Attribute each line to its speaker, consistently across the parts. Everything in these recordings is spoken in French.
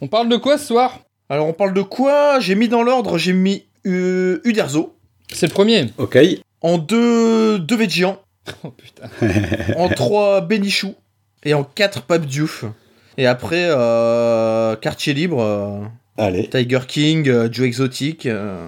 Speaker 1: On parle de quoi ce soir
Speaker 2: Alors on parle de quoi J'ai mis dans l'ordre, j'ai mis euh, Uderzo
Speaker 1: C'est le premier.
Speaker 3: Ok.
Speaker 2: en deux, deux Végian,
Speaker 1: Oh putain.
Speaker 2: en trois Bénichou et en quatre Pape Diouf. Et après, euh, quartier libre, euh,
Speaker 3: Allez.
Speaker 2: Tiger King, euh, Joe Exotic. euh.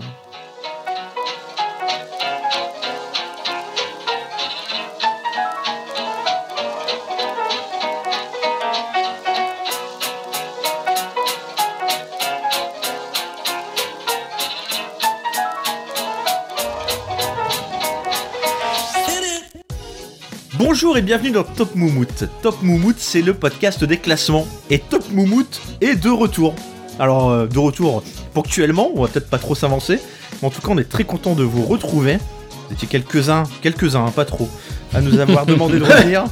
Speaker 2: Bonjour et bienvenue dans Top Moumout. Top Moumout, c'est le podcast des classements. Et Top Moumout est de retour. Alors, euh, de retour ponctuellement, on va peut-être pas trop s'avancer. Mais en tout cas, on est très content de vous retrouver. Vous étiez quelques-uns, quelques-uns, hein, pas trop, à nous avoir demandé de revenir.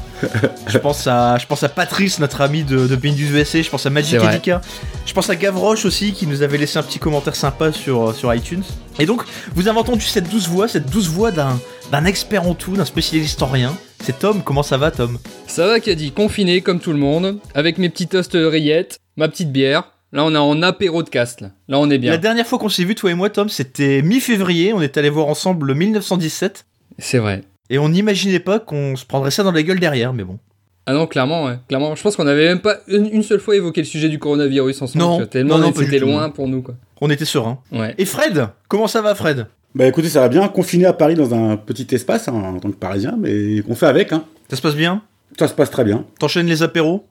Speaker 2: Je pense à, je pense à Patrice, notre ami de, de Bindus USA. Je pense à Magic
Speaker 1: C'est vrai.
Speaker 2: Edika. Je pense à Gavroche aussi, qui nous avait laissé un petit commentaire sympa sur, euh, sur iTunes. Et donc, vous avez entendu cette douce voix, cette douce voix d'un d'un expert en tout, d'un spécialiste en rien. C'est Tom, comment ça va Tom
Speaker 1: Ça va, Caddy, confiné comme tout le monde, avec mes petits toasts euh, rillettes, ma petite bière. Là, on est en apéro de cast. Là, Là, on est
Speaker 2: La
Speaker 1: bien.
Speaker 2: dernière fois qu'on s'est vu, toi et moi Tom, c'était mi-février, on est allé voir ensemble le 1917,
Speaker 1: C'est vrai.
Speaker 2: et on n'imaginait pas qu'on se prendrait ça dans la gueule derrière, mais bon.
Speaker 1: Ah non, clairement, ouais. clairement. Je pense qu'on avait même pas une, une seule fois évoqué le sujet du coronavirus ensemble.
Speaker 2: Non.
Speaker 1: tu vois, tellement
Speaker 2: Non, non, pas du
Speaker 1: c'était
Speaker 2: tout.
Speaker 1: loin pour nous, quoi.
Speaker 2: On était sereins.
Speaker 1: Ouais.
Speaker 2: Et Fred Comment ça va Fred
Speaker 3: Bah écoutez, ça va bien, confiné à Paris dans un petit espace hein, en tant que parisien, mais on fait avec. Hein.
Speaker 2: Ça se passe bien
Speaker 3: Ça se passe très bien.
Speaker 2: T'enchaînes les apéros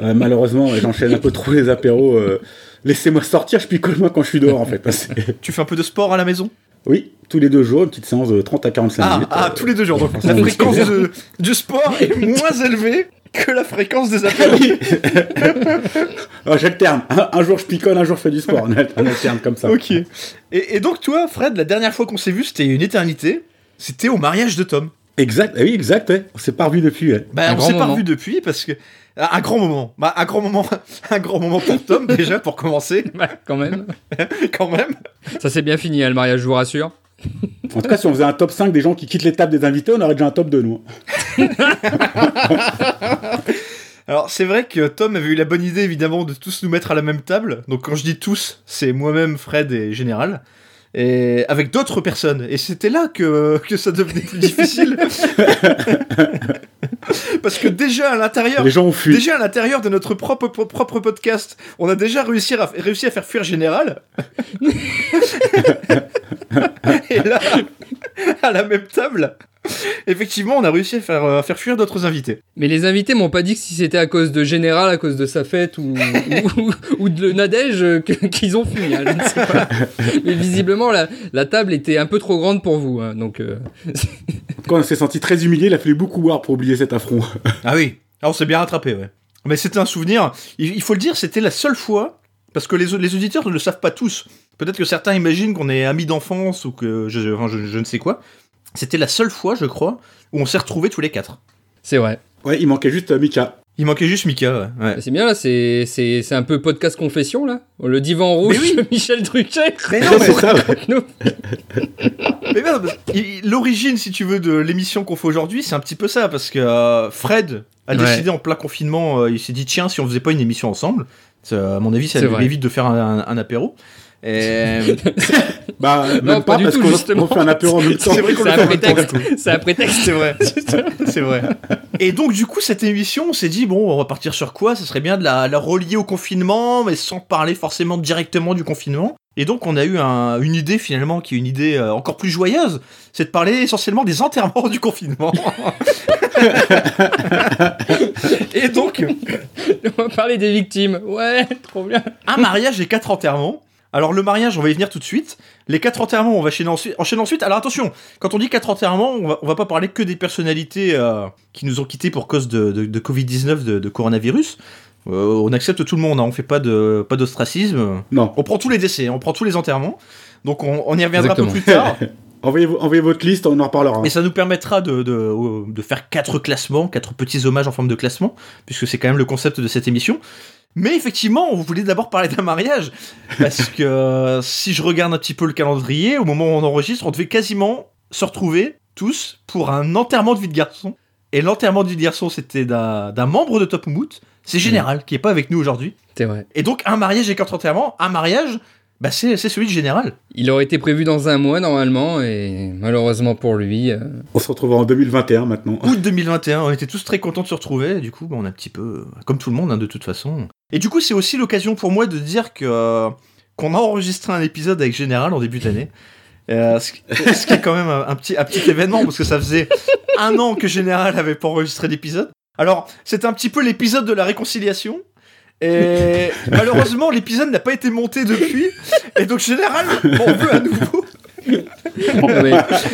Speaker 3: Euh, malheureusement, ouais, j'enchaîne un peu trop les apéros. euh, Laissez-moi sortir, je picole moi quand je suis dehors en fait. C'est-
Speaker 2: Tu fais un peu de sport à la maison
Speaker 3: oui, tous les deux jours, une petite séance de 30 à 45
Speaker 2: Ah,
Speaker 3: minutes.
Speaker 2: ah,
Speaker 3: euh,
Speaker 2: tous les deux jours. Donc la
Speaker 3: on est
Speaker 2: fréquence
Speaker 3: super.
Speaker 2: de- du sport est moins élevée que la fréquence des apéros.
Speaker 3: ah, J'alterne. Un, un jour je picole, un jour je fais du sport. On al- on alterne comme ça.
Speaker 2: Ok. Et, et donc toi, Fred, la dernière fois qu'on s'est vu, c'était une éternité. C'était au mariage de Tom.
Speaker 3: Exact, ah oui, exact, ouais. on s'est pas revu depuis. ouais.
Speaker 2: Bah,
Speaker 1: Un
Speaker 2: on
Speaker 1: grand
Speaker 2: s'est pas
Speaker 1: moment.
Speaker 2: revu depuis parce que Ah, un grand moment. Bah, un grand moment, un grand moment pour Tom déjà pour commencer
Speaker 1: Ouais, quand même.
Speaker 2: quand même.
Speaker 1: Ça s'est bien fini, hein, le mariage, je vous rassure.
Speaker 3: En tout cas, si on faisait un top 5 des gens qui quittent les tables des invités, on aurait déjà un top 2, nous.
Speaker 2: Alors c'est vrai que Tom avait eu la bonne idée évidemment de tous nous mettre à la même table. Donc quand je dis tous, c'est moi-même, Fred et Général. Et avec d'autres personnes. Et c'était là que, que ça devenait plus difficile. Parce que déjà à l'intérieur,
Speaker 3: Les gens ont fui.
Speaker 2: Déjà à l'intérieur de notre propre, propre podcast, on a déjà réussi à, réussi à faire fuir Général. Et là, à la même table, effectivement, on a réussi à faire, euh, à faire fuir d'autres invités.
Speaker 1: Mais les invités m'ont pas dit que si c'était à cause de Général, à cause de sa fête ou, ou, ou- ou de le Nadège euh, que- qu'ils ont fui. hein, je ne sais pas. Mais visiblement, la, la table était un peu trop grande pour vous. hein, donc, euh,
Speaker 3: Quand on s'est senti très humilié, il a fallu beaucoup boire pour oublier cet affront.
Speaker 2: Ah oui, Ah, on s'est bien rattrapé, ouais. Mais c'était un souvenir, il, il faut le dire, c'était la seule fois, parce que les, au- les auditeurs ne le savent pas tous. Peut-être que certains imaginent qu'on est amis d'enfance ou que je, je- enfin, je- je ne sais quoi. C'était la seule fois, je crois, où on s'est retrouvés tous les quatre.
Speaker 1: c'est vrai. Bah,
Speaker 3: Ouais, il manquait juste euh, Mika.
Speaker 2: Il manquait juste Mika, ouais. ouais.
Speaker 1: C'est bien là, c'est, c'est, c'est un peu podcast confession là. Le divan rouge,
Speaker 2: Mais oui.
Speaker 1: de Michel Drucker.
Speaker 2: Mais
Speaker 3: Ouais,
Speaker 2: non,
Speaker 3: c'est ça, ouais.
Speaker 2: Mais merde, parce que il- il- l'origine, si tu veux, de l'émission qu'on fait aujourd'hui, c'est un petit peu ça, parce que euh, Fred a
Speaker 1: Ouais.
Speaker 2: décidé en plein confinement, euh, il s'est dit tiens, si on faisait pas une émission ensemble, ça, à mon avis, ça
Speaker 1: C'est
Speaker 2: lui
Speaker 1: vrai.
Speaker 2: évite de faire un, un- un apéro. Et... euh,
Speaker 3: Bah, même
Speaker 1: Non, pas
Speaker 3: pas,
Speaker 1: du
Speaker 3: parce
Speaker 1: tout,
Speaker 3: qu'on
Speaker 1: justement.
Speaker 3: on fait un apéro en même temps.
Speaker 2: C'est vrai qu'on
Speaker 1: c'est
Speaker 2: le
Speaker 1: un
Speaker 2: fait en même temps,
Speaker 1: prétexte. C'est un prétexte.
Speaker 2: c'est vrai, c'est vrai. Et donc du coup cette émission, on s'est dit bon, on va partir sur quoi Ça serait bien de la, la relier au confinement, mais sans parler forcément directement du confinement. Et donc on a eu un- une idée finalement qui est une idée euh, encore plus joyeuse, c'est de parler essentiellement des enterrements du confinement. et donc
Speaker 1: On va parler des victimes. Ouais, trop bien.
Speaker 2: un mariage et quatre enterrements. Alors le mariage, on va y venir tout de suite. Les quatre enterrements, on va enchaîner ensuite. enchaîner ensuite. Alors attention, quand on dit quatre enterrements, on va, on va pas parler que des personnalités euh, qui nous ont quittés pour cause de, de, de Covid-19, de, de coronavirus. Euh, on accepte tout le monde, hein, on fait pas de pas d'ostracisme.
Speaker 3: Non.
Speaker 2: On prend tous les décès, on prend tous les enterrements. Donc on, on y reviendra un peu
Speaker 1: Exactement.
Speaker 2: plus tard.
Speaker 3: Envoyez, vo- envoyez votre liste, on en reparlera. hein.
Speaker 2: Mais ça nous permettra de, de, de faire quatre classements, quatre petits hommages en forme de classement, puisque c'est quand même le concept de cette émission. Mais effectivement, on voulait d'abord parler d'un mariage, parce que euh, si je regarde un petit peu le calendrier, au moment où on enregistre, on devait quasiment se retrouver tous pour un enterrement de vie de garçon. Et l'enterrement du garçon, c'était d'un d'un membre de Top Moumout. C'est Général, qui est pas avec nous aujourd'hui.
Speaker 1: C'est vrai.
Speaker 2: Et donc, un mariage et quatre enterrements, un mariage, bah, c'est c'est celui de Général.
Speaker 1: Il aurait été prévu dans un mois normalement et malheureusement pour lui, euh,
Speaker 3: On se retrouve en 2021 maintenant.
Speaker 2: Août 2021, on était tous très contents de se retrouver. et du coup, bah, on a un petit peu, comme tout le monde, hein, de toute façon. Et du coup, c'est aussi l'occasion pour moi de dire que euh, qu'on a enregistré un épisode avec Général en début d'année. Euh, ce, ce qui est quand même un, un petit, un petit événement parce que ça faisait un an que Général avait pas enregistré d'épisode. Alors, c'est un petit peu l'épisode de la réconciliation. Et malheureusement, l'épisode n'a pas été monté depuis. Et donc, Général, on veut à nouveau.
Speaker 1: Non, mais-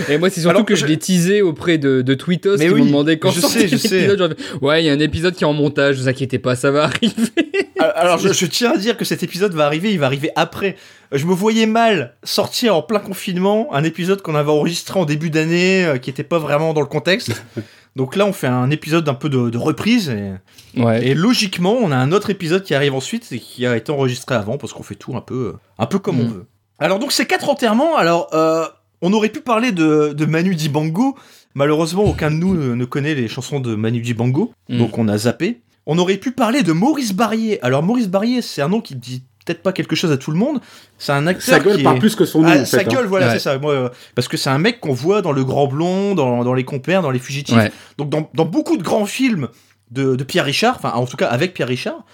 Speaker 1: Et moi, c'est surtout
Speaker 2: Alors
Speaker 1: que
Speaker 2: que
Speaker 1: je
Speaker 2: je-
Speaker 1: l'ai teasé auprès de, de Twitos
Speaker 2: Mais
Speaker 1: qui
Speaker 2: oui,
Speaker 1: m'ont demandé quand
Speaker 2: je
Speaker 1: sortait
Speaker 2: sais, je sais.
Speaker 1: l'épisode. J'aurais fait, Ouais, il y a un épisode qui est en montage, vous inquiétez pas, ça va arriver.
Speaker 2: Euh, Alors, je, je tiens à dire que cet épisode va arriver, il va arriver après. Je me voyais mal sortir en plein confinement un épisode qu'on avait enregistré en début d'année, euh, qui était pas vraiment dans le contexte. Donc là, on fait un épisode un peu de, de reprise, et,
Speaker 1: Ouais.
Speaker 2: et logiquement, on a un autre épisode qui arrive ensuite et qui a été enregistré avant, parce qu'on fait tout un peu, euh, un peu comme on
Speaker 3: Mm.
Speaker 1: Mhm.
Speaker 2: veut. Alors donc, ces quatre enterrements, alors, euh, on aurait pu parler de, de Manu Dibango. Malheureusement, aucun de nous ne ne connaît les chansons de Manu Dibango.
Speaker 1: Mm.
Speaker 2: Donc on a zappé. On aurait pu parler de Maurice Barrier. Alors Maurice Barrier, c'est un nom qui dit peut-être pas quelque chose à tout le monde. C'est un acteur
Speaker 3: Sa gueule
Speaker 2: qui
Speaker 3: parle
Speaker 2: est-
Speaker 3: plus que son nom.
Speaker 2: Ah,
Speaker 3: en
Speaker 2: sa
Speaker 3: fait, hein.
Speaker 2: gueule, voilà,
Speaker 1: Ouais.
Speaker 2: c'est ça. Moi, euh, parce que c'est un mec qu'on voit dans Le Grand Blond, dans, dans Les Compères, dans Les Fugitifs.
Speaker 1: Ouais.
Speaker 2: Donc dans, dans beaucoup de grands films de, de Pierre Richard, enfin en tout cas avec Pierre Richard.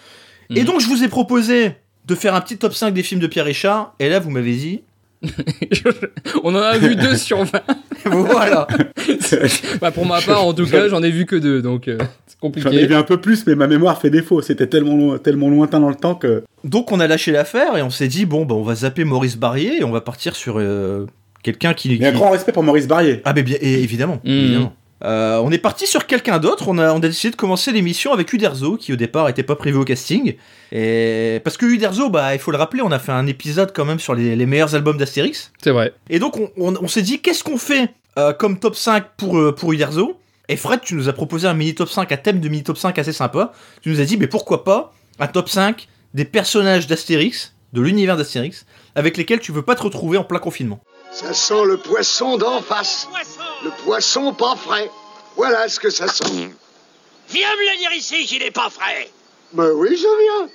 Speaker 2: Et
Speaker 1: Mhm.
Speaker 2: donc je vous ai proposé de faire un petit top 5 des films de Pierre Richard. Et là, vous m'avez dit...
Speaker 1: On en a vu deux sur 20.
Speaker 2: voilà
Speaker 1: Bah, pour ma part, en tout cas, j'en ai vu que deux, donc euh, c'est
Speaker 3: J'en ai
Speaker 1: compliqué.
Speaker 3: vu un peu plus, mais ma mémoire fait défaut. C'était tellement, lo- tellement lointain dans le temps que.
Speaker 2: Donc on a lâché l'affaire et on s'est dit, bon, bah, on va zapper Maurice Barrier et on va partir sur euh, quelqu'un qui...
Speaker 3: Il y a un
Speaker 2: qui-
Speaker 3: grand respect pour Maurice Barrier.
Speaker 2: Ah, mais bien, et- évidemment.
Speaker 1: Mm.
Speaker 2: évidemment. Euh, on est parti sur quelqu'un d'autre. On a, on a décidé de commencer l'émission avec Uderzo, qui au départ était pas prévu au casting. Et parce que Uderzo, bah, il faut le rappeler, on a fait un épisode quand même sur les, les meilleurs albums d'Astérix.
Speaker 1: C'est vrai.
Speaker 2: Et donc on, on- on s'est dit, qu'est-ce qu'on fait euh, comme top 5 pour, euh, pour Uderzo Et Fred, tu nous as proposé un mini top 5, un thème de mini top 5 assez sympa. Tu nous as dit, mais pourquoi pas un top 5 des personnages d'Astérix, de l'univers d'Astérix, avec lesquels tu veux pas te retrouver en plein confinement.
Speaker 4: Ça sent le poisson d'en face.
Speaker 5: Poisson
Speaker 4: Le poisson pas frais. Voilà ce que ça sent.
Speaker 5: Viens me le dire ici qu'il n'est pas frais
Speaker 4: Ben oui, je viens.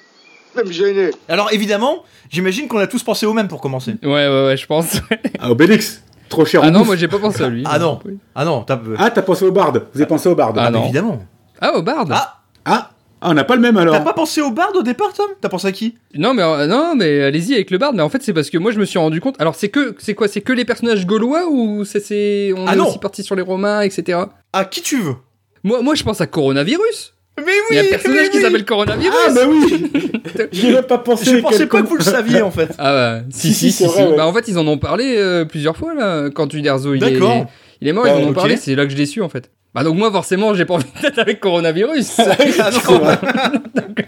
Speaker 4: Même gêné.
Speaker 2: Alors évidemment, j'imagine qu'on a tous pensé au même pour commencer.
Speaker 1: Ouais, ouais, ouais, je pense.
Speaker 3: Ah, Obélix Trop cher
Speaker 1: Ah
Speaker 3: en
Speaker 1: non,
Speaker 3: bouffe.
Speaker 1: moi, j'ai pas pensé à lui.
Speaker 2: Ah non. Ah non, t'as...
Speaker 3: Ah, t'as pensé au barde Vous avez pensé au barde
Speaker 1: Ah non.
Speaker 2: Évidemment.
Speaker 1: Ah, au bard.
Speaker 2: Ah,
Speaker 3: Ah, ah, on n'a pas le même
Speaker 2: T'as
Speaker 3: alors.
Speaker 2: pas pensé au bard au départ, Tom T'as pensé à qui
Speaker 1: Non mais euh, non mais allez-y avec le bard mais en fait c'est parce que moi je me suis rendu compte alors c'est que c'est quoi c'est que les personnages gaulois ou c'est c'est on
Speaker 2: Ah
Speaker 1: est
Speaker 2: non.
Speaker 1: aussi parti sur les romains etc
Speaker 2: À qui tu veux
Speaker 1: moi moi je pense à coronavirus
Speaker 2: Mais
Speaker 1: Il
Speaker 2: oui
Speaker 1: y a un personnage
Speaker 2: mais
Speaker 1: qui
Speaker 2: oui.
Speaker 1: s'appelle Coronavirus.
Speaker 3: Ah, bah oui J'y ai pas pensé.
Speaker 2: Je pensais
Speaker 3: quel
Speaker 2: pas
Speaker 3: con.
Speaker 2: que vous le saviez en fait.
Speaker 1: Ah bah, si, si,
Speaker 3: Si, si,
Speaker 1: si,
Speaker 3: c'est vrai,
Speaker 1: si.
Speaker 3: ouais.
Speaker 1: Bah, en fait, ils en ont parlé euh, plusieurs fois, là, quand Uderzo, il est,
Speaker 2: D'accord.
Speaker 1: il est mort,
Speaker 3: Bah,
Speaker 1: ils en ont
Speaker 3: ok.
Speaker 1: parlé, c'est là que je l'ai su, en fait. Bah, donc, moi, forcément, j'ai pas envie d'être avec coronavirus.
Speaker 2: Ah non.
Speaker 3: C'est vrai.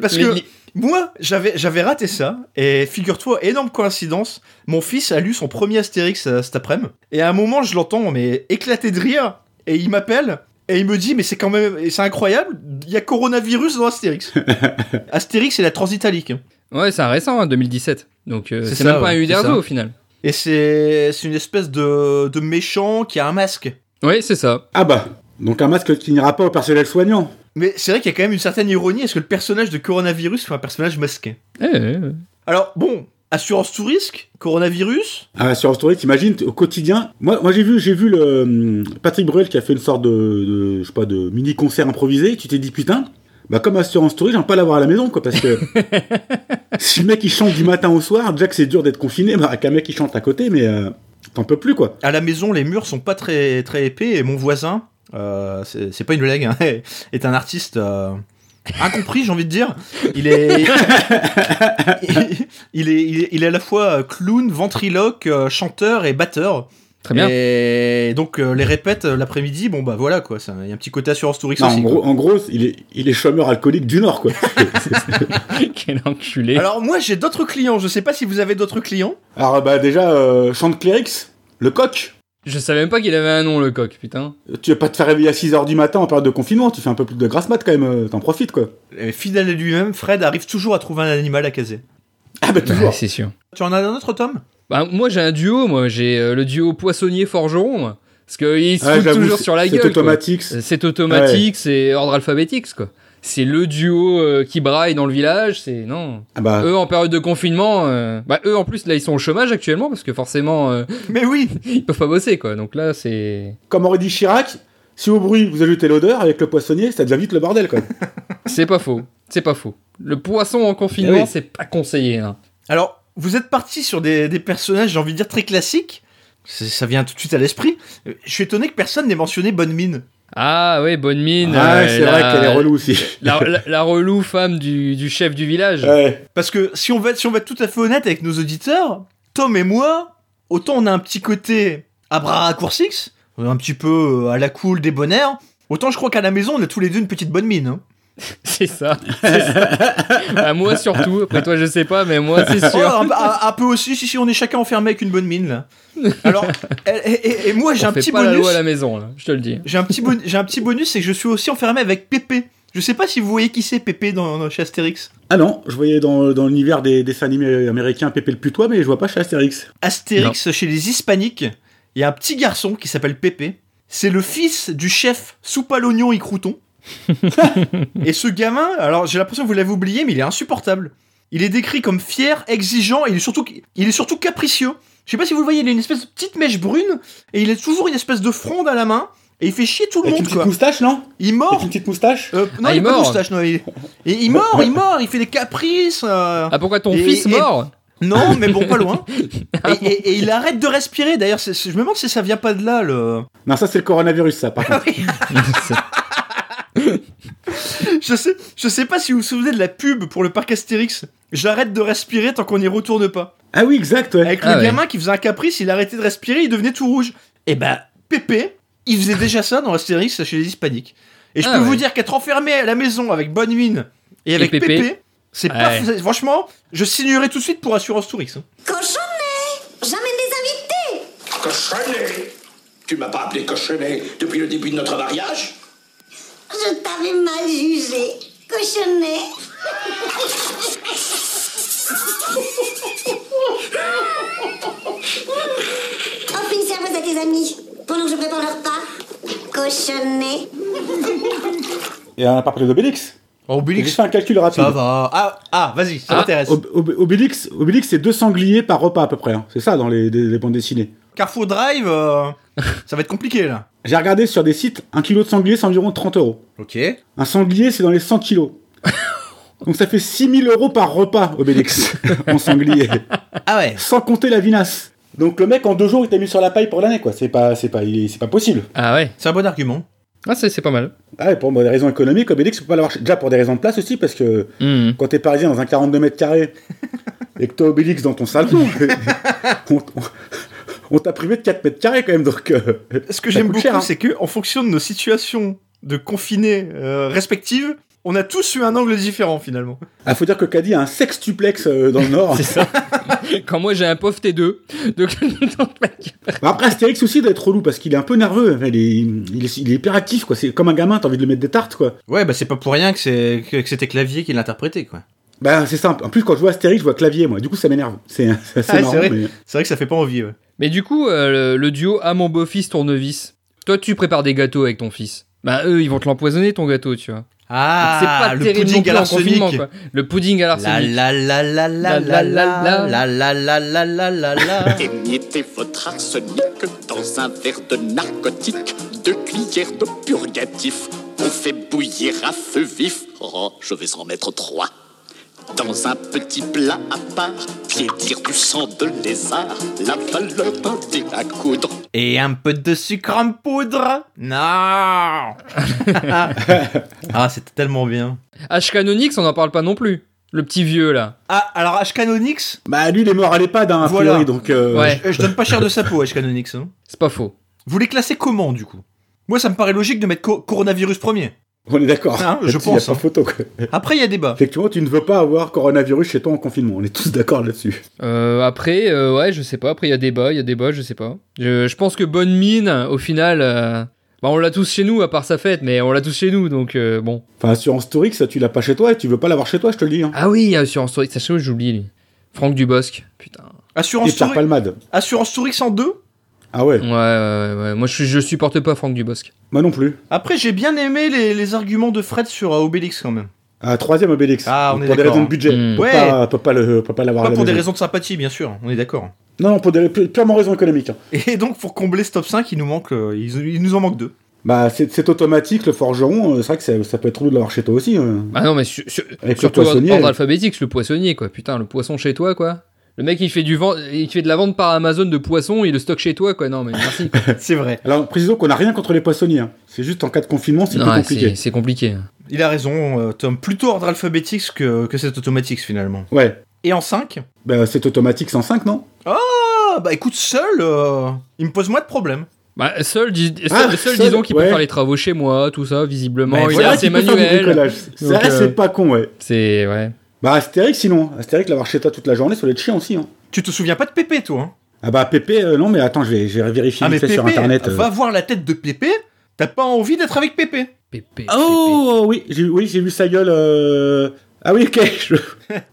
Speaker 2: Parce
Speaker 1: Mais
Speaker 2: que
Speaker 1: li-
Speaker 2: moi, j'avais j'avais raté ça. Et figure-toi, énorme coïncidence, mon fils a lu son premier Astérix euh, cet après-midi. Et à un moment, je l'entends, mais éclater de rire. Et il m'appelle. Et il me dit, mais c'est quand même, et c'est incroyable, il y a coronavirus dans Astérix. Astérix, c'est la transitalique. hein.
Speaker 1: Ouais, c'est un récent, hein, 2017. Donc, euh,
Speaker 2: C'est
Speaker 1: c'est
Speaker 2: ça,
Speaker 1: même pas
Speaker 2: ouais,
Speaker 1: un
Speaker 2: c'est
Speaker 1: Uderzo,
Speaker 2: ça.
Speaker 1: au final.
Speaker 2: Et c'est c'est une espèce de, de méchant qui a un masque.
Speaker 1: Ouais, c'est ça.
Speaker 3: Ah bah, donc un masque qui n'ira pas au personnel soignant.
Speaker 2: Mais c'est vrai qu'il y a quand même une certaine ironie. Est-ce que le personnage de coronavirus soit un personnage masqué
Speaker 1: Eh, eh, eh.
Speaker 2: Alors bon, assurance tout risque, coronavirus.
Speaker 3: Ah, sur Story, t'imagines, t- au quotidien. Moi, moi j'ai vu, j'ai vu le hum, Patrick Bruel qui a fait une sorte de, de- je sais pas, de mini concert improvisé. Tu t'es dit putain, bah comme Assurance Story, j'aime pas l'avoir à la maison, quoi, parce que si le mec il chante du matin au soir, déjà que c'est dur d'être confiné, bah qu'un mec qui chante à côté, mais euh, t'en peux plus, quoi.
Speaker 2: À la maison, les murs sont pas très très épais et mon voisin, euh, c'est c'est pas une blague, hein, est un artiste euh, incompris, j'ai envie de dire. Il est, il est il est il est à la fois euh, clown, ventriloque, euh, chanteur et batteur.
Speaker 1: Très bien.
Speaker 2: Et donc euh, les répètes euh, l'après-midi, bon bah voilà quoi, ça- il y a un petit côté assurance tout risque
Speaker 3: Non, en,
Speaker 2: aussi, quoi.
Speaker 3: gros, en gros, il est, il est chômeur alcoolique du Nord, quoi.
Speaker 1: Quel enculé.
Speaker 2: Alors moi j'ai d'autres clients, je sais pas si vous avez d'autres clients.
Speaker 3: Alors bah déjà, euh, chante Clérix, le coq.
Speaker 1: Je savais même pas qu'il avait un nom, le coq, putain.
Speaker 3: Tu vas pas te faire réveiller à 6h du matin en période de confinement, tu fais un peu plus de grasse mat quand même, euh, t'en profites, quoi.
Speaker 2: Euh, Fidèle à lui-même, Fred arrive toujours à trouver un animal à caser.
Speaker 3: Ah bah
Speaker 1: Bah,
Speaker 3: toujours.
Speaker 1: c'est sûr.
Speaker 2: Tu en as un autre, Tom
Speaker 1: Bah, moi, j'ai un duo, moi. J'ai euh, le duo poissonnier-forgeron, moi. Parce qu'ils se
Speaker 3: Ah,
Speaker 1: foutent
Speaker 3: j'avoue,
Speaker 1: toujours
Speaker 3: c'est-
Speaker 1: sur la gueule.
Speaker 3: C'est
Speaker 1: quoi.
Speaker 3: automatique.
Speaker 1: Euh, C'est automatique, c'est ordre alphabétique, quoi. C'est le duo euh, qui braille dans le village, c'est non.
Speaker 3: Ah bah,
Speaker 1: Eux en période de confinement, euh, bah eux en plus là ils sont au chômage actuellement parce que forcément euh,
Speaker 2: Mais oui
Speaker 1: ils peuvent pas bosser quoi. Donc là c'est
Speaker 3: comme aurait dit Chirac, si au bruit vous ajoutez l'odeur avec le poissonnier, ça devient vite le bordel quoi.
Speaker 1: c'est pas faux, c'est pas faux. Le poisson en confinement
Speaker 2: Eh oui.
Speaker 1: c'est pas conseillé. Hein.
Speaker 2: Alors, vous êtes parti sur des, des personnages, j'ai envie de dire, très classiques. C'est- Ça vient tout de suite à l'esprit. Euh, Je suis étonné que personne n'ait mentionné Bonne Mine.
Speaker 1: Ah ouais bonne mine.
Speaker 3: ah,
Speaker 1: euh,
Speaker 3: c'est
Speaker 1: la-
Speaker 3: vrai qu'elle est relou aussi.
Speaker 1: La, la- la relou femme du, du chef du village.
Speaker 3: Ouais.
Speaker 2: Parce que si on, va être, si on va être tout à fait honnête avec nos auditeurs, Tom et moi, autant on a un petit côté à bras raccourcis, un petit peu euh, à la cool, débonnaire, autant je crois qu'à la maison, on a tous les deux une petite bonne mine. hein.
Speaker 1: C'est ça. c'est ça. Bah, moi surtout. Après toi je sais pas mais moi c'est
Speaker 2: Oh,
Speaker 1: sûr.
Speaker 2: un, un- un peu aussi, si, si, on est chacun enfermé avec une bonne mine, là. Alors, et, et- et- et moi, j'ai
Speaker 1: On
Speaker 2: un
Speaker 1: fait
Speaker 2: petit
Speaker 1: pas la
Speaker 2: bonus.
Speaker 1: loi à la maison là, je te le dis.
Speaker 2: J'ai un petit, bon- j'ai un petit bonus, c'est que je suis aussi enfermé avec Pépé. Je sais pas si vous voyez qui c'est Pépé dans, dans- chez Astérix.
Speaker 3: Ah non, je voyais dans, dans l'univers des, dessins animés américains Pépé le putois, mais je vois pas chez Astérix.
Speaker 2: Astérix chez les Hispaniques, il y a un petit garçon qui s'appelle Pépé. C'est le fils du chef soupe à l'oignon et crouton. et ce gamin, alors j'ai l'impression que vous l'avez oublié, mais il est insupportable. Il est décrit comme fier, exigeant, et il est surtout, il est surtout capricieux. Je sais pas si vous le voyez, il a une espèce de petite mèche brune, et il a toujours une espèce de fronde à la main, et il fait chier tout le
Speaker 3: Avec
Speaker 2: monde,
Speaker 3: une petite
Speaker 2: quoi. Oh.
Speaker 3: moustache, non
Speaker 2: Il
Speaker 3: Avec
Speaker 2: mord,
Speaker 3: une petite moustache
Speaker 2: Euh, non,
Speaker 1: Ah,
Speaker 2: il,
Speaker 1: il
Speaker 2: est pas
Speaker 1: mord.
Speaker 2: moustache, non, il, il, il mord, il mord, il fait des caprices. euh.
Speaker 1: Ah pourquoi ton
Speaker 2: Et-
Speaker 1: fils
Speaker 2: et-
Speaker 1: mort
Speaker 2: Non, mais bon, pas loin. Et, et- et il arrête de respirer. D'ailleurs, c'est- c'est- je me demande si ça vient pas de là, le.
Speaker 3: Non, ça c'est le coronavirus, ça par contre.
Speaker 2: Je sais, je sais pas si vous vous souvenez de la pub pour le parc Astérix. J'arrête de respirer tant qu'on n'y retourne pas.
Speaker 3: Ah oui, exact, ouais.
Speaker 2: Avec
Speaker 1: Ah
Speaker 2: le
Speaker 1: ouais.
Speaker 2: gamin qui faisait un caprice, il arrêtait de respirer, il devenait tout rouge. Et ben, Pépé, il faisait déjà ça dans Astérix chez les Hispaniques. Et je
Speaker 1: Ah
Speaker 2: peux vous
Speaker 1: ouais.
Speaker 2: dire qu'être enfermé à la maison avec bonne mine et avec
Speaker 1: Pépé.
Speaker 2: Pépé, c'est pas.
Speaker 1: Ouais.
Speaker 2: c'est- Franchement, je signerai tout de suite pour Assurance Tourix. hein.
Speaker 6: Cochonnet J'amène des invités
Speaker 4: Cochonnet Tu m'as pas appelé cochonnet depuis le début de notre mariage
Speaker 6: Je t'avais mal jugé. Cochonnet Offre une serveuse à tes amis pendant que je prépare leur repas. Cochonnet
Speaker 3: Et on a pas parlé d'Obélix.
Speaker 2: Oh,
Speaker 3: J'ai
Speaker 2: Obélix,
Speaker 3: fait un calcul rapide.
Speaker 2: ça va. Ah, ah vas-y, ça
Speaker 1: Ah,
Speaker 2: m'intéresse.
Speaker 3: Ob- Ob- Obélix, Obélix c'est deux sangliers par repas à peu près. hein. C'est ça dans les, les- les bandes dessinées.
Speaker 2: Carrefour Drive, euh, ça va être compliqué là.
Speaker 3: J'ai regardé sur des sites, un kilo de sanglier c'est environ 30 euros.
Speaker 2: Ok.
Speaker 3: Un sanglier c'est dans les 100 kilos. Donc ça fait 6000 euros par repas, Obélix, en sanglier.
Speaker 2: Ah ouais.
Speaker 3: Sans compter la vinasse. Donc le mec en deux jours il t'a mis sur la paille pour l'année quoi. C'est pas, c'est pas, il- c'est pas possible.
Speaker 1: Ah ouais.
Speaker 2: C'est un bon argument.
Speaker 1: Ah c'est c'est pas mal.
Speaker 3: Ah ouais, pour des raisons économiques, Obélix, faut pas l'avoir. Déjà pour des raisons de place aussi, parce que
Speaker 1: Hmm.
Speaker 3: quand t'es parisien dans un 42 mètres carrés et que t'as Obélix dans ton salon, on, on- on t'a privé de 4 mètres carrés quand même. Donc, euh,
Speaker 2: Ce que
Speaker 3: Ça
Speaker 2: j'aime
Speaker 3: coûte
Speaker 2: beaucoup,
Speaker 3: cher, hein.
Speaker 2: c'est que en fonction de nos situations de confinés euh, respectives, on a tous eu un angle différent finalement.
Speaker 3: ah, faut dire que Caddy a un sextuplex euh, dans le Nord.
Speaker 1: C'est ça. Quand moi j'ai un pauvre T2, donc donc, mec,
Speaker 3: Bah, Après, Astérix aussi doit être relou parce qu'il est un peu nerveux. Il est, il est, il est hyperactif, quoi. C'est comme un gamin, t'as envie de le mettre des tartes, quoi.
Speaker 2: Ouais, bah c'est pas pour rien que c'est que, c'était Clavier qui l'interprétait quoi.
Speaker 3: Bah, c'est simple. En plus, quand je vois Astérix, je vois clavier, moi. Du coup, ça m'énerve. C'est c'est assez
Speaker 2: Ah, c'est
Speaker 3: marrant.
Speaker 2: vrai.
Speaker 3: mais-
Speaker 2: C'est vrai que ça fait pas envie. Ouais.
Speaker 1: Mais du coup, euh, le, le duo à mon beau-fils tournevis. Toi, tu prépares des gâteaux avec ton fils. Bah eux, ils vont te l'empoisonner ton gâteau, tu vois.
Speaker 2: Ah,
Speaker 1: c'est pas
Speaker 2: le
Speaker 1: terrible non
Speaker 2: pudding
Speaker 1: plus
Speaker 2: à
Speaker 1: en confinement,
Speaker 2: l'arsenic.
Speaker 1: quoi. Le pudding à
Speaker 2: La
Speaker 1: l'arsenic.
Speaker 2: la la la la la la la la la la la la la.
Speaker 7: Émiettez Eh votre arsenic dans un verre de narcotique, deux cuillères de purgatif. On fait bouillir à feu vif. Oh, je vais en mettre trois. Dans un petit plat à part, piétir du sang de lézard, la valeur d'un dé à coudre.
Speaker 2: Et un peu de sucre en poudre. Non. ah, c'était tellement bien.
Speaker 1: H Canonix, on n'en parle pas non plus. Le petit vieux là.
Speaker 2: Ah, alors Ashkanonix,
Speaker 3: Bah, lui, il est mort à l'EHPAD, hein, a priori,
Speaker 2: Voilà.
Speaker 3: donc. euh,
Speaker 1: Ouais.
Speaker 2: Euh, je donne pas cher de sa peau à Ashkanonix. hein.
Speaker 1: C'est pas faux.
Speaker 2: Vous les classez comment du coup Moi ça me paraît logique de mettre co- coronavirus premier.
Speaker 3: On est d'accord.
Speaker 2: Hein, je
Speaker 3: Là-dessus, y
Speaker 2: pense,
Speaker 3: a
Speaker 2: hein.
Speaker 3: pas photo, quoi.
Speaker 2: Après il y a débat.
Speaker 3: Effectivement, tu ne veux pas avoir coronavirus chez toi en confinement. On est tous d'accord là-dessus.
Speaker 1: Euh, après, euh, ouais, je sais pas. Après, il y a débat, il y a débat, je sais pas. Je, je pense que bonne mine, au final, euh, bah, on l'a tous chez nous, à part sa fête, mais on l'a tous chez nous, donc euh, bon.
Speaker 3: Enfin, assurance touriste, ça, tu l'as pas chez toi et tu veux pas l'avoir chez toi, je te le dis. Hein.
Speaker 1: Ah oui, il y a Assurance Tourix, sachez où j'oublie lui. Franck Dubosc, putain.
Speaker 3: Et
Speaker 2: Assurance Mm.
Speaker 3: Pierre
Speaker 2: Tourix,
Speaker 3: Palmade.
Speaker 2: Assurance Tourix en deux
Speaker 3: Ah ouais,
Speaker 1: Ouais, ouais, ouais. Moi, je, je supporte pas Franck Dubosc.
Speaker 3: moi non plus.
Speaker 2: Après, j'ai bien aimé les, les arguments de Fred sur euh, Obélix quand même.
Speaker 3: Ah, troisième Obélix.
Speaker 2: Ah, on est
Speaker 3: pour des
Speaker 2: d'accord,
Speaker 3: raisons
Speaker 2: hein.
Speaker 3: de budget.
Speaker 1: Mm.
Speaker 3: Peut
Speaker 2: Ouais.
Speaker 3: pas, peut pas le, peut pas l'avoir. à
Speaker 2: Pas
Speaker 3: la
Speaker 2: pour des
Speaker 3: maison.
Speaker 2: raisons de sympathie, bien sûr, on est d'accord.
Speaker 3: Non, non, pour des pu- purement raisons économiques. hein.
Speaker 2: Et donc, pour combler ce top 5, il nous, manque, euh, il, il nous en manque deux.
Speaker 3: Bah, c'est c'est automatique. Le forgeron, euh, c'est vrai que ça, ça peut être trouble de l'avoir chez toi aussi. euh.
Speaker 1: Ah non, mais su- su-
Speaker 3: Avec le
Speaker 1: surtout en
Speaker 3: poissonnier.
Speaker 1: ordre alphabétique, le poissonnier, quoi. Putain, le poisson chez toi, quoi. Le mec, il fait, du vent, il fait de la vente par Amazon de poissons, il le stocke chez toi, quoi. Non, mais merci. quoi.
Speaker 2: C'est vrai.
Speaker 3: Alors, précisons qu'on n'a rien contre les poissonniers. hein. C'est juste en cas de confinement, c'est
Speaker 1: Non,
Speaker 3: plus
Speaker 1: ouais,
Speaker 3: compliqué.
Speaker 1: C'est compliqué.
Speaker 2: Il a raison, euh, Tom. Plutôt ordre alphabétique que, que cet automatique finalement.
Speaker 3: Ouais.
Speaker 2: Et en 5
Speaker 3: Bah, c'est automatique 105, non
Speaker 2: Ah bah écoute, seul, euh, il me pose moins de problèmes.
Speaker 1: Bah, seul, dis- seul,
Speaker 3: Ah,
Speaker 1: seul,
Speaker 3: seul,
Speaker 1: disons qu'il peut
Speaker 3: ouais.
Speaker 1: faire les travaux chez moi, tout ça, visiblement.
Speaker 2: Mais
Speaker 1: il est
Speaker 2: voilà
Speaker 1: assez
Speaker 3: qu'il peut faire du
Speaker 1: manuel.
Speaker 3: bricolage. C'est
Speaker 1: Donc,
Speaker 3: vrai,
Speaker 1: euh,
Speaker 3: c'est pas con, ouais.
Speaker 1: C'est, ouais.
Speaker 3: Bah, Astérix, sinon. Astérix, l'avoir chez toi toute la journée, ça doit être chiant aussi. Hein.
Speaker 2: Tu te souviens pas de Pépé, toi hein
Speaker 3: Ah bah, Pépé, euh, non, mais attends, je vais, je vais vérifier
Speaker 2: Ah
Speaker 3: vite
Speaker 2: mais
Speaker 3: fait
Speaker 2: Pépé,
Speaker 3: sur Internet. euh.
Speaker 2: va voir la tête de Pépé, t'as pas envie d'être avec Pépé.
Speaker 1: Pépé,
Speaker 3: Oh, oui, j'ai oui, j'ai vu sa gueule. euh, Ah oui, ok, je-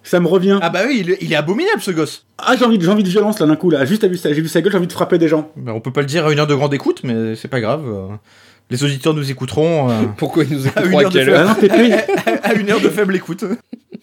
Speaker 3: ça me revient.
Speaker 2: Ah bah oui, il, est- il est abominable ce gosse.
Speaker 3: Ah, j'ai envie, de- j'ai envie de violence là d'un coup, là. Juste, à vu sa- j'ai vu sa gueule, j'ai envie de frapper des gens.
Speaker 2: Bah, on peut pas le dire à une heure de grande écoute, mais c'est pas grave. euh, Les auditeurs nous écouteront euh,
Speaker 1: Pépé. Pourquoi il nous
Speaker 2: Ah, une
Speaker 1: écouteront à
Speaker 2: heure de
Speaker 1: quelle
Speaker 2: feu.
Speaker 1: heure
Speaker 3: Ah non, Pépé,
Speaker 2: à une heure de faible écoute.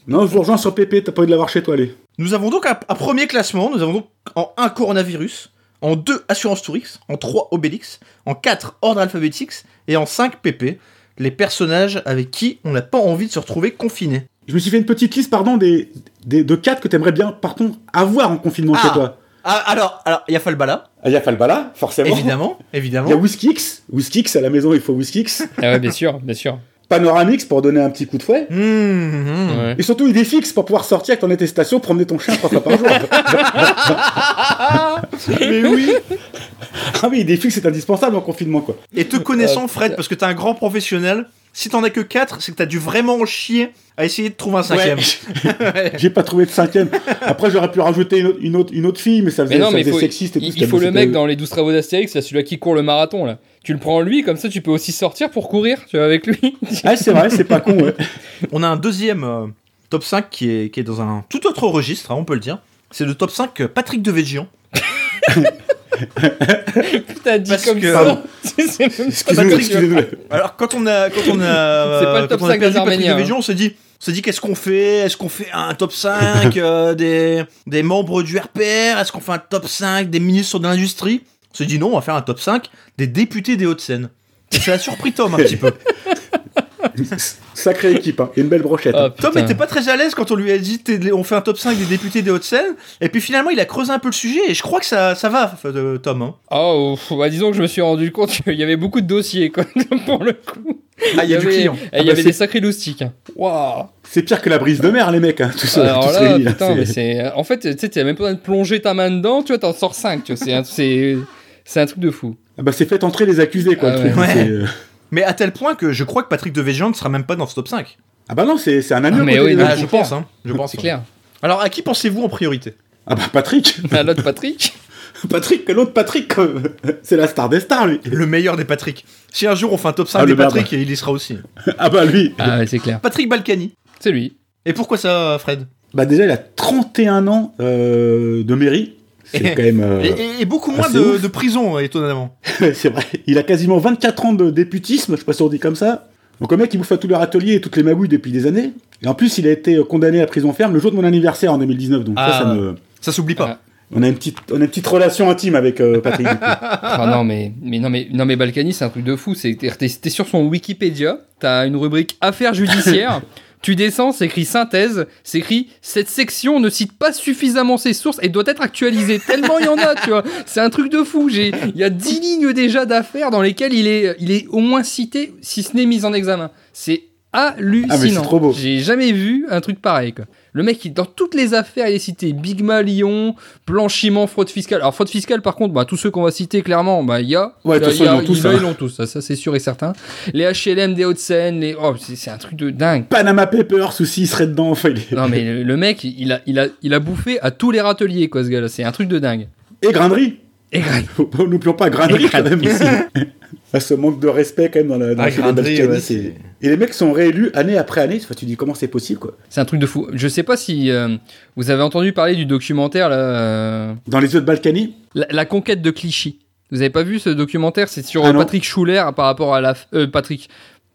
Speaker 3: non, je vous rejoins sur Pépé, t'as pas envie de l'avoir chez toi, allez.
Speaker 2: Nous avons donc un, un premier classement. Nous avons donc en 1 coronavirus, en 2 assurance tourix, en 3 obélix, en 4 ordre alphabétique et en 5 pp. Les personnages avec qui on n'a pas envie de se retrouver confiné.
Speaker 3: Je me suis fait une petite liste, pardon, des, des, de 4 que t'aimerais bien, par contre, avoir en confinement
Speaker 2: Ah.
Speaker 3: chez toi.
Speaker 2: Ah, alors, alors, il y a Falbala,
Speaker 3: Ah, y'a Falbala, forcément.
Speaker 2: évidemment,
Speaker 3: Il y a
Speaker 2: évidemment.
Speaker 3: WhiskyX. WhiskyX, à la maison, il faut WhiskyX.
Speaker 1: Ah ouais, bien sûr, bien sûr.
Speaker 3: Panoramix pour donner un petit coup de fouet.
Speaker 2: Mmh, mmh.
Speaker 1: Ouais.
Speaker 3: Et surtout, il est fixe pour pouvoir sortir avec ton attestation, promener ton chien trois fois par jour.
Speaker 2: Mais oui.
Speaker 3: ah oui, il est fixe, c'est indispensable en confinement, quoi.
Speaker 2: Et te
Speaker 3: Euh,
Speaker 2: connaissant, Fred, parce que t'es un grand professionnel, si t'en as que 4, c'est que t'as dû vraiment chier à essayer de trouver un cinquième.
Speaker 3: J'ai pas trouvé de cinquième. Après, j'aurais pu rajouter une autre, une autre, une autre fille, mais ça faisait,
Speaker 1: Mais non,
Speaker 3: ça
Speaker 1: mais
Speaker 3: faisait
Speaker 1: faut-
Speaker 3: sexiste et tout.
Speaker 1: il,
Speaker 3: ce
Speaker 1: il
Speaker 3: qu'il y a
Speaker 1: faut le
Speaker 3: dans
Speaker 1: mec
Speaker 3: cette-
Speaker 1: dans les 12 travaux d'Astérix, là, celui qui court le marathon, là. Tu le prends lui, comme ça tu peux aussi sortir pour courir, tu vois, avec lui.
Speaker 3: Ah, c'est vrai, c'est pas con, ouais.
Speaker 2: On a un deuxième euh, top 5 qui est, qui est dans un tout autre registre, hein, on peut le dire. C'est le top 5 euh, Patrick Devedjian.
Speaker 1: T'as dit
Speaker 2: Parce
Speaker 1: comme
Speaker 2: que-
Speaker 1: ça. C'est même pas
Speaker 3: Excusez-moi,
Speaker 1: Patrick, tu vois.
Speaker 3: excusez-moi.
Speaker 2: Alors quand on a quand on a euh,
Speaker 1: C'est pas le top
Speaker 2: quand on a
Speaker 1: 5
Speaker 2: perdu Patrick
Speaker 1: d'Arménien,
Speaker 2: Devedjian, on s'est dit on s'est dit qu'est-ce qu'on fait Est-ce qu'on fait un top 5 euh, des, des membres du RPR Est-ce qu'on fait un top 5 des ministres de l'industrie On s'est dit non, on va faire un top 5 des députés des Hauts-de-Seine. Et Ça a surpris Tom un petit peu.
Speaker 3: Sacrée équipe, hein. Et une belle brochette.
Speaker 1: Ah,
Speaker 3: hein.
Speaker 1: putain.
Speaker 2: Tom n'était pas très à l'aise quand on lui a dit t'es- on fait un top 5 des députés des Hauts-de-Seine. Et puis finalement il a creusé un peu le sujet et je crois que ça, ça va euh, Tom. hein.
Speaker 1: Oh, ouf, bah, disons que je me suis rendu compte qu'il y avait beaucoup de dossiers, quoi, pour le coup.
Speaker 2: Ah il y a du
Speaker 1: avait-
Speaker 2: client.
Speaker 1: eh, Il y
Speaker 3: bah,
Speaker 1: avait
Speaker 3: c'est-
Speaker 1: des sacrés loustiques. hein. Waouh!
Speaker 3: C'est pire que la brise de mer, les mecs, hein, tout ça.
Speaker 1: Alors
Speaker 3: tout se
Speaker 1: là,
Speaker 3: réunit, là,
Speaker 1: putain,
Speaker 3: c'est-
Speaker 1: mais c'est. En fait, tu sais, t'as même pas besoin de plonger ta main dedans, tu vois, t'en sors 5, tu vois. c'est un- C'est c'est un truc de fou.
Speaker 3: Ah bah, c'est fait entrer les accusés, quoi.
Speaker 1: Ah
Speaker 3: le truc,
Speaker 2: ouais.
Speaker 3: c'est, euh,
Speaker 2: Mais à tel point que je crois que Patrick Devedjian ne sera même pas dans ce top 5.
Speaker 3: Ah bah non, c'est c'est un ami.
Speaker 1: Ah,
Speaker 3: au
Speaker 1: mais
Speaker 3: côté
Speaker 1: oui,
Speaker 3: des
Speaker 1: non.
Speaker 2: Ah,
Speaker 3: autres.
Speaker 2: je pense, hein. Je pense.
Speaker 1: C'est clair.
Speaker 2: Alors, à qui pensez-vous en priorité
Speaker 3: Ah bah, Patrick.
Speaker 1: Ah, L'autre Patrick.
Speaker 3: Patrick, l'autre Patrick, quoi. c'est la star des stars, lui.
Speaker 2: Le meilleur des Patrick. Si un jour on fait un top 5
Speaker 3: Ah,
Speaker 2: des
Speaker 3: le barbe.
Speaker 2: Patrick, il y sera aussi.
Speaker 3: Ah bah, lui.
Speaker 1: Ah, ouais, c'est clair.
Speaker 2: Patrick Balkany.
Speaker 1: C'est lui.
Speaker 2: Et pourquoi ça, Fred
Speaker 3: Bah, déjà, il a 31 ans euh, de mairie. C'est quand même. euh,
Speaker 2: et, et- et beaucoup moins
Speaker 3: c'est
Speaker 2: de,
Speaker 3: ouf.
Speaker 2: de prison, étonnamment.
Speaker 3: c'est vrai. Il a quasiment 24 ans de députisme, je sais pas si on dit comme ça. Donc, le mec, il bouffe à tout leur atelier et toutes les magouilles depuis des années. Et en plus, il a été condamné à prison ferme le jour de mon anniversaire en 2019. Donc, ça,
Speaker 2: Ah.
Speaker 3: ça me.
Speaker 2: Ça s'oublie pas.
Speaker 3: On a une petite, on a une petite relation intime avec euh, Patrick. du coup.
Speaker 1: Ah non, mais, mais, non, mais, non, mais Balkany, c'est un truc de fou. C'est- T'es t'es sur son Wikipédia, t'as une rubrique Affaires judiciaires. Tu descends, c'est écrit synthèse, c'est écrit cette section ne cite pas suffisamment ses sources et doit être actualisée tellement il y en a, tu vois. C'est un truc de fou. J'ai, il y a 10 lignes déjà d'affaires dans lesquelles il est, il est au moins cité, si ce n'est mis en examen. C'est hallucinant.
Speaker 3: Ah, mais c'est trop beau.
Speaker 1: J'ai jamais vu un truc pareil. Quoi. Le mec, il- dans toutes les affaires, il est cité Bigma Lyon, blanchiment, fraude fiscale. Alors fraude fiscale, par contre, bah, tous ceux qu'on va citer clairement, bah il y a,
Speaker 3: Ouais, de toute
Speaker 1: il y
Speaker 3: façon,
Speaker 1: a-
Speaker 3: ils l'ont tous,
Speaker 1: il-
Speaker 3: hein.
Speaker 1: ils l'ont tous, ça, ça c'est sûr et certain. Les HLM des Hauts-de-Seine, les, oh, c'est c'est un truc de dingue.
Speaker 3: Panama Papers, souci, il serait dedans. Enfin, il est-
Speaker 1: Non mais le, le mec, il a, il a, il a bouffé à tous les râteliers quoi, ce gars-là. C'est un truc de dingue.
Speaker 3: Et Grainerie.
Speaker 1: Et grave.
Speaker 3: Faut pas- N'oublions pas Grainerie quand même ici. Ah, ce manque de respect quand même dans la dans
Speaker 2: Ah,
Speaker 3: le film
Speaker 2: Grainerie,
Speaker 3: d'Afghani,
Speaker 2: ouais,
Speaker 3: c'est-
Speaker 2: c'est-
Speaker 3: Et les mecs sont réélus année après année. Enfin, tu dis comment c'est possible quoi.
Speaker 1: c'est un truc de fou. Je sais pas si euh, vous avez entendu parler du documentaire là, euh,
Speaker 3: Dans les yeux de Balkany.
Speaker 1: la, la conquête de Clichy. Vous avez pas vu ce documentaire C'est sur
Speaker 3: Ah
Speaker 1: euh,
Speaker 3: non.
Speaker 1: Patrick Schuller par rapport à la euh, Patrick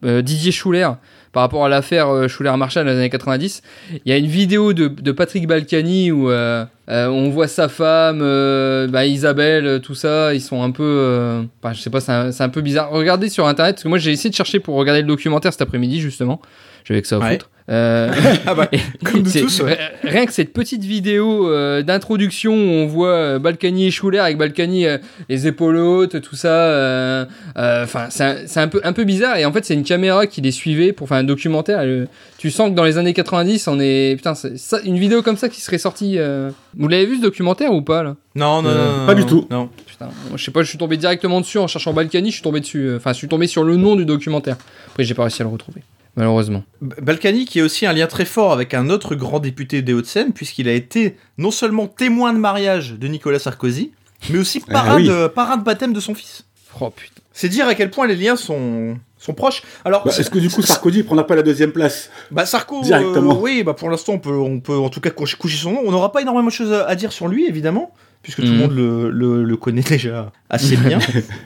Speaker 1: euh, Didier Schuller par rapport à l'affaire euh, Schuller-Marshall dans les années 90. Il y a une vidéo de, de Patrick Balkany où euh, euh, on voit sa femme, euh, bah, Isabelle, euh, tout ça. Ils sont un peu, euh, enfin, je sais pas, c'est un, c'est un peu bizarre. Regardez sur internet parce que moi j'ai essayé de chercher pour regarder le documentaire cet après-midi justement. J'avais que ça à
Speaker 2: Ouais.
Speaker 1: foutre. Euh,
Speaker 2: Ah bah, Comme nous
Speaker 1: c'est-
Speaker 2: tous, ouais.
Speaker 1: r- Rien que cette petite vidéo euh, d'introduction où on voit euh, Balkany et Schuller avec Balkany euh, les épaules hautes, tout ça. euh, euh, Enfin, c'est un- c'est un, peu un peu bizarre. Et en fait, c'est une caméra qui les suivait pour faire un documentaire. Le- tu sens que dans les années 90, on est putain, c'est ça, une vidéo comme ça qui serait sortie. euh. Vous l'avez vu ce documentaire ou pas là
Speaker 2: Non, non,
Speaker 1: Euh,
Speaker 2: non, non,
Speaker 3: pas
Speaker 2: non,
Speaker 3: du tout.
Speaker 2: Non.
Speaker 1: Putain, moi, je sais pas. Je suis tombé directement dessus en cherchant Balkany. Je suis tombé dessus. euh, Enfin, je suis tombé sur le nom du documentaire. Après, j'ai pas réussi à le retrouver, malheureusement.
Speaker 2: B- Balkany qui a aussi un lien très fort avec un autre grand député des Hauts-de-Seine, puisqu'il a été non seulement témoin de mariage de Nicolas Sarkozy, mais aussi
Speaker 3: Ah
Speaker 2: parrain,
Speaker 3: oui.
Speaker 2: de, parrain de baptême de son fils.
Speaker 1: Oh putain.
Speaker 2: C'est dire à quel point les liens sont, sont proches. Alors,
Speaker 3: Bah, Est-ce que du coup Sarkozy prendra pas la deuxième place
Speaker 2: bah, Sarko,
Speaker 3: Directement.
Speaker 2: euh, oui, bah, pour l'instant, on peut, on peut en tout cas coucher coucher son nom. On n'aura pas énormément de choses à, à dire sur lui, évidemment, puisque tout le
Speaker 1: Mhm.
Speaker 2: monde le, le- le connaît déjà assez bien.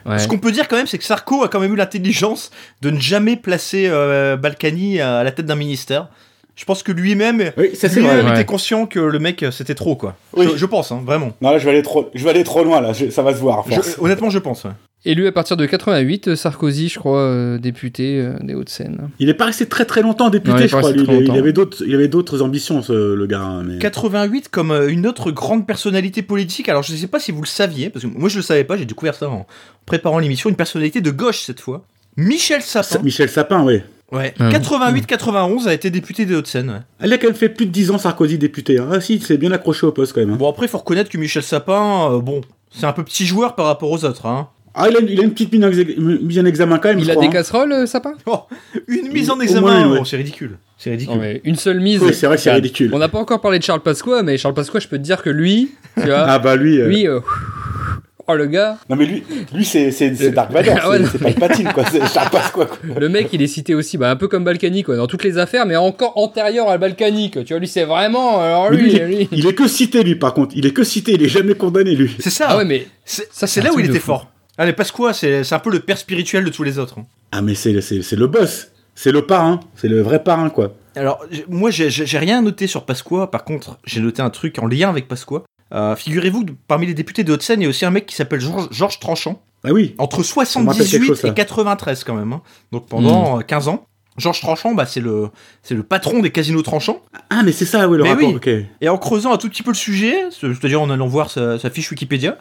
Speaker 1: Ouais.
Speaker 2: Ce qu'on peut dire quand même, c'est que Sarko a quand même eu l'intelligence de ne jamais placer euh, Balkany à la tête d'un ministère. Je pense que lui-même
Speaker 3: Oui, ça
Speaker 2: Lui,
Speaker 3: c'est vrai.
Speaker 2: il était
Speaker 1: Ouais.
Speaker 2: conscient que le mec, euh, c'était trop, quoi.
Speaker 3: Oui.
Speaker 2: Je, je pense, hein, vraiment.
Speaker 3: Non, là, je vais aller trop, je vais aller trop loin là. Je- Ça va se voir. à
Speaker 2: Je-
Speaker 3: force.
Speaker 2: honnêtement, je pense. ouais.
Speaker 1: Élu à partir de 88, euh, Sarkozy, je crois, euh, député euh, des Hauts-de-Seine.
Speaker 3: Il est pas resté très très longtemps député,
Speaker 1: Non, il est
Speaker 3: je
Speaker 1: pas
Speaker 3: crois.
Speaker 1: resté
Speaker 3: lui.
Speaker 1: très
Speaker 3: il, est- il
Speaker 1: longtemps.
Speaker 3: avait d'autres, il avait d'autres ambitions, ce- le gars. hein, mais-
Speaker 2: 88 comme euh, une autre grande personnalité politique. Alors, je ne sais pas si vous le saviez, parce que moi, je le savais pas. J'ai découvert ça en préparant l'émission. Une personnalité de gauche cette fois. Michel
Speaker 3: Sa-
Speaker 2: Sapin.
Speaker 3: Michel Sapin, oui.
Speaker 2: Ouais.
Speaker 1: Ah.
Speaker 2: 88-91 a été député des Hauts-de-Seine. ouais.
Speaker 3: Elle a quand même fait plus de 10 ans Sarkozy député. hein. Ah si, il s'est bien accroché au poste quand même. hein.
Speaker 2: Bon, après, faut reconnaître que Michel Sapin, euh, bon, c'est un peu petit joueur par rapport aux autres. Hein.
Speaker 3: Ah, il a, il a une petite mise en, exa- mise en examen quand même.
Speaker 1: Il
Speaker 3: je
Speaker 1: a
Speaker 3: crois,
Speaker 1: des
Speaker 3: hein.
Speaker 1: casseroles, euh, Sapin
Speaker 2: Une mise en
Speaker 3: Au
Speaker 2: examen,
Speaker 3: moins, ouais.
Speaker 2: oh, c'est ridicule. C'est ridicule.
Speaker 1: Non, mais une seule mise. Ah,
Speaker 3: Oui, c'est vrai que c'est ridicule.
Speaker 1: On n'a pas encore parlé de Charles Pasqua, mais Charles Pasqua, je peux te dire que lui, tu vois,
Speaker 3: Ah bah lui. euh,
Speaker 1: lui, euh, oh le gars,
Speaker 3: Non mais lui, lui c'est c'est- c'est Dark Vador,
Speaker 1: Ah ouais,
Speaker 3: c'est-
Speaker 1: non,
Speaker 3: c'est pas Palpatine quoi, c'est ça passe quoi. quoi.
Speaker 1: le mec, il est cité aussi, bah, un peu comme Balkany, quoi, dans toutes les affaires, mais encore antérieur à Balkany, quoi. Tu vois, lui, c'est vraiment, alors
Speaker 3: Mais
Speaker 1: Bah, lui,
Speaker 3: lui, il,
Speaker 1: lui.
Speaker 3: est, il est que cité lui par contre, il est que cité, il est jamais condamné lui.
Speaker 2: C'est ça.
Speaker 1: Ah ouais, mais
Speaker 2: C'est-
Speaker 1: Ça,
Speaker 2: c'est
Speaker 1: c'est
Speaker 2: là
Speaker 1: un
Speaker 2: où il
Speaker 1: truc de
Speaker 2: était
Speaker 1: fou.
Speaker 2: fort. Allez, parce quoi C'est c'est un peu le père spirituel de tous les autres. hein.
Speaker 3: Ah mais c'est c'est c'est le boss, c'est le parrain, c'est le vrai parrain quoi.
Speaker 2: Alors, j- moi, j'ai- j'ai j'ai rien noté sur Pasqua. Par contre, j'ai noté un truc en lien avec Pasqua. Euh, Figurez-vous que parmi les députés de Haute-Seine, il y a aussi un mec qui s'appelle Georges Georges Tranchant.
Speaker 3: Ah oui.
Speaker 2: Entre
Speaker 3: rappelle quelque
Speaker 2: 78
Speaker 3: chose, ça. Hmm.
Speaker 2: et 93, quand même. hein. Donc, pendant euh, 15 ans. Georges Tranchant, bah, c'est le, c'est le patron des casinos Tranchant.
Speaker 3: Ah mais c'est ça oui le
Speaker 2: Mais
Speaker 3: rapport.
Speaker 2: oui.
Speaker 3: ok.
Speaker 2: Et en creusant un tout petit peu le sujet, ce- c'est-à-dire en allant voir sa, sa fiche Wikipédia,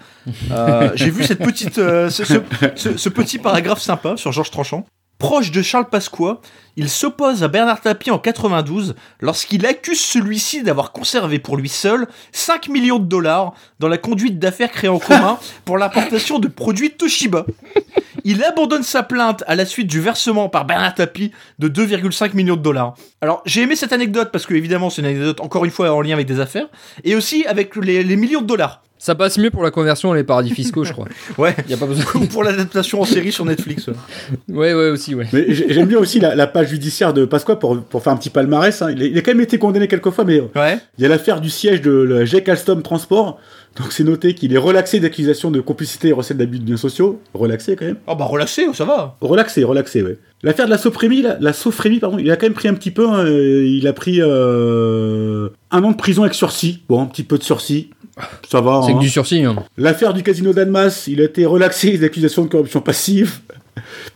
Speaker 2: euh, j'ai vu cette petite, euh, ce, ce- ce- ce petit paragraphe sympa sur Georges Tranchant. Proche de Charles Pasqua, il s'oppose à Bernard Tapie en 92 lorsqu'il accuse celui-ci d'avoir conservé pour lui seul 5 millions de dollars dans la conduite d'affaires créées en commun pour l'importation de produits Toshiba. Il abandonne sa plainte à la suite du versement par Bernard Tapie de 2,5 millions de dollars. Alors, j'ai aimé cette anecdote parce que, évidemment, c'est une anecdote encore une fois en lien avec des affaires et aussi avec les, les millions de dollars.
Speaker 1: ça passe mieux pour la conversion et les paradis fiscaux, je crois.
Speaker 2: Ouais.
Speaker 1: Y a pas besoin.
Speaker 2: Ou pour l'adaptation en série sur Netflix. ouais.
Speaker 1: Ouais, ouais, aussi, ouais.
Speaker 3: Mais j'ai- j'aime bien aussi la, la page judiciaire de Pasqua pour, pour faire un petit palmarès. hein. Il, a, il a quand même été condamné quelques fois, mais euh,
Speaker 2: Ouais.
Speaker 3: il y a l'affaire du siège de la GEC Alstom Transport. Donc c'est noté qu'il est relaxé d'accusations de complicité et recette d'abus de biens sociaux. Relaxé quand même.
Speaker 2: Oh bah relaxé, ça va.
Speaker 3: Relaxé, relaxé, ouais. L'affaire de la sophrémie, la, la sophrémie, pardon, il a quand même pris un petit peu. hein, euh, il a pris euh, un an de prison avec sursis. Bon, un petit peu de sursis. Ça va.
Speaker 1: C'est
Speaker 3: hein.
Speaker 1: que du sursis, hein.
Speaker 3: L'affaire du casino d'Annemasse, il a été relaxé des accusations de corruption passive.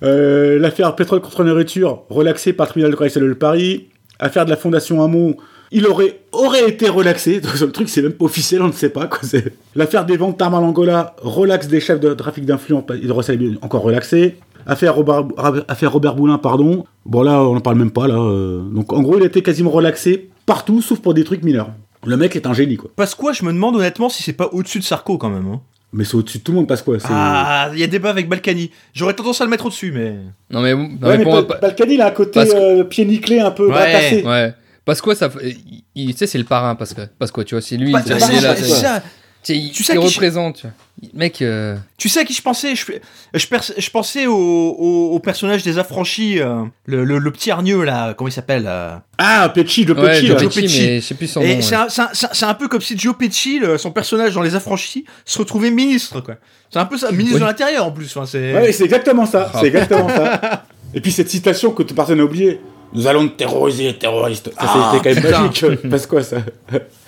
Speaker 3: Euh, L'affaire pétrole contre la nourriture, relaxé par le tribunal de correction de Paris. Affaire de la fondation Hamon, il aurait, aurait été relaxé. Donc, le truc, c'est même pas officiel, on ne sait pas. quoi, c'est- L'affaire des ventes d'armes à l'Angola, relax des chefs de trafic d'influence et de recel, encore relaxé. Affaire Robert, Ra- affaire Robert Boulin, pardon. Bon, là, on n'en parle même pas, là. euh. Donc, en gros, il a été quasiment relaxé partout, sauf pour des trucs mineurs. Le mec est un génie, quoi.
Speaker 2: Parce quoi, je me demande honnêtement si c'est pas au-dessus de Sarko quand même. hein.
Speaker 3: Mais c'est au-dessus de tout le monde, parce quoi. c'est-
Speaker 2: Ah, il y a débat avec Balkany. J'aurais tendance à le mettre au-dessus, mais.
Speaker 1: Non, mais, non,
Speaker 3: ouais,
Speaker 1: mais
Speaker 3: mais
Speaker 1: pour
Speaker 3: Bal-
Speaker 1: moi, pas-
Speaker 3: Balkany, il a un côté
Speaker 1: parce que-
Speaker 3: euh, pied nickelé, un peu
Speaker 2: Ouais,
Speaker 3: rapassé.
Speaker 1: Ouais. Parce quoi ça, f- il- il- tu sais, c'est le parrain, parce que, parce quoi, tu vois, c'est lui.
Speaker 2: Bah,
Speaker 1: il- il est
Speaker 2: c'est-
Speaker 1: là,
Speaker 2: c'est
Speaker 1: c'est-
Speaker 2: ça.
Speaker 1: Tu sais, il,
Speaker 2: Tu sais
Speaker 1: il
Speaker 2: qui-
Speaker 1: représente. il- Mec, euh,
Speaker 2: Tu sais à qui je pensais je, je, pers- je pensais au, au- au personnage des affranchis, euh, le, le- le petit hargneux là, comment il s'appelle euh,
Speaker 3: Ah, Petit, le
Speaker 1: ouais,
Speaker 3: petit,
Speaker 1: Joe
Speaker 3: là.
Speaker 1: Pesci,
Speaker 2: Pesci.
Speaker 1: mais je sais plus son
Speaker 2: Et
Speaker 1: nom.
Speaker 2: c'est
Speaker 1: ouais.
Speaker 2: un, c'est un- c'est un- c'est un peu comme si Joe Pesci, le- son personnage dans Les Affranchis, se retrouvait ministre, quoi. C'est un peu ça, ministre
Speaker 1: Oui.
Speaker 2: de l'Intérieur en plus. Enfin, c'est.
Speaker 3: Ouais, c'est exactement ça.
Speaker 1: Ah.
Speaker 3: C'est exactement ça. Et puis cette citation que toute personne a oubliée. Nous allons terroriser les terroristes. Ça,
Speaker 2: Ah,
Speaker 3: c'était quand même
Speaker 2: putain.
Speaker 3: magique. Parce quoi, ça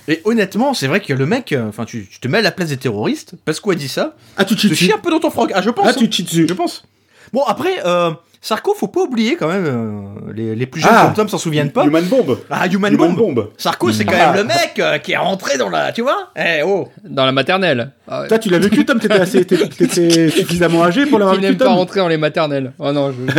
Speaker 2: Et honnêtement, c'est vrai que le mec, euh, enfin, tu, tu te mets à la place des terroristes, parce qu'on a dit ça.
Speaker 3: Ah, tu
Speaker 2: Tu
Speaker 3: chies
Speaker 2: te
Speaker 3: dessus.
Speaker 2: chies un peu dans ton froc. Ah, je pense.
Speaker 3: Ah,
Speaker 2: hein.
Speaker 3: tu chies dessus.
Speaker 2: Je pense. Bon, après, euh, Sarko, faut pas oublier quand même, euh, les, les plus jeunes
Speaker 3: Ah.
Speaker 2: comme Tom s'en souviennent pas.
Speaker 3: Human Bomb.
Speaker 2: Ah, Human,
Speaker 3: Human
Speaker 2: Bomb.
Speaker 3: Bomb.
Speaker 2: Sarko, c'est quand
Speaker 3: Ah.
Speaker 2: même le mec euh, qui est rentré dans la. Tu vois Eh oh
Speaker 1: Dans la maternelle. Ah ouais.
Speaker 3: Toi, tu l'as vécu, Tom T'étais assez- t'étais- t'étais suffisamment âgé pour l'avoir
Speaker 1: Qui
Speaker 3: vécu,
Speaker 1: n'aime pas
Speaker 3: Tom
Speaker 1: rentrer dans les maternelles. Oh non, je.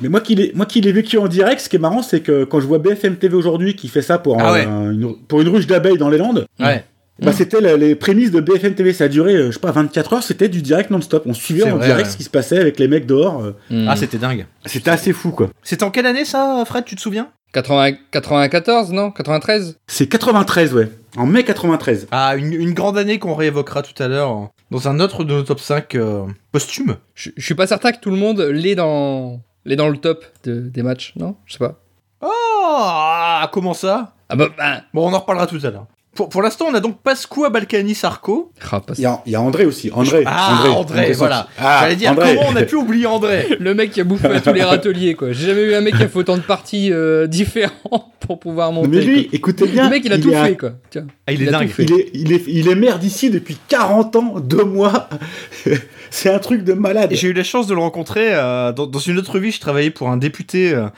Speaker 3: Mais moi qui l'ai, moi qui l'ai vécu en direct, ce qui est marrant, c'est que quand je vois BFM TV aujourd'hui qui fait ça pour,
Speaker 2: Ah
Speaker 3: un-
Speaker 2: ouais.
Speaker 3: un- une, pour une ruche d'abeilles dans les Landes,
Speaker 2: Ouais.
Speaker 3: bah c'était la- les prémices de BFM TV. Ça a duré, euh, je sais pas, 24 heures, c'était du direct non-stop. On suivait
Speaker 2: C'est
Speaker 3: en
Speaker 2: vrai,
Speaker 3: direct
Speaker 2: ouais.
Speaker 3: ce qui se passait avec les mecs dehors. euh,
Speaker 2: Ah, c'était dingue.
Speaker 3: C'était assez fou, quoi.
Speaker 2: C'était en quelle année ça, Fred Tu te souviens
Speaker 1: 80 94, non 93
Speaker 3: C'est 93, ouais. En mai 93.
Speaker 2: Ah, une, une grande année qu'on réévoquera tout à l'heure hein, dans un autre de nos top 5 euh, posthume.
Speaker 1: je, je suis pas certain que tout le monde l'est dans, l'est dans le top de- des matchs, non Je sais pas.
Speaker 2: Ah, comment ça
Speaker 1: Ah bah, bah.
Speaker 2: Bon, on en reparlera tout à l'heure. Pour, pour l'instant, on a donc Pasqua Balkany Sarko.
Speaker 1: Ah, pas-
Speaker 3: Il y, a, il y a André aussi. André.
Speaker 2: Ah, André, voilà.
Speaker 3: Ah,
Speaker 2: J'allais dire,
Speaker 3: André.
Speaker 2: comment on a pu oublier André
Speaker 1: Le mec qui a bouffé à tous les râteliers, quoi. J'ai jamais eu un mec qui a fait autant de parties euh, différentes pour pouvoir monter.
Speaker 3: Mais lui,
Speaker 1: quoi.
Speaker 3: écoutez bien.
Speaker 1: le mec, il a tout
Speaker 3: est à-
Speaker 1: fait, quoi. Tiens.
Speaker 2: Ah, il est
Speaker 1: a tout
Speaker 2: dingue.
Speaker 1: fait.
Speaker 3: Il est, il, est, il est maire d'ici depuis 40 ans, deux mois. c'est un truc de malade.
Speaker 2: Et J'ai eu la chance de le rencontrer euh, dans, dans une autre vie. Je travaillais pour un député euh,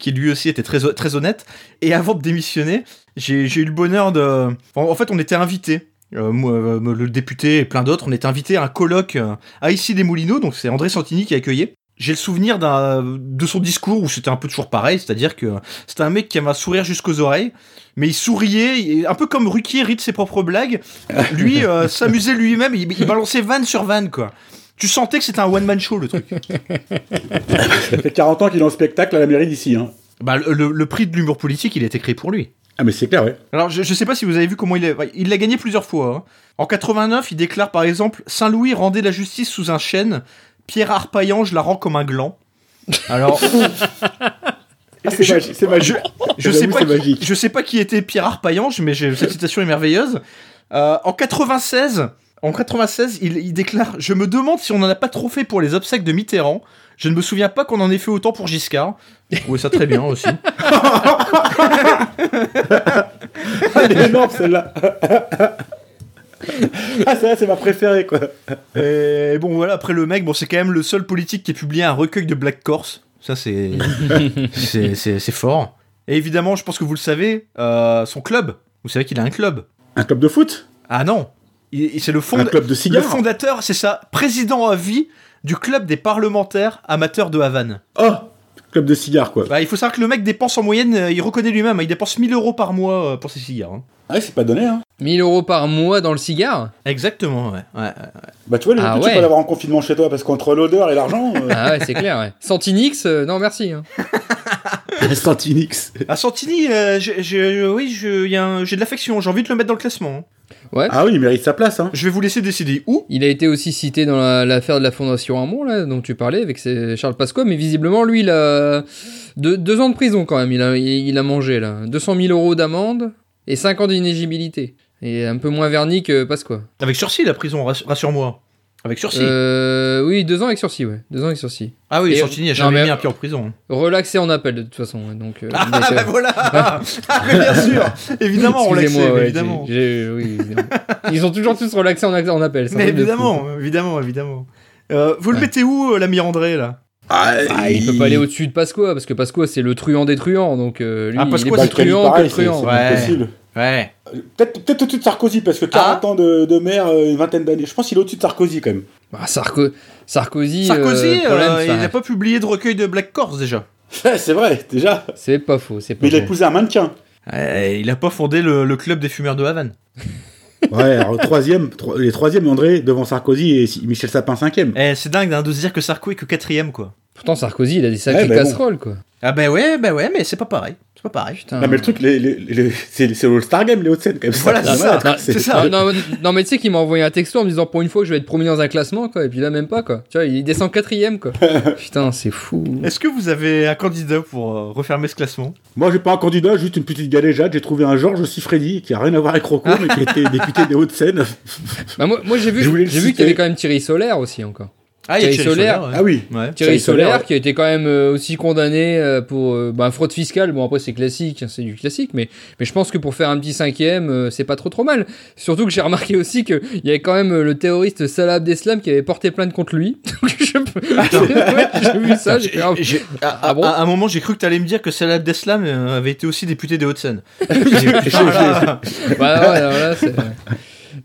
Speaker 2: qui lui aussi était très, très honnête. Et avant de démissionner, j'ai j'ai eu le bonheur de. En, en fait, on était invités. Euh, moi, euh, le député et plein d'autres, on était invités à un colloque euh, à Issy des Moulineaux. Donc c'est André Santini qui accueillait. J'ai le souvenir d'un- de son discours où c'était un peu toujours pareil, c'est-à-dire que c'était un mec qui avait un sourire jusqu'aux oreilles, mais il souriait, il- un peu comme Ruquier rit de ses propres blagues. Lui euh, s'amusait lui-même, il, il balançait vanne sur vanne, quoi. Tu sentais que c'était un one-man show, le truc.
Speaker 3: Ça fait 40 ans qu'il est en spectacle à la mairie d'ici. Hein.
Speaker 2: bah, le, le- le prix de l'humour politique, il a été créé pour lui.
Speaker 3: Ah, mais c'est clair, ouais.
Speaker 2: Alors, je, je sais pas si vous avez vu comment il est. Il l'a gagné plusieurs fois. hein. En 89, il déclare par exemple Saint-Louis rendait la justice sous un chêne, Pierre Arpaillange la rend comme un gland. Alors,
Speaker 3: Ah, c'est magi- c'est magique.
Speaker 2: je, sais
Speaker 3: J'avoue,
Speaker 2: pas
Speaker 3: c'est
Speaker 2: qui,
Speaker 3: magique.
Speaker 2: je sais pas qui était Pierre Arpaillange, mais j'ai- cette citation est merveilleuse. Euh, en 96, en 96 il, il déclare Je me demande si on n'en a pas trop fait pour les obsèques de Mitterrand. Je ne me souviens pas qu'on en ait fait autant pour Giscard. J'ai trouvé ça très bien aussi.
Speaker 3: Elle est énorme, celle-là. ah, celle-là, c'est ma préférée, quoi.
Speaker 2: Et bon voilà, après le mec, bon c'est quand même le seul politique qui a publié un recueil de Black Corse. Ça c'est c'est- c'est c'est fort. Et évidemment, je pense que vous le savez, euh, son club. Vous savez qu'il a un club.
Speaker 3: Un club de foot
Speaker 2: Ah non, Il- il- c'est le, fond-
Speaker 3: Un club de
Speaker 2: le
Speaker 3: cigares
Speaker 2: fondateur, c'est ça, président à vie du club des parlementaires amateurs de Havane.
Speaker 3: Oh Club de cigares, quoi.
Speaker 2: Bah, il faut savoir que le mec dépense en moyenne, euh, il reconnaît lui-même, hein, il dépense 1000 euros par mois euh, pour ses cigares. hein.
Speaker 3: Ah, c'est pas donné, hein.
Speaker 1: 1000 euros par mois dans le cigare
Speaker 2: Exactement, ouais. ouais, ouais.
Speaker 3: Bah, tu vois, les
Speaker 1: Ah,
Speaker 3: écoutes,
Speaker 1: ouais.
Speaker 3: tu peux l'avoir en confinement chez toi, parce qu'entre l'odeur et l'argent... Euh...
Speaker 1: Ah ouais, c'est clair, ouais. Santinix, euh, non merci. hein.
Speaker 3: Santinix.
Speaker 2: À Santini, euh, j'ai- j'ai- oui, je- y a un- j'ai de l'affection, j'ai envie de le mettre dans le classement. hein.
Speaker 1: Ouais.
Speaker 3: Ah oui, il mérite sa place, hein.
Speaker 2: Je vais vous laisser décider où.
Speaker 1: Il a été aussi cité dans la- l'affaire de la Fondation Hamon, là, dont tu parlais, avec ses- Charles Pasqua, mais visiblement, lui, il a deux, deux ans de prison quand même, il a, il, il a mangé, là. 200 000 euros d'amende et 5 ans d'inéligibilité. Et un peu moins verni que Pasqua.
Speaker 2: Avec sursis, la prison, rassu- rassure-moi. Avec sursis.
Speaker 1: Euh, oui, deux ans avec sursis, ouais. Deux ans avec sursis.
Speaker 2: ah oui,
Speaker 1: et-
Speaker 2: Santini a
Speaker 1: non,
Speaker 2: jamais
Speaker 1: mais-
Speaker 2: mis un pied en prison. hein.
Speaker 1: Relaxé en appel, de toute façon, ouais, donc... euh,
Speaker 2: Ah,
Speaker 1: mais c'est-
Speaker 2: bah voilà Ah, mais bien sûr Évidemment, on l'a
Speaker 1: Excusez-moi,
Speaker 2: accepté,
Speaker 1: ouais,
Speaker 2: évidemment.
Speaker 1: j'ai- j'ai- oui, évidemment. Ils sont toujours tous relaxés en, ac- en appel. c'est un
Speaker 2: Mais
Speaker 1: truc de fou.
Speaker 2: évidemment, évidemment, évidemment. Euh, vous le
Speaker 1: Ouais.
Speaker 2: mettez où, euh, l'ami André, là
Speaker 3: Ah,
Speaker 1: Ah, il peut pas aller au-dessus de Pasqua, parce que Pasqua, c'est le truand des truands, donc euh, lui,
Speaker 2: Ah,
Speaker 1: il est
Speaker 2: Pasqua,
Speaker 1: plus
Speaker 2: c'est
Speaker 1: truand que le truand.
Speaker 3: C'est
Speaker 2: ouais.
Speaker 3: pas possible.
Speaker 2: Ouais.
Speaker 3: Peut-être peut-être au-dessus de Sarkozy, parce
Speaker 1: Ah.
Speaker 3: que 40 ans de, de maire, euh, une vingtaine d'années. Je pense qu'il est au-dessus de Sarkozy, quand même.
Speaker 1: Bah, Sarko- Sarkozy,
Speaker 2: Sarkozy,
Speaker 1: euh, problème,
Speaker 2: euh,
Speaker 1: ça-
Speaker 2: il n'a pas publié de recueil de Black Corse, déjà.
Speaker 3: c'est vrai, déjà.
Speaker 1: c'est pas faux, c'est pas
Speaker 3: Mais il a
Speaker 1: faux.
Speaker 3: épousé un mannequin.
Speaker 2: Ouais, il n'a pas fondé le, le club des fumeurs de Havane.
Speaker 3: Ouais, alors troisième, tro- les troisième André devant Sarkozy et si- Michel Sapin cinquième.
Speaker 2: Eh, c'est dingue hein, de se dire que Sarko est que quatrième, quoi.
Speaker 1: Pourtant, Sarkozy, il a des sacrées
Speaker 3: Ouais, bah bon.
Speaker 1: casseroles, quoi.
Speaker 2: Ah ben ouais, ben ouais, mais c'est pas pareil. C'est pas pareil.
Speaker 1: Putain.
Speaker 3: Non, mais le truc, les, les, les- c'est c'est le star Game, les Hauts-de-Seine, quand même.
Speaker 2: Voilà,
Speaker 3: Ça,
Speaker 2: c'est
Speaker 3: malade,
Speaker 2: ça,
Speaker 3: quoi.
Speaker 2: c'est
Speaker 3: C'est-
Speaker 2: ça. Ah,
Speaker 1: Ah, non, non, mais tu sais qu'il m'a envoyé un texto en me disant pour une fois que je vais être premier dans un classement quoi et puis là même pas quoi tu vois il descend quatrième quoi putain c'est fou
Speaker 2: Est-ce que vous avez un candidat pour euh, refermer ce classement
Speaker 3: Moi, j'ai pas un candidat, juste une petite galéjade. J'ai trouvé un Georges Siffredi qui a rien à voir avec Rocco, mais qui était député des Hauts-de-Seine.
Speaker 1: Bah, moi, moi, j'ai vu
Speaker 3: Je voulais le
Speaker 1: j'ai vu qu'il y
Speaker 3: citer.
Speaker 1: avait quand même Thierry Solaire aussi encore
Speaker 2: Ah,
Speaker 1: Thierry Solaire.
Speaker 2: ouais.
Speaker 3: Ah oui.
Speaker 2: Ouais.
Speaker 1: Thierry
Speaker 3: Thierry Solaire,
Speaker 1: Solaire,
Speaker 3: ouais.
Speaker 1: qui a été quand même euh, aussi condamné euh, pour euh, ben, fraude fiscale. Bon, après, c'est classique, hein, c'est du classique, mais, mais je pense que pour faire un petit cinquième, euh, c'est pas trop trop mal. Surtout que j'ai remarqué aussi qu'il y avait quand même euh, le terroriste Salah Abdeslam qui avait porté plainte contre lui. Donc, je peux-
Speaker 2: Ah
Speaker 1: Ouais, j'ai vu ça, j'ai fait, ah,
Speaker 2: J'ai- à,
Speaker 1: Ah bon
Speaker 2: à- à un moment, j'ai cru que t'allais me dire que Salah Abdeslam euh, avait été aussi député des Hauts-de-Seine. Ah
Speaker 1: bah, ouais, alors là, c'est-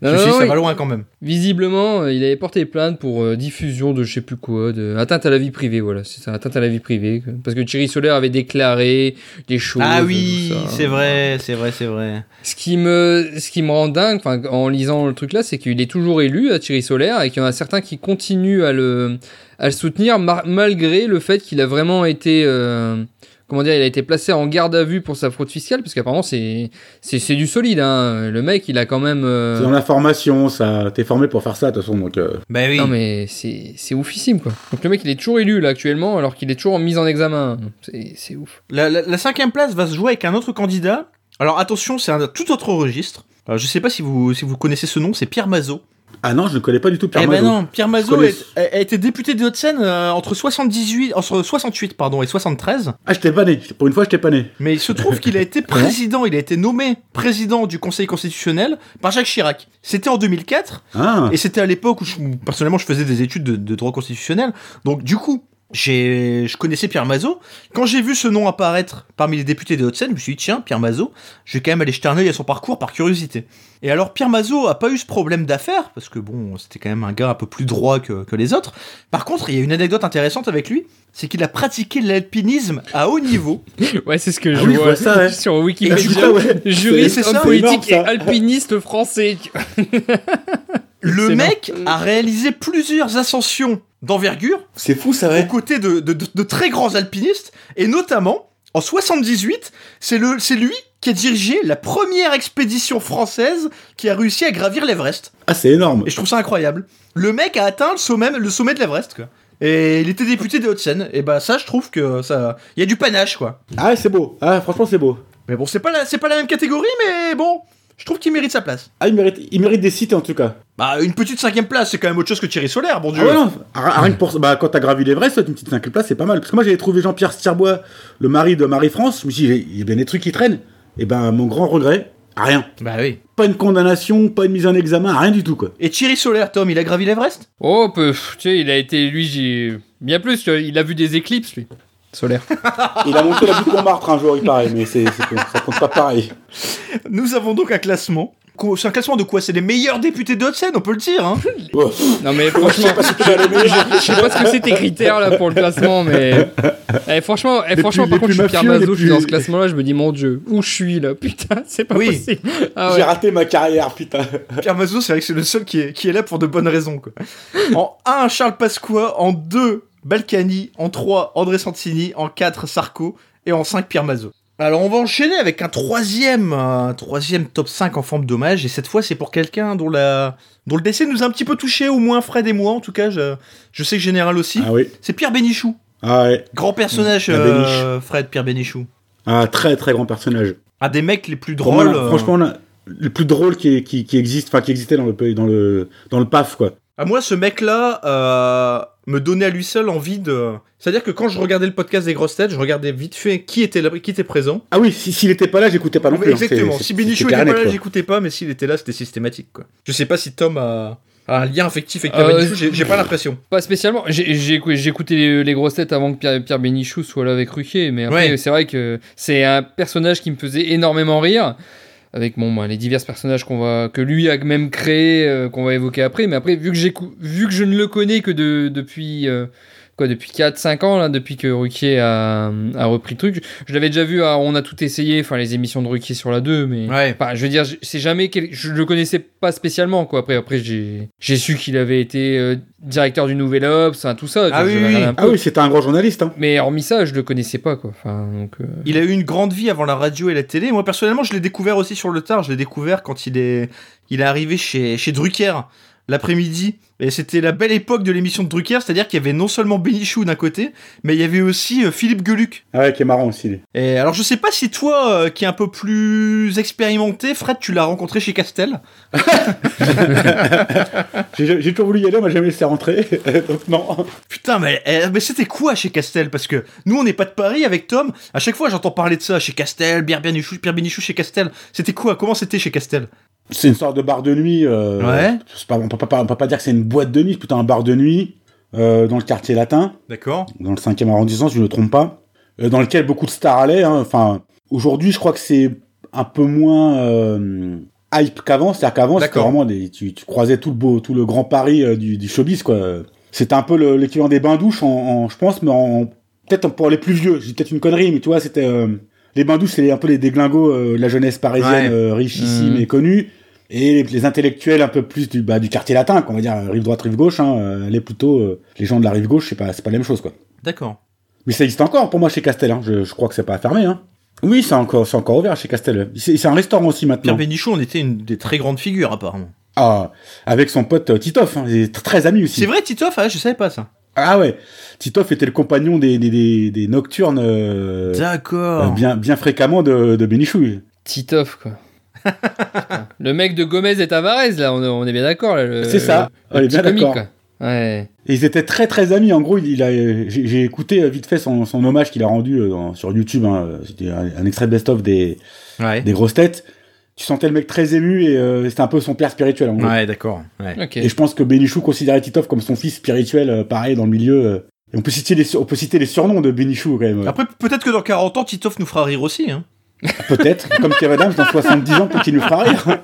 Speaker 1: Non,
Speaker 2: Je me
Speaker 1: non,
Speaker 2: suis dit,
Speaker 1: non,
Speaker 2: ça
Speaker 1: il-
Speaker 2: va loin quand même.
Speaker 1: visiblement, euh, il avait porté plainte pour euh, diffusion de je sais plus quoi, de atteinte à la vie privée, voilà, c'est ça, atteinte à la vie privée, que- parce que Thierry Solaire avait déclaré des choses.
Speaker 2: Ah
Speaker 1: euh,
Speaker 2: oui, euh,
Speaker 1: tout ça.
Speaker 2: c'est vrai, c'est vrai, c'est vrai.
Speaker 1: Ce qui me, ce qui me rend dingue, enfin, en lisant le truc là, c'est qu'il est toujours élu à Thierry Solaire et qu'il y en a certains qui continuent à le, à le soutenir mar- malgré le fait qu'il a vraiment été, euh, comment dire, il a été placé en garde à vue pour sa fraude fiscale, parce qu'apparemment c'est, c'est, c'est du solide. Hein. Le mec, il a quand même. euh,
Speaker 3: C'est dans la formation, ça. T'es formé pour faire ça, de toute façon. Donc, euh,
Speaker 2: Bah oui.
Speaker 1: Non mais c'est, c'est oufissime quoi. Donc le mec, il est toujours élu là actuellement, alors qu'il est toujours en mise en examen. C'est, c'est ouf.
Speaker 2: La, la- la cinquième place va se jouer avec un autre candidat. Alors attention, c'est un tout autre registre. Alors, je sais pas si vous, si vous connaissez ce nom, c'est Pierre Mazot.
Speaker 3: Ah non, je ne connais pas du tout Pierre
Speaker 2: eh ben
Speaker 3: Mazot.
Speaker 2: non, Pierre Mazot
Speaker 3: connais-
Speaker 2: est- a, a été député des Hauts-de-Seine euh, entre 78, entre 68 pardon, et 73.
Speaker 3: Ah, je t'ai pas né. Pour une fois, je t'ai pas né.
Speaker 2: Mais il se trouve qu'il a été président, il a été nommé président du Conseil constitutionnel par Jacques Chirac. C'était en 2004,
Speaker 3: Ah.
Speaker 2: et c'était à l'époque où, je- où, personnellement, je faisais des études de, de droit constitutionnel. Donc, du coup, j'ai, je connaissais Pierre Mazot. Quand j'ai vu ce nom apparaître parmi les députés des Hauts-de-Seine, je me suis dit, tiens, Pierre Mazot, je vais quand même aller jeter un œil à son parcours par curiosité. Et alors, Pierre Mazot a pas eu ce problème d'affaires, parce que bon, c'était quand même un gars un peu plus droit que, que les autres. Par contre, il y a une anecdote intéressante avec lui, c'est qu'il a pratiqué l'alpinisme à haut niveau.
Speaker 1: Ouais, c'est ce que
Speaker 3: Ah
Speaker 1: je
Speaker 3: oui, je
Speaker 1: vois
Speaker 3: vois ça, ouais.
Speaker 1: sur
Speaker 3: Ah, du
Speaker 1: Wikipédia.
Speaker 3: coup, ouais.
Speaker 1: Juriste,
Speaker 2: C'est
Speaker 1: homme
Speaker 2: ça,
Speaker 1: politique
Speaker 3: énorme,
Speaker 1: et
Speaker 3: ça.
Speaker 1: alpiniste français.
Speaker 2: Le
Speaker 1: Excellent.
Speaker 2: mec a réalisé plusieurs ascensions d'envergure
Speaker 3: C'est fou, ça,
Speaker 2: aux côtés de, de- de- de très grands alpinistes, et notamment en 78, c'est le c'est lui qui a dirigé la première expédition française qui a réussi à gravir l'Everest.
Speaker 3: Ah, c'est énorme.
Speaker 2: Et je trouve ça incroyable. Le mec a atteint le sommet, le sommet de l'Everest, quoi. Et il était député des Hauts-de-Seine. Et bah ça, je trouve que ça, il y a du panache, quoi.
Speaker 3: Ah, c'est beau. Ah, franchement, c'est beau.
Speaker 2: Mais bon, c'est pas la, c'est pas la même catégorie, mais bon, je trouve qu'il mérite sa place.
Speaker 3: Ah, il mérite, il mérite des sites, en tout cas.
Speaker 2: Bah une petite cinquième place, c'est quand même autre chose que Thierry Solaire, bon
Speaker 3: Ah
Speaker 2: dieu.
Speaker 3: ouais, non. Ah, Rien que pour bah, quand t'as gravi l'Everest, une petite cinquième place, c'est pas mal. Parce que moi, j'avais trouvé Jean-Pierre Stierbois, le mari de Marie-France. Je me suis dit, il y a bien des trucs qui traînent. Et ben, mon grand regret, rien.
Speaker 2: Bah oui.
Speaker 3: Pas une condamnation, pas une mise en examen, rien du tout, quoi.
Speaker 2: Et Thierry Solaire, Tom, il a gravi l'Everest
Speaker 1: Oh, peu, pff, tu sais, il a été, lui, j'ai bien plus. tu vois, Il a vu des éclipses, lui. Solaire.
Speaker 3: Il a monté la butte Montmartre un jour, il paraît, mais c'est, c'est- ça compte pas pareil.
Speaker 2: Nous avons donc un classement. Co- C'est un classement de quoi C'est les meilleurs députés de Seine, on peut le dire. Hein
Speaker 3: Oh.
Speaker 1: Non mais franchement, je je sais pas ce que c'est tes critères là pour le classement, mais Eh, franchement, eh,
Speaker 3: Les
Speaker 1: franchement,
Speaker 3: plus-
Speaker 1: par contre,
Speaker 3: les
Speaker 1: je suis
Speaker 3: plus
Speaker 1: Pierre
Speaker 3: mafieux, les
Speaker 1: Mazot, je suis dans
Speaker 3: plus-
Speaker 1: ce classement-là, je me dis mon Dieu, où je suis là, putain, c'est pas
Speaker 2: Oui.
Speaker 1: possible. Ah ouais.
Speaker 3: raté ma carrière, putain.
Speaker 2: Pierre Mazot, c'est vrai que c'est le seul qui est, qui est là pour de bonnes raisons. Quoi. En 1, Charles Pasqua. En 2, Balkany. En 3, André Santini. En 4, Sarko. Et en 5, Pierre Mazot. Alors on va enchaîner avec un troisième, un troisième top 5 en forme d'hommage. Et cette fois, c'est pour quelqu'un dont, la... dont le décès nous a un petit peu touché, au moins Fred et moi. En tout cas, je, je sais que Général aussi.
Speaker 3: Ah oui.
Speaker 2: C'est Pierre Bénichou.
Speaker 3: Ah ouais.
Speaker 2: Grand personnage,
Speaker 3: La
Speaker 2: euh, Fred Pierre Bénichou.
Speaker 3: Ah, très très grand personnage.
Speaker 2: Un des mecs les plus
Speaker 3: Pour moi,
Speaker 2: drôles. euh,
Speaker 3: franchement, là, le plus drôle qui, est- qui, qui existe, enfin qui existait dans le pays, dans le dans le PAF quoi.
Speaker 2: À Ah, moi, ce mec-là euh, me donnait à lui seul envie de. C'est-à-dire que quand je regardais le podcast des grosses têtes, je regardais vite fait qui était là, qui était présent.
Speaker 3: Ah oui, si- s'il était pas là, j'écoutais pas non plus. hein.
Speaker 2: Exactement.
Speaker 3: C'est- c'est-
Speaker 2: si Bénichou était
Speaker 3: c'est
Speaker 2: pas
Speaker 3: clair et net,
Speaker 2: là,
Speaker 3: quoi.
Speaker 2: j'écoutais pas, mais s'il était là, c'était systématique. Quoi. Je sais pas si Tom a, a un lien affectif avec
Speaker 1: Euh,
Speaker 2: Pierre Bénichou, j'ai- j'ai pas l'impression.
Speaker 1: Pas spécialement. J'ai j'ai écou- j'ai écouté les, les grosses têtes avant que Pierre, Pierre Bénichou soit là avec Ruquier, mais après,
Speaker 2: Ouais.
Speaker 1: c'est vrai que c'est un personnage qui me faisait énormément rire. Avec bon, bah, les divers personnages qu'on va, que lui a même créé, qu'on va évoquer après. Mais après, vu que, j'écou- vu que je ne le connais que de, depuis euh, quoi, depuis 4-5 ans, là, depuis que Ruquier a, a repris le truc. Je l'avais déjà vu à On a tout essayé, enfin, les émissions de Ruquier sur la 2, mais.
Speaker 2: Ouais.
Speaker 1: Enfin, je veux dire, je- c'est jamais. quel- Je le connaissais pas spécialement, quoi. Après, après j'ai j'ai su qu'il avait été euh, directeur du Nouvel Obs, hein, tout ça.
Speaker 2: Ah
Speaker 1: Je-
Speaker 2: oui,
Speaker 1: je
Speaker 2: oui,
Speaker 1: regardais un
Speaker 3: Ah
Speaker 1: peu.
Speaker 3: oui, c'était un grand journaliste. Hein.
Speaker 1: Mais hormis ça, je le connaissais pas, quoi. Enfin, donc. euh,
Speaker 2: Il a eu une grande vie avant la radio et la télé. Moi, personnellement, je l'ai découvert aussi sur le tard. Je l'ai découvert quand il est, il est arrivé chez, chez Drucker l'après-midi. Et c'était la belle époque de l'émission de Drucker. C'est-à-dire qu'il y avait non seulement Bénichou d'un côté, mais il y avait aussi euh, Philippe Geluc.
Speaker 3: Ah ouais, qui est marrant aussi. lui.
Speaker 2: Et alors, je sais pas si toi, euh, qui est un peu plus expérimenté, Fred, tu l'as rencontré chez Castel.
Speaker 3: J'ai j'ai toujours voulu y aller, on m'a jamais laissé rentrer. Donc non.
Speaker 2: Putain, mais, euh, mais c'était quoi chez Castel Parce que nous, on n'est pas de Paris avec Tom. À chaque fois, j'entends parler de ça chez Castel, Pierre Bénichou, Pierre Bénichou chez Castel. C'était quoi Comment c'était chez Castel
Speaker 3: C'est une sorte de bar de nuit. euh,
Speaker 2: Ouais.
Speaker 3: c'est pas- on, peut pas, on peut pas dire que c'est une boîte de nuit, c'est plutôt un bar de nuit euh, dans le quartier latin,
Speaker 2: D'accord.
Speaker 3: dans le 5e arrondissement, si je ne me trompe pas, euh, dans lequel beaucoup de stars allaient. hein. Enfin, aujourd'hui, je crois que c'est un peu moins euh, hype qu'avant. C'est-à-dire qu'avant, c'était
Speaker 2: D'accord.
Speaker 3: vraiment des, tu, tu croisais tout le beau, tout le grand Paris euh, du, du showbiz, quoi. C'était un peu le- l'équivalent des bains douches, en, en- je pense, mais en, peut-être pour les plus vieux. J'ai peut-être une connerie, mais tu vois, c'était euh, les bains douches, c'est un peu les déglingos euh, de la jeunesse parisienne
Speaker 2: Ouais. Mmh.
Speaker 3: euh, richissime
Speaker 1: Mhm.
Speaker 3: et connue. Et les, les intellectuels un peu plus du, bah, du quartier latin, qu'on va dire euh, rive droite, rive gauche, hein, euh, les plutôt euh, les gens de la rive gauche, c'est pas, c'est pas la même chose, quoi.
Speaker 2: D'accord.
Speaker 3: Mais ça existe encore pour moi chez Castel. Hein. Je, je crois que c'est pas fermé. Hein. Oui, c'est encore, c'est encore ouvert chez Castel. C'est c'est un restaurant aussi
Speaker 2: Pierre
Speaker 3: maintenant.
Speaker 2: Bénichou, on était une des très grandes figures, apparemment.
Speaker 3: Ah, avec son pote euh, Titoff. Hein. Ils étaient tr- très amis aussi.
Speaker 2: C'est vrai, Titoff ah, Je savais pas ça.
Speaker 3: Ah ouais. Titoff était le compagnon des, des, des, des nocturnes euh, euh,
Speaker 2: D'accord.
Speaker 3: bien, bien fréquemment de, de
Speaker 1: Euh,
Speaker 3: Bénichou.
Speaker 1: Titoff, quoi. Putain. le mec de Gomez et Tavares, là, on, on est bien d'accord. là, le-
Speaker 3: C'est ça.
Speaker 1: le-
Speaker 3: On
Speaker 1: le
Speaker 3: est bien
Speaker 1: petit comique,
Speaker 3: d'accord.
Speaker 1: quoi. Ouais.
Speaker 3: Et ils étaient très très amis. En gros, il, il a, euh, j'ai j'ai écouté euh, vite fait son, son hommage qu'il a rendu euh, dans- sur YouTube. Hein. C'était un, un extrait de best-of des,
Speaker 2: Ouais.
Speaker 3: des grosses têtes. Tu sentais le mec très ému et euh, c'était un peu son père spirituel. En gros.
Speaker 2: Ouais, d'accord. Ouais.
Speaker 1: Ok.
Speaker 3: Et je pense que Bénichou considérait Titov comme son fils spirituel, euh, pareil, dans le milieu. euh. Et on, peut citer les, sur- on peut citer les surnoms de Bénichou, quand même. euh.
Speaker 2: Après, peut-être que dans 40 ans, Titoff nous fera rire aussi. Hein.
Speaker 3: Peut-être, comme Kev Adams, dans 70 ans, peut-être qu'il nous fera rire.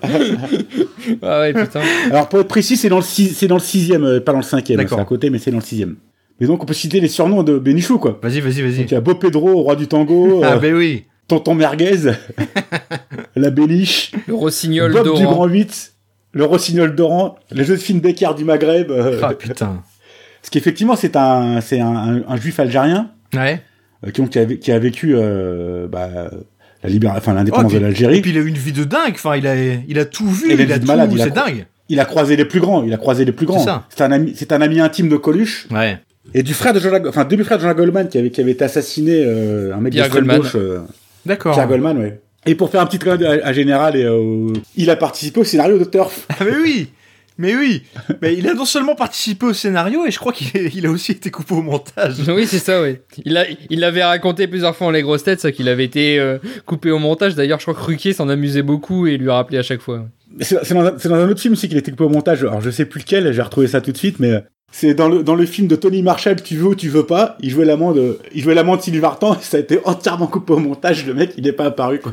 Speaker 1: Ah ouais, putain.
Speaker 3: Alors, pour être précis, c'est dans le, six- c'est dans le sixième, euh, pas dans le cinquième. hein,
Speaker 2: D'accord.
Speaker 3: C'est à côté, mais c'est dans le sixième. Mais donc, on peut citer les surnoms de Bénichou, quoi.
Speaker 2: Vas-y, vas-y, vas-y.
Speaker 3: Donc, il y a Beau Pedro, roi du tango, euh,
Speaker 2: Ah, ben oui.
Speaker 3: Tonton Merguez, la Béliche,
Speaker 1: Le rossignol
Speaker 3: Bob du
Speaker 1: d'Oran.
Speaker 3: Grand 8, le Rossignol d'Oran, le Josephine Becker du Maghreb. euh,
Speaker 2: Ah, putain.
Speaker 3: Parce qu'effectivement, c'est un, c'est un- un- un juif algérien.
Speaker 2: Ouais.
Speaker 3: euh, qui, ont- qui a, vé- qui a vécu euh, bah, la libération, enfin l'indépendance
Speaker 2: Oh,
Speaker 3: de
Speaker 2: Et
Speaker 3: l'Algérie.
Speaker 2: puis, il a eu une vie de dingue. Enfin, il a, il a tout vu.
Speaker 3: Et il a
Speaker 2: il a
Speaker 3: une vie de
Speaker 2: tout.
Speaker 3: malade, il a
Speaker 2: C'est
Speaker 3: quoi.
Speaker 2: dingue.
Speaker 3: Il a croisé les plus grands. Il a croisé les plus
Speaker 2: C'est
Speaker 3: grands.
Speaker 2: ça.
Speaker 3: C'est un ami, c'est un ami intime de Coluche
Speaker 2: Ouais.
Speaker 3: et du frère de Jean, Lagol- enfin demi frère de Jean Goldman qui avait qui avait été assassiné, euh, un mec
Speaker 1: Pierre
Speaker 3: d'extrême
Speaker 1: Goldman.
Speaker 3: gauche, euh,
Speaker 2: D'accord.
Speaker 3: Pierre Goldman, ouais. Et pour faire un petit clin d'œil à, à Général, et, euh, il a participé au scénario de Turf.
Speaker 2: Ah, mais oui. Mais oui. Mais il a non seulement participé au scénario, et je crois qu'il est- il a aussi été coupé au montage.
Speaker 1: Oui, c'est ça, oui. Il, a, il l'avait raconté plusieurs fois en Les Grosses Têtes, ça qu'il avait été euh, coupé au montage. D'ailleurs, je crois que Ruquier s'en amusait beaucoup et lui rappelait à chaque fois.
Speaker 3: Mais C'est c'est dans, un- c'est dans un autre film aussi qu'il était coupé au montage. Alors je sais plus lequel, j'ai retrouvé ça tout de suite, mais euh, c'est dans le, dans le film de Tony Marshall, Tu veux ou tu veux pas. Il jouait l'amant de, il jouait l'amant de Sylvie Vartan, et ça a été entièrement coupé au montage. Le mec, il n'est pas apparu, quoi.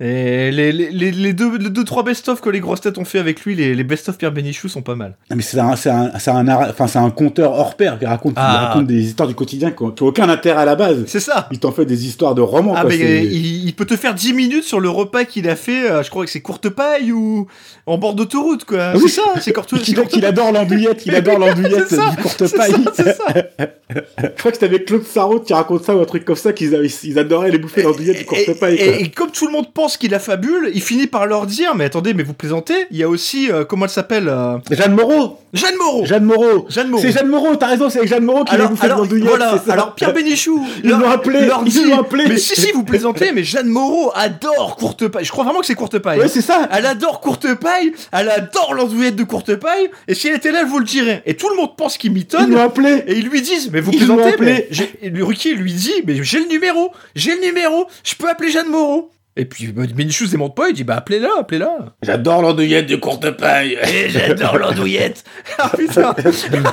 Speaker 2: Et les, les, les, les deux, les deux, trois best-of que les grosses têtes ont fait avec lui, les, les best-of Pierre Bénichou sont pas mal.
Speaker 3: Non, Mais c'est un, c'est un, c'est un, ara- enfin, c'est un conteur hors pair qui raconte, qui
Speaker 2: Ah.
Speaker 3: raconte des histoires du quotidien qui ont qui ont aucun intérêt à la base.
Speaker 2: C'est ça
Speaker 3: Il t'en fait des histoires de romans.
Speaker 2: Ah
Speaker 3: quoi,
Speaker 2: mais
Speaker 3: c'est-
Speaker 2: il, il peut te faire 10 minutes sur le repas qu'il a fait, euh, je crois que c'est courte paille ou en bord d'autoroute quoi.
Speaker 3: Ah oui.
Speaker 2: c'est ça, c'est courte
Speaker 3: Qu'il-
Speaker 2: c'est
Speaker 3: qu'il,
Speaker 2: Courte-
Speaker 3: qu'il adore l'andouillette, il adore l'andouillette
Speaker 2: C'est ça,
Speaker 3: du courte
Speaker 2: c'est
Speaker 3: paille.
Speaker 2: ça, c'est ça.
Speaker 3: Je crois que c'était avec Claude Sarraud qui raconte ça ou un truc comme ça qu'ils a- ils adoraient les bouffer l'andouillette du
Speaker 2: Et,
Speaker 3: courte paille.
Speaker 2: et- et comme tout le monde pense qu'il a fabule, il finit par leur dire mais attendez mais vous plaisantez, il y a aussi euh, comment elle s'appelle euh,
Speaker 3: quoi. Jeanne Moreau,
Speaker 2: Jeanne Moreau.
Speaker 3: Oh. Jeanne Moreau,
Speaker 2: Jeanne Moreau.
Speaker 3: c'est Jeanne Moreau. T'as raison, c'est avec Jeanne Moreau qui a
Speaker 2: alors,
Speaker 3: bouffé de
Speaker 2: alors,
Speaker 3: l'andouillette.
Speaker 2: voilà,
Speaker 3: c'est ça.
Speaker 2: alors Pierre Bénichou
Speaker 3: Ils
Speaker 2: leur-
Speaker 3: l'ont appelé,
Speaker 2: leur
Speaker 3: ils
Speaker 2: dit,
Speaker 3: l'ont appelé.
Speaker 2: Mais si si vous plaisantez mais Jeanne Moreau adore courte paille. Je crois vraiment que c'est courte paille.
Speaker 3: Ouais, c'est ça.
Speaker 2: Elle adore courte paille, elle adore l'andouillette de courte paille, et si elle était là, je vous le dirais. Et tout le monde pense qu'il
Speaker 3: Ils l'ont
Speaker 2: mitonne,
Speaker 3: appelé.
Speaker 2: et ils lui disent, mais vous
Speaker 3: Ils l'ont
Speaker 2: plaisantez,
Speaker 3: appelé.
Speaker 2: mais j'ai- et le Ruquier lui dit, mais j'ai le numéro, j'ai le numéro, je peux appeler Jeanne Moreau. Et puis bah, Minichus démonte pas, il dit bah appelez-la, appelez-la.
Speaker 3: J'adore l'andouillette de courte paille.
Speaker 2: Et j'adore l'andouillette. Ah putain.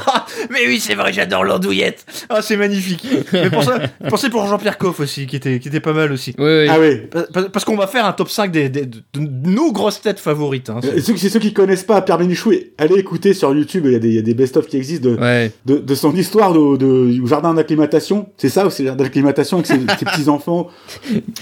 Speaker 2: Ah, Mais oui, c'est vrai, j'adore l'andouillette. Ah, c'est magnifique. Mais pour ça, pensez pour Jean-Pierre Coff aussi, qui était, qui était pas mal aussi.
Speaker 1: Oui, oui.
Speaker 3: Ah oui.
Speaker 2: Pa- pa- Parce qu'on va faire un top 5 des, des- de nos grosses têtes favorites. hein.
Speaker 3: Et Euh, ceux, qui- ceux qui connaissent pas Pierre Bénichou, allez écouter sur YouTube, il y a des, il y a des best-of qui existent de,
Speaker 1: Ouais.
Speaker 3: de, de son histoire de, de- au jardin d'acclimatation. C'est ça, ou c'est le jardin d'acclimatation avec ses, ses petits-enfants,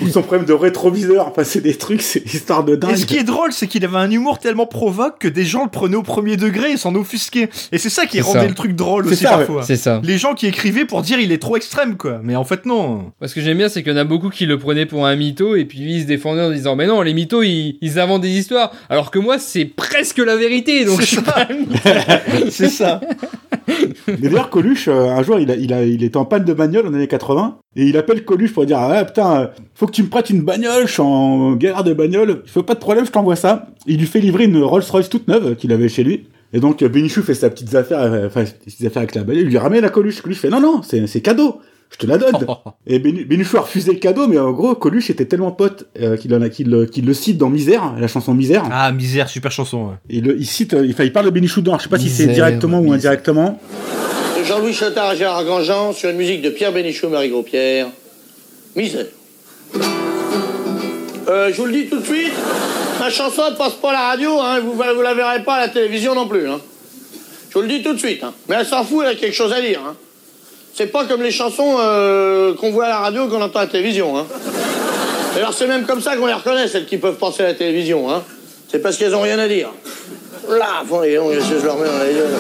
Speaker 3: ou son problème de rétroviseur. Enfin, c'est des trucs, c'est une histoire de dingue.
Speaker 2: Et ce qui est drôle, c'est qu'il avait un humour tellement provoque que des gens le prenaient au premier degré et s'en offusquaient. Et c'est ça qui
Speaker 1: C'est
Speaker 2: rendait
Speaker 1: ça.
Speaker 2: le truc drôle
Speaker 3: C'est
Speaker 2: aussi
Speaker 3: ça, ouais.
Speaker 2: parfois.
Speaker 1: C'est ça.
Speaker 2: Les gens qui écrivaient pour dire il est trop extrême, quoi. Mais en fait, non.
Speaker 1: Parce que j'aime bien, c'est qu'il y en a beaucoup qui le prenaient pour un mytho et puis lui il se défendait en disant Mais non, les mythos ils, ils inventent des histoires. Alors que moi, c'est presque la vérité. Donc je
Speaker 2: C'est
Speaker 1: suis
Speaker 2: ça.
Speaker 1: pas un mytho.
Speaker 2: C'est ça.
Speaker 3: Mais d'ailleurs, Coluche, euh, un jour, il, a, il, a, il était en panne de bagnole en années 80, et il appelle Coluche pour dire Ah putain, euh, faut que tu me prêtes une bagnole, je suis en galère de bagnole, je fais pas de problème, je t'envoie ça. Il lui fait livrer une Rolls-Royce toute neuve euh, qu'il avait chez lui. Et donc, euh, Bénichou fait sa petite affaire, euh, enfin, ses petites affaires avec la bagnole, il lui ramène la Coluche. Coluche fait Non, non, c'est c'est cadeau, je te la donne. Et Béni- Bénichou a refusé le cadeau, mais en gros, Coluche était tellement pote euh, qu'il en a- qu'il, euh, qu'il le cite dans Misère, la chanson Misère.
Speaker 2: Ah, misère, super chanson. ouais.
Speaker 3: Il, le- il cite, euh, il, enfin, il parle de Bénichou dedans, je sais pas si c'est
Speaker 1: Misère,
Speaker 3: directement ou
Speaker 1: misère.
Speaker 3: indirectement.
Speaker 8: de Jean-Louis Chotard et Gérard Grandjean sur une musique de Pierre Bénichou et Marie Gros-Pierre. Misère. Euh, je vous le dis tout de suite, ma chanson ne passe pas à la radio, hein, vous ne la verrez pas à la télévision non plus. hein. Je vous le dis tout de suite, hein. mais elle s'en fout, elle a quelque chose à dire. hein. C'est pas comme les chansons euh, qu'on voit à la radio qu'on entend à la télévision. hein. D'ailleurs, c'est même comme ça qu'on les reconnaît, celles qui peuvent passer à la télévision. hein. C'est parce qu'elles n'ont rien à dire. Là, voyons, je je leur mets dans la gueule.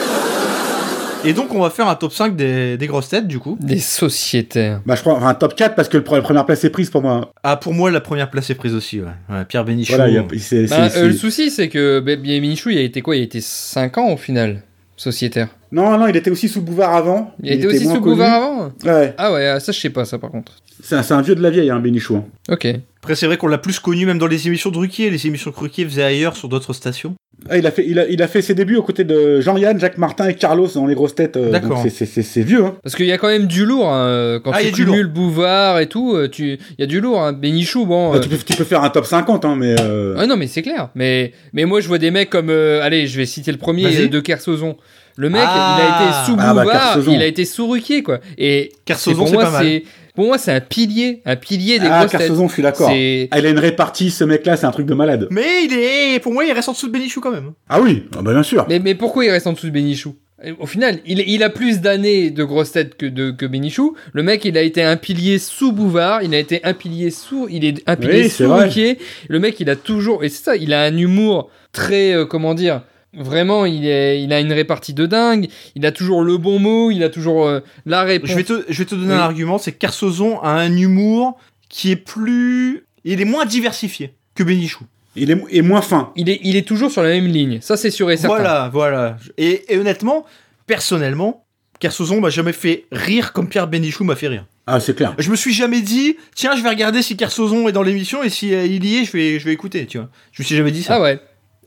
Speaker 2: Et donc, on va faire un top 5 des, des grosses têtes, du coup.
Speaker 1: Des sociétaires.
Speaker 3: Bah, je prends un top 4 parce que le pre- la première place est prise pour moi.
Speaker 2: Ah, pour moi, la première place est prise aussi, ouais. Ouais, Pierre Bénichou.
Speaker 3: Voilà, il y a- il- c'est-
Speaker 1: Bah,
Speaker 3: c'est-
Speaker 1: euh, le
Speaker 3: c'est-
Speaker 1: souci, c'est que Baby Michou, il a été quoi Il a été 5 ans au final, sociétaire.
Speaker 3: Non, non, il était aussi sous Bouvard avant.
Speaker 1: Il, a été aussi
Speaker 3: moins
Speaker 1: sous
Speaker 3: connu.
Speaker 1: couvert avant
Speaker 3: Ouais.
Speaker 1: Ah ouais, ah, ça je sais pas, ça par contre.
Speaker 3: C'est un, c'est un vieux de la vieille, hein, Bénichou. hein.
Speaker 1: Ok.
Speaker 2: Après, c'est vrai qu'on l'a plus connu même dans les émissions de Ruquier. Les émissions de Ruquier faisaient ailleurs sur d'autres stations.
Speaker 3: Ah, il, a fait, il, a, il a fait ses débuts aux côtés de Jean-Yann, Jacques Martin et Carlos dans les grosses têtes. euh,
Speaker 2: D'accord.
Speaker 3: donc c'est- C'est c'est- c'est vieux. Hein.
Speaker 1: Parce qu'il y a quand même du lourd hein, quand
Speaker 2: Ah, il y
Speaker 1: tu
Speaker 2: a du
Speaker 1: cumules Bouvard et tout. euh, Tu, il y a du lourd. Hein. Bénichou, bon.
Speaker 3: Bah,
Speaker 1: euh,
Speaker 3: tu, peux, tu peux faire un top 50, hein, mais. euh,
Speaker 1: Ah non, mais c'est clair. Mais, mais moi, je vois des mecs comme. euh, allez, je vais citer le premier
Speaker 2: Vas-y.
Speaker 1: euh, de Kersozon. Le mec,
Speaker 2: Ah.
Speaker 1: il a été sous
Speaker 3: Ah bah,
Speaker 1: Bouvard,
Speaker 3: Kersozon.
Speaker 1: il a été sous Ruquier, quoi. Et c'est
Speaker 2: Kersozon,
Speaker 1: pour
Speaker 2: c'est pas
Speaker 1: moi,
Speaker 2: mal.
Speaker 1: c'est pour moi, c'est un pilier, un pilier des
Speaker 3: ah,
Speaker 1: grosses têtes.
Speaker 3: Carsozon, je suis d'accord.
Speaker 1: C'est-
Speaker 3: Ah, il a une répartie, ce mec-là, c'est un truc de malade.
Speaker 2: Mais il est. Pour moi, il reste en dessous de Bénichou quand même.
Speaker 3: Ah oui, ah, bah, bien sûr.
Speaker 1: Mais, mais pourquoi il reste en dessous de Bénichou Et Au final, il, il a plus d'années de grosses têtes que, de, que Bénichou. Le mec, il a été un pilier sous Bouvard, il a été un pilier sous, il est un pilier
Speaker 3: Oui, c'est
Speaker 1: sous
Speaker 3: vrai.
Speaker 1: Ruquier. Le mec, il a toujours, et c'est ça, il a un humour très, euh, comment dire, vraiment, il, est, il a une répartie de dingue, il a toujours le bon mot, il a toujours euh, la réponse.
Speaker 2: Je vais te, je vais te donner
Speaker 1: Oui.
Speaker 2: un argument, c'est que Carsozon a un humour qui est plus... Il est moins diversifié que Bénichou.
Speaker 3: Il est, est moins fin.
Speaker 1: Il, est, il est toujours sur la même ligne, ça c'est sûr et certain.
Speaker 2: Voilà, voilà. Et, et honnêtement, personnellement, Carsozon m'a jamais fait rire comme Pierre Bénichou m'a fait rire.
Speaker 3: Ah, c'est clair.
Speaker 2: Je me suis jamais dit, tiens, je vais regarder si Carsozon est dans l'émission et si euh, il y est, je vais, je vais écouter, tu vois. Je me suis jamais dit ça.
Speaker 1: Ah ouais.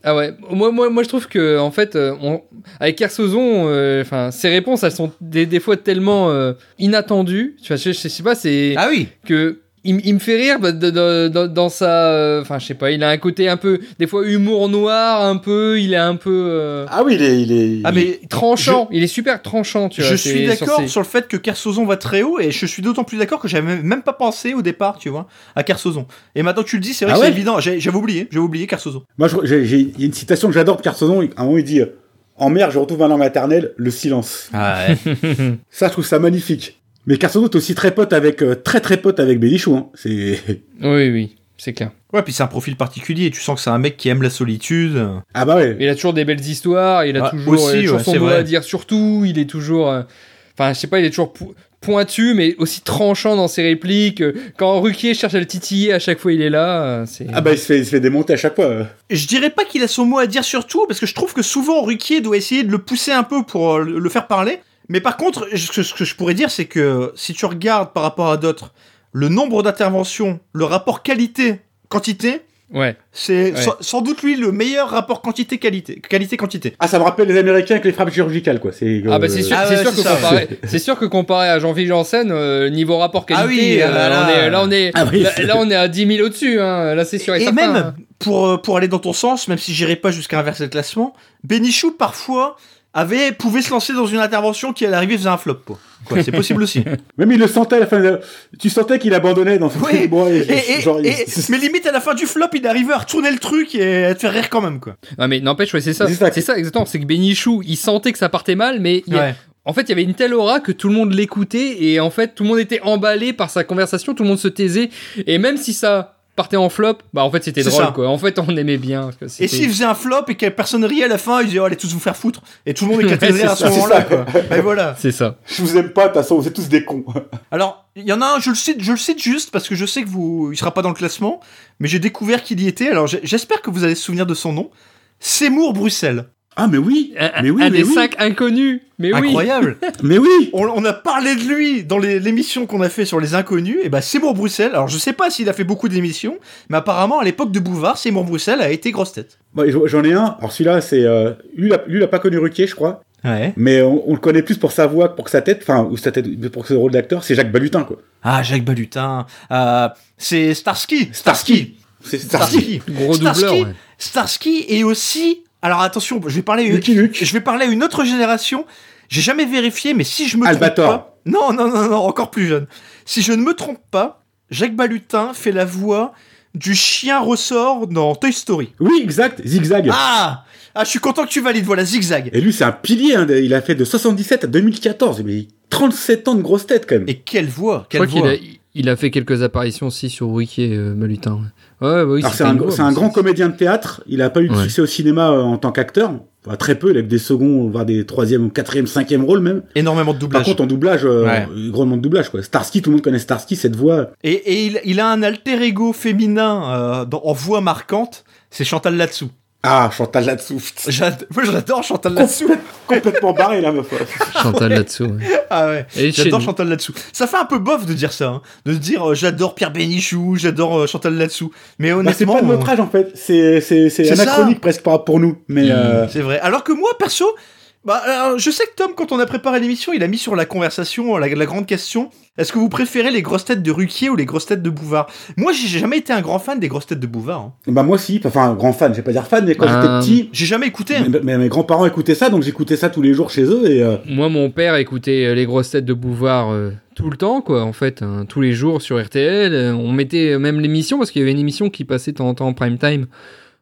Speaker 1: Ah ouais. Moi, moi, moi, je trouve que en fait, euh, on... avec Kersozon, euh, enfin, ses réponses, elles sont des, des fois tellement euh, inattendues. Tu vois, je, je sais pas, c'est
Speaker 2: Ah oui
Speaker 1: que il, m- il me fait rire bah, de- de- dans, dans sa, euh, enfin, je sais pas, il a un côté un peu, des fois humour noir, un peu, il est un peu euh,
Speaker 3: Ah oui, il est. Il est
Speaker 2: Ah mais
Speaker 1: tranchant. Il est super tranchant, tu vois.
Speaker 2: je
Speaker 1: euh, c'est-
Speaker 2: suis
Speaker 1: sur
Speaker 2: d'accord
Speaker 1: ses-
Speaker 2: sur le fait que Kersozon va très haut et je suis d'autant plus d'accord que j'avais même- même pas pensé au départ, tu vois, à Kersozon. Et maintenant que tu le dis, c'est vrai
Speaker 3: Ah
Speaker 2: que
Speaker 3: ouais
Speaker 2: c'est évident. J'ai- J'avais oublié, j'avais oublié Kersozon.
Speaker 3: Moi, je- j'ai- j'ai- il y a une citation que j'adore de Carsozon. À un moment, il dit euh, En mer, je retrouve ma langue maternelle, le silence.
Speaker 2: Ah
Speaker 3: Ça, je trouve ça magnifique. Mais Carsono est aussi très pote avec, euh, très très pote avec Bénichou. Hein. C'est.
Speaker 1: Oui, oui, c'est clair.
Speaker 2: Ouais, puis c'est un profil particulier. Tu sens que c'est un mec qui aime la solitude.
Speaker 3: Ah bah ouais.
Speaker 1: Il a toujours des belles histoires, il a
Speaker 3: Bah,
Speaker 2: Ah,
Speaker 1: toujours,
Speaker 2: aussi,
Speaker 1: il a toujours
Speaker 2: ouais,
Speaker 1: son
Speaker 2: c'est
Speaker 1: mot
Speaker 2: vrai.
Speaker 1: à dire sur tout, il est toujours... euh, Enfin, je sais pas, il est toujours po- pointu, mais aussi tranchant dans ses répliques. euh, Quand Ruquier cherche à le titiller, à chaque fois il est là. euh, C'est...
Speaker 3: Ah bah il se fait, il se fait démonter à chaque fois. euh.
Speaker 2: Je dirais pas qu'il a son mot à dire sur tout, parce que je trouve que souvent Ruquier doit essayer de le pousser un peu pour euh, le le faire parler. Mais par contre, je- ce que- ce que je pourrais dire, c'est que si tu regardes par rapport à d'autres, le nombre d'interventions, le rapport qualité-quantité,
Speaker 3: bah.
Speaker 1: Ouais.
Speaker 2: C'est
Speaker 1: Ouais.
Speaker 2: sans, sans doute lui le meilleur rapport quantité-qualité. Qualité-quantité.
Speaker 3: Ah, ça me rappelle les Américains avec les frappes chirurgicales, quoi. C'est,
Speaker 1: Ah bah
Speaker 3: euh,
Speaker 1: c'est sûr,
Speaker 2: Ah
Speaker 1: c'est
Speaker 2: ouais,
Speaker 1: sûr que
Speaker 2: c'est ça.
Speaker 1: comparé, c'est sûr que comparé à Jean-Philippe Janssen, euh, niveau rapport qualité,
Speaker 2: Ah oui,
Speaker 1: euh,
Speaker 2: ah là.
Speaker 1: on est, là on est,
Speaker 3: Ah oui,
Speaker 1: là,
Speaker 3: c'est-
Speaker 1: là, on est à 10 000 au-dessus, hein. là c'est sûr et,
Speaker 2: Et
Speaker 1: certain,
Speaker 2: même,
Speaker 1: hein.
Speaker 2: pour, euh, pour aller dans ton sens, même si j'irai pas jusqu'à inverser le classement, Benichou, parfois, avait, pouvait se lancer dans une intervention qui, à l'arrivée, faisait un flop. quoi. Quoi, c'est possible aussi.
Speaker 3: Même il le sentait à la fin. de- Tu sentais qu'il abandonnait dans son
Speaker 2: Oui.
Speaker 3: truc. Bon, allez,
Speaker 2: Et- et-
Speaker 3: genre, il-
Speaker 2: et- mais limite, à la fin du flop, il arrivait à retourner le truc et à te faire rire quand même. quoi.
Speaker 1: Non mais n'empêche, ouais, c'est ça,
Speaker 3: C'est ça.
Speaker 1: c'est ça exactement, c'est que Benichou, il sentait que ça partait mal, mais il y a-
Speaker 2: Ouais.
Speaker 1: en fait il y avait une telle aura que tout le monde l'écoutait et en fait tout le monde était emballé par sa conversation, tout le monde se taisait et même si ça partait en flop, bah en fait c'était
Speaker 2: C'est
Speaker 1: drôle
Speaker 2: ça.
Speaker 1: quoi, en fait on aimait bien. parce que
Speaker 2: Et
Speaker 1: c'était-
Speaker 2: s'il faisait un flop et que personne riait à la fin, il disait oh, allez tous vous faire foutre. Et tout le monde éclatait
Speaker 1: Ouais,
Speaker 2: de rire à
Speaker 1: c'est
Speaker 2: ce
Speaker 3: ça,
Speaker 2: moment-là.
Speaker 3: c'est ça.
Speaker 2: quoi. Et voilà.
Speaker 1: c'est ça.
Speaker 3: Je vous aime pas, de toute façon, vous êtes tous des cons.
Speaker 2: Alors, il y en a un, je le cite, je le cite juste parce que je sais que vous, il sera pas dans le classement, mais j'ai découvert qu'il y était. Alors, j'ai- j'espère que vous allez se souvenir de son nom. Seymour Bruxelles.
Speaker 3: Ah, mais oui,
Speaker 1: Un,
Speaker 3: mais oui,
Speaker 1: un
Speaker 3: mais
Speaker 1: des
Speaker 3: oui.
Speaker 1: cinq inconnus, mais Eh oui.
Speaker 2: Incroyable.
Speaker 3: mais oui.
Speaker 2: on, on a parlé de lui dans les- l'émission qu'on a fait sur les inconnus. Et bah, Seymour Bruxelles. Alors, je sais pas s'il a fait beaucoup d'émissions, mais apparemment, à l'époque de Bouvard, Seymour Bruxelles a été grosse tête.
Speaker 3: Bon, Bah, j'en- J'en ai un. Alors celui-là, c'est euh, lui, il a- lui, il a pas connu Ruquier, je crois.
Speaker 2: Ouais.
Speaker 3: Mais on, on le connaît plus pour sa voix que pour que sa tête, enfin, ou sa tête, pour ce rôle d'acteur, c'est Jacques Balutin, quoi.
Speaker 2: Ah, Jacques Balutin. Euh, c'est Starsky.
Speaker 3: Starsky. C'est Starsky.
Speaker 2: Starsky.
Speaker 1: Gros
Speaker 2: Starsky,
Speaker 1: doubleur. ouais.
Speaker 2: Starsky et aussi. Alors attention, je vais parler.
Speaker 3: Lucky Luke.
Speaker 2: Je vais parler à une autre génération. J'ai jamais vérifié, mais si je me
Speaker 3: Albator.
Speaker 2: trompe pas. Non, non, non, non, encore plus jeune. Si je ne me trompe pas, Jacques Balutin fait la voix du chien ressort dans Toy Story.
Speaker 3: Oui, exact. Zigzag.
Speaker 2: Ah Ah, je suis content que tu valides, voilà, zigzag.
Speaker 3: Et lui, c'est un pilier. hein, de- il a fait de 77 à 2014. Mais 37 ans de grosse tête, quand même.
Speaker 2: Et quelle voix,
Speaker 1: Je
Speaker 2: quelle
Speaker 1: crois qu'il
Speaker 2: voix.
Speaker 1: a, il a fait quelques apparitions aussi sur Wiki, euh, Malutin. Ouais, ouais, bah oui,
Speaker 3: Alors, c'est
Speaker 1: c'était
Speaker 3: un,
Speaker 1: une
Speaker 3: c'est
Speaker 1: voix,
Speaker 3: un
Speaker 1: mais
Speaker 3: grand comédien de théâtre. Il a pas eu de
Speaker 1: Ouais.
Speaker 3: succès au cinéma euh, en tant qu'acteur. Enfin, très peu. Il a que des seconds, voire des troisième, quatrième, cinquième rôles, même.
Speaker 2: Énormément de
Speaker 3: Par
Speaker 2: doublage.
Speaker 3: contre, en doublage, euh,
Speaker 2: Ouais.
Speaker 3: grandement de doublage, quoi. Starsky, tout le monde connaît Starsky, cette voix.
Speaker 2: Et, et il, il a un alter ego féminin euh, dans- en voix marquante, c'est Chantal Latsou.
Speaker 3: Ah, Chantal Latsou.
Speaker 2: J'ad- Moi, j'adore Chantal Latsou.
Speaker 3: complètement barré la meuf.
Speaker 1: Chantal là-dessous. ouais.
Speaker 2: Ah ouais.
Speaker 1: Et chez
Speaker 2: J'adore
Speaker 1: nous.
Speaker 2: Chantal là-dessous. Ça fait un peu bof de dire ça, hein. de se dire euh, j'adore Pierre Bénichou, j'adore euh, Chantal là-dessous. Mais
Speaker 3: Bah, c'est
Speaker 2: honnêtement, euh,
Speaker 3: pas de notre âge en fait, c'est c'est- c'est
Speaker 2: C'est ça.
Speaker 3: anachronique presque par- pour nous.
Speaker 1: Hmm.
Speaker 3: Mais euh,
Speaker 2: euh, c'est vrai. Alors que moi, perso, bah, alors, je sais que Tom, quand on a préparé l'émission, il a mis sur la conversation euh, la, la grande question est-ce que vous préférez les grosses têtes de Ruquier ou les grosses têtes de Bouvard Moi, j'ai jamais été un grand fan des grosses têtes de Bouvard. hein.
Speaker 3: bah moi aussi, enfin grand fan, je vais pas dire fan, mais quand
Speaker 1: Euh,
Speaker 3: j'étais petit,
Speaker 2: J'ai jamais écouté. hein.
Speaker 3: mes, mes- mes grands-parents écoutaient ça, donc j'écoutais ça tous les jours chez eux. Et euh,
Speaker 1: Moi, mon père écoutait euh, les grosses têtes de Bouvard euh, tout le temps, quoi, en fait, hein, tous les jours sur RTL. euh, On mettait même l'émission, parce qu'il y avait une émission qui passait de temps en temps en prime time.